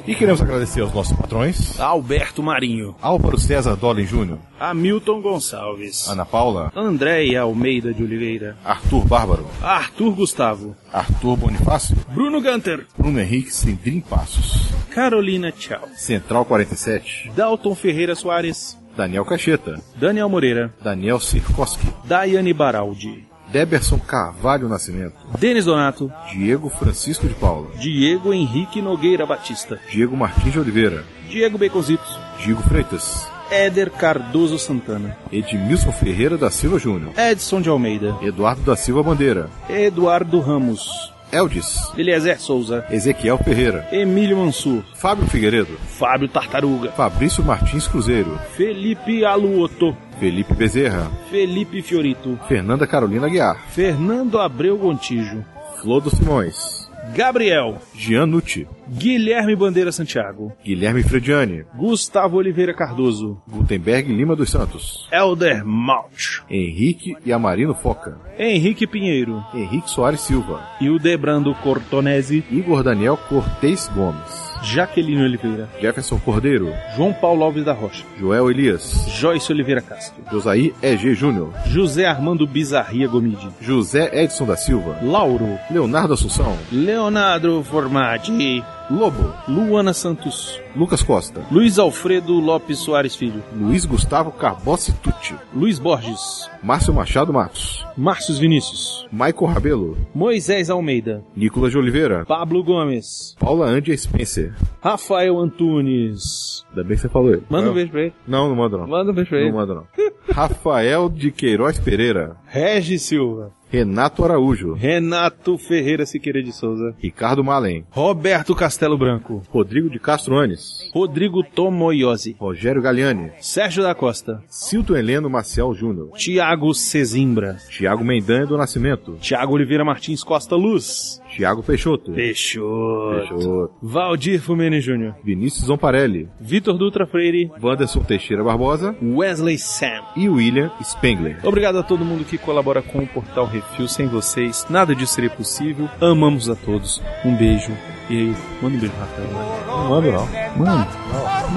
[SPEAKER 2] E queremos agradecer aos nossos patrões.
[SPEAKER 11] Alberto Marinho.
[SPEAKER 2] Álvaro César Dollen Júnior,
[SPEAKER 11] Hamilton Gonçalves.
[SPEAKER 2] Ana Paula,
[SPEAKER 11] Andréia Almeida de Oliveira.
[SPEAKER 2] Arthur Bárbaro,
[SPEAKER 11] Arthur Gustavo.
[SPEAKER 2] Arthur Bonifácio,
[SPEAKER 11] Bruno Gunter.
[SPEAKER 2] Bruno Henrique Sendrim Passos,
[SPEAKER 11] Carolina Tchau.
[SPEAKER 2] Central 47,
[SPEAKER 11] Dalton Ferreira Soares.
[SPEAKER 2] Daniel Cacheta,
[SPEAKER 11] Daniel Moreira.
[SPEAKER 2] Daniel Sirkoski,
[SPEAKER 11] Daiane Baraldi.
[SPEAKER 2] Deberson Carvalho Nascimento,
[SPEAKER 11] Denis Donato.
[SPEAKER 2] Diego Francisco de Paula,
[SPEAKER 11] Diego Henrique Nogueira Batista.
[SPEAKER 2] Diego Martins de Oliveira,
[SPEAKER 11] Diego Beconzitos.
[SPEAKER 2] Diego Freitas,
[SPEAKER 11] Éder Cardoso Santana.
[SPEAKER 2] Edmilson Ferreira da Silva Júnior,
[SPEAKER 11] Edson de Almeida.
[SPEAKER 2] Eduardo da Silva Bandeira,
[SPEAKER 11] Eduardo Ramos.
[SPEAKER 2] Eldis,
[SPEAKER 11] Eliezer Souza.
[SPEAKER 2] Ezequiel Ferreira,
[SPEAKER 11] Emílio Mansur.
[SPEAKER 2] Fábio Figueiredo,
[SPEAKER 11] Fábio Tartaruga.
[SPEAKER 2] Fabrício Martins Cruzeiro,
[SPEAKER 11] Felipe Aluoto.
[SPEAKER 2] Felipe Bezerra,
[SPEAKER 11] Felipe Fiorito.
[SPEAKER 2] Fernanda Carolina Guiar,
[SPEAKER 11] Fernando Abreu Gontijo.
[SPEAKER 2] Flodo Simões,
[SPEAKER 11] Gabriel.
[SPEAKER 2] Gian Nucci,
[SPEAKER 11] Guilherme Bandeira Santiago.
[SPEAKER 2] Guilherme Frediani,
[SPEAKER 11] Gustavo Oliveira Cardoso.
[SPEAKER 2] Gutenberg Lima dos Santos,
[SPEAKER 11] Elder Malt.
[SPEAKER 2] Henrique e Amarino Foca,
[SPEAKER 11] Henrique Pinheiro.
[SPEAKER 2] Henrique Soares Silva,
[SPEAKER 11] Hildebrando Cortonese.
[SPEAKER 2] Igor Daniel Cortez Gomes,
[SPEAKER 11] Jaqueline Oliveira.
[SPEAKER 2] Jefferson Cordeiro,
[SPEAKER 11] João Paulo Alves da Rocha.
[SPEAKER 2] Joel Elias,
[SPEAKER 11] Joyce Oliveira Castro.
[SPEAKER 2] Josaí EG Júnior,
[SPEAKER 11] José Armando Bizarria Gomide.
[SPEAKER 2] José Edson da Silva,
[SPEAKER 11] Lauro.
[SPEAKER 2] Leonardo Assunção,
[SPEAKER 11] Leonardo Formaggi.
[SPEAKER 2] Lobo,
[SPEAKER 11] Luana Santos.
[SPEAKER 2] Lucas Costa,
[SPEAKER 11] Luiz Alfredo Lopes Soares Filho.
[SPEAKER 2] Luiz Gustavo Carbossi Tucci,
[SPEAKER 11] Luiz Borges.
[SPEAKER 2] Márcio Machado Matos,
[SPEAKER 11] Márcios Vinícius.
[SPEAKER 2] Maicon Rabelo,
[SPEAKER 11] Moisés Almeida.
[SPEAKER 2] Nicolas de Oliveira,
[SPEAKER 11] Pablo Gomes.
[SPEAKER 2] Paula Andia Spencer,
[SPEAKER 11] Rafael Antunes.
[SPEAKER 2] ainda bem que você falou ele.
[SPEAKER 8] Manda
[SPEAKER 2] Não.
[SPEAKER 8] um beijo pra ele.
[SPEAKER 2] Não, não manda não.
[SPEAKER 8] Manda um beijo pra
[SPEAKER 2] Não
[SPEAKER 8] ele.
[SPEAKER 2] manda não. Rafael de Queiroz Pereira,
[SPEAKER 11] Regis Silva.
[SPEAKER 2] Renato Araújo.
[SPEAKER 6] Renato Ferreira Siqueira de Souza.
[SPEAKER 2] Ricardo Malen.
[SPEAKER 6] Roberto Castelo Branco.
[SPEAKER 2] Rodrigo de Castro Anes.
[SPEAKER 6] Rodrigo Tomoyose.
[SPEAKER 2] Rogério Galiani.
[SPEAKER 6] Sérgio da Costa.
[SPEAKER 2] Silton Heleno Maciel Júnior.
[SPEAKER 6] Tiago Cezimbra.
[SPEAKER 2] Tiago Mendanha do Nascimento.
[SPEAKER 6] Tiago Oliveira Martins Costa Luz.
[SPEAKER 2] Tiago Peixoto.
[SPEAKER 6] Peixoto.
[SPEAKER 2] Peixoto.
[SPEAKER 6] Valdir Fumene Júnior.
[SPEAKER 2] Vinícius Zomparelli.
[SPEAKER 6] Vitor Dutra Freire.
[SPEAKER 2] Wanderson Teixeira Barbosa.
[SPEAKER 6] Wesley Sam.
[SPEAKER 2] E William Spengler.
[SPEAKER 6] Obrigado a todo mundo que colabora com o Portal Refil. Sem vocês, nada disso seria possível. Amamos a todos. Um beijo. E aí, manda um beijo, Rafael. Né?
[SPEAKER 19] Não mando, não. Mano,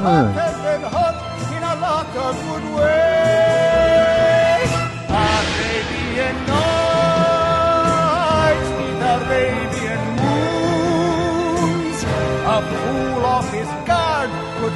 [SPEAKER 19] mano.
[SPEAKER 11] A fool off his guard could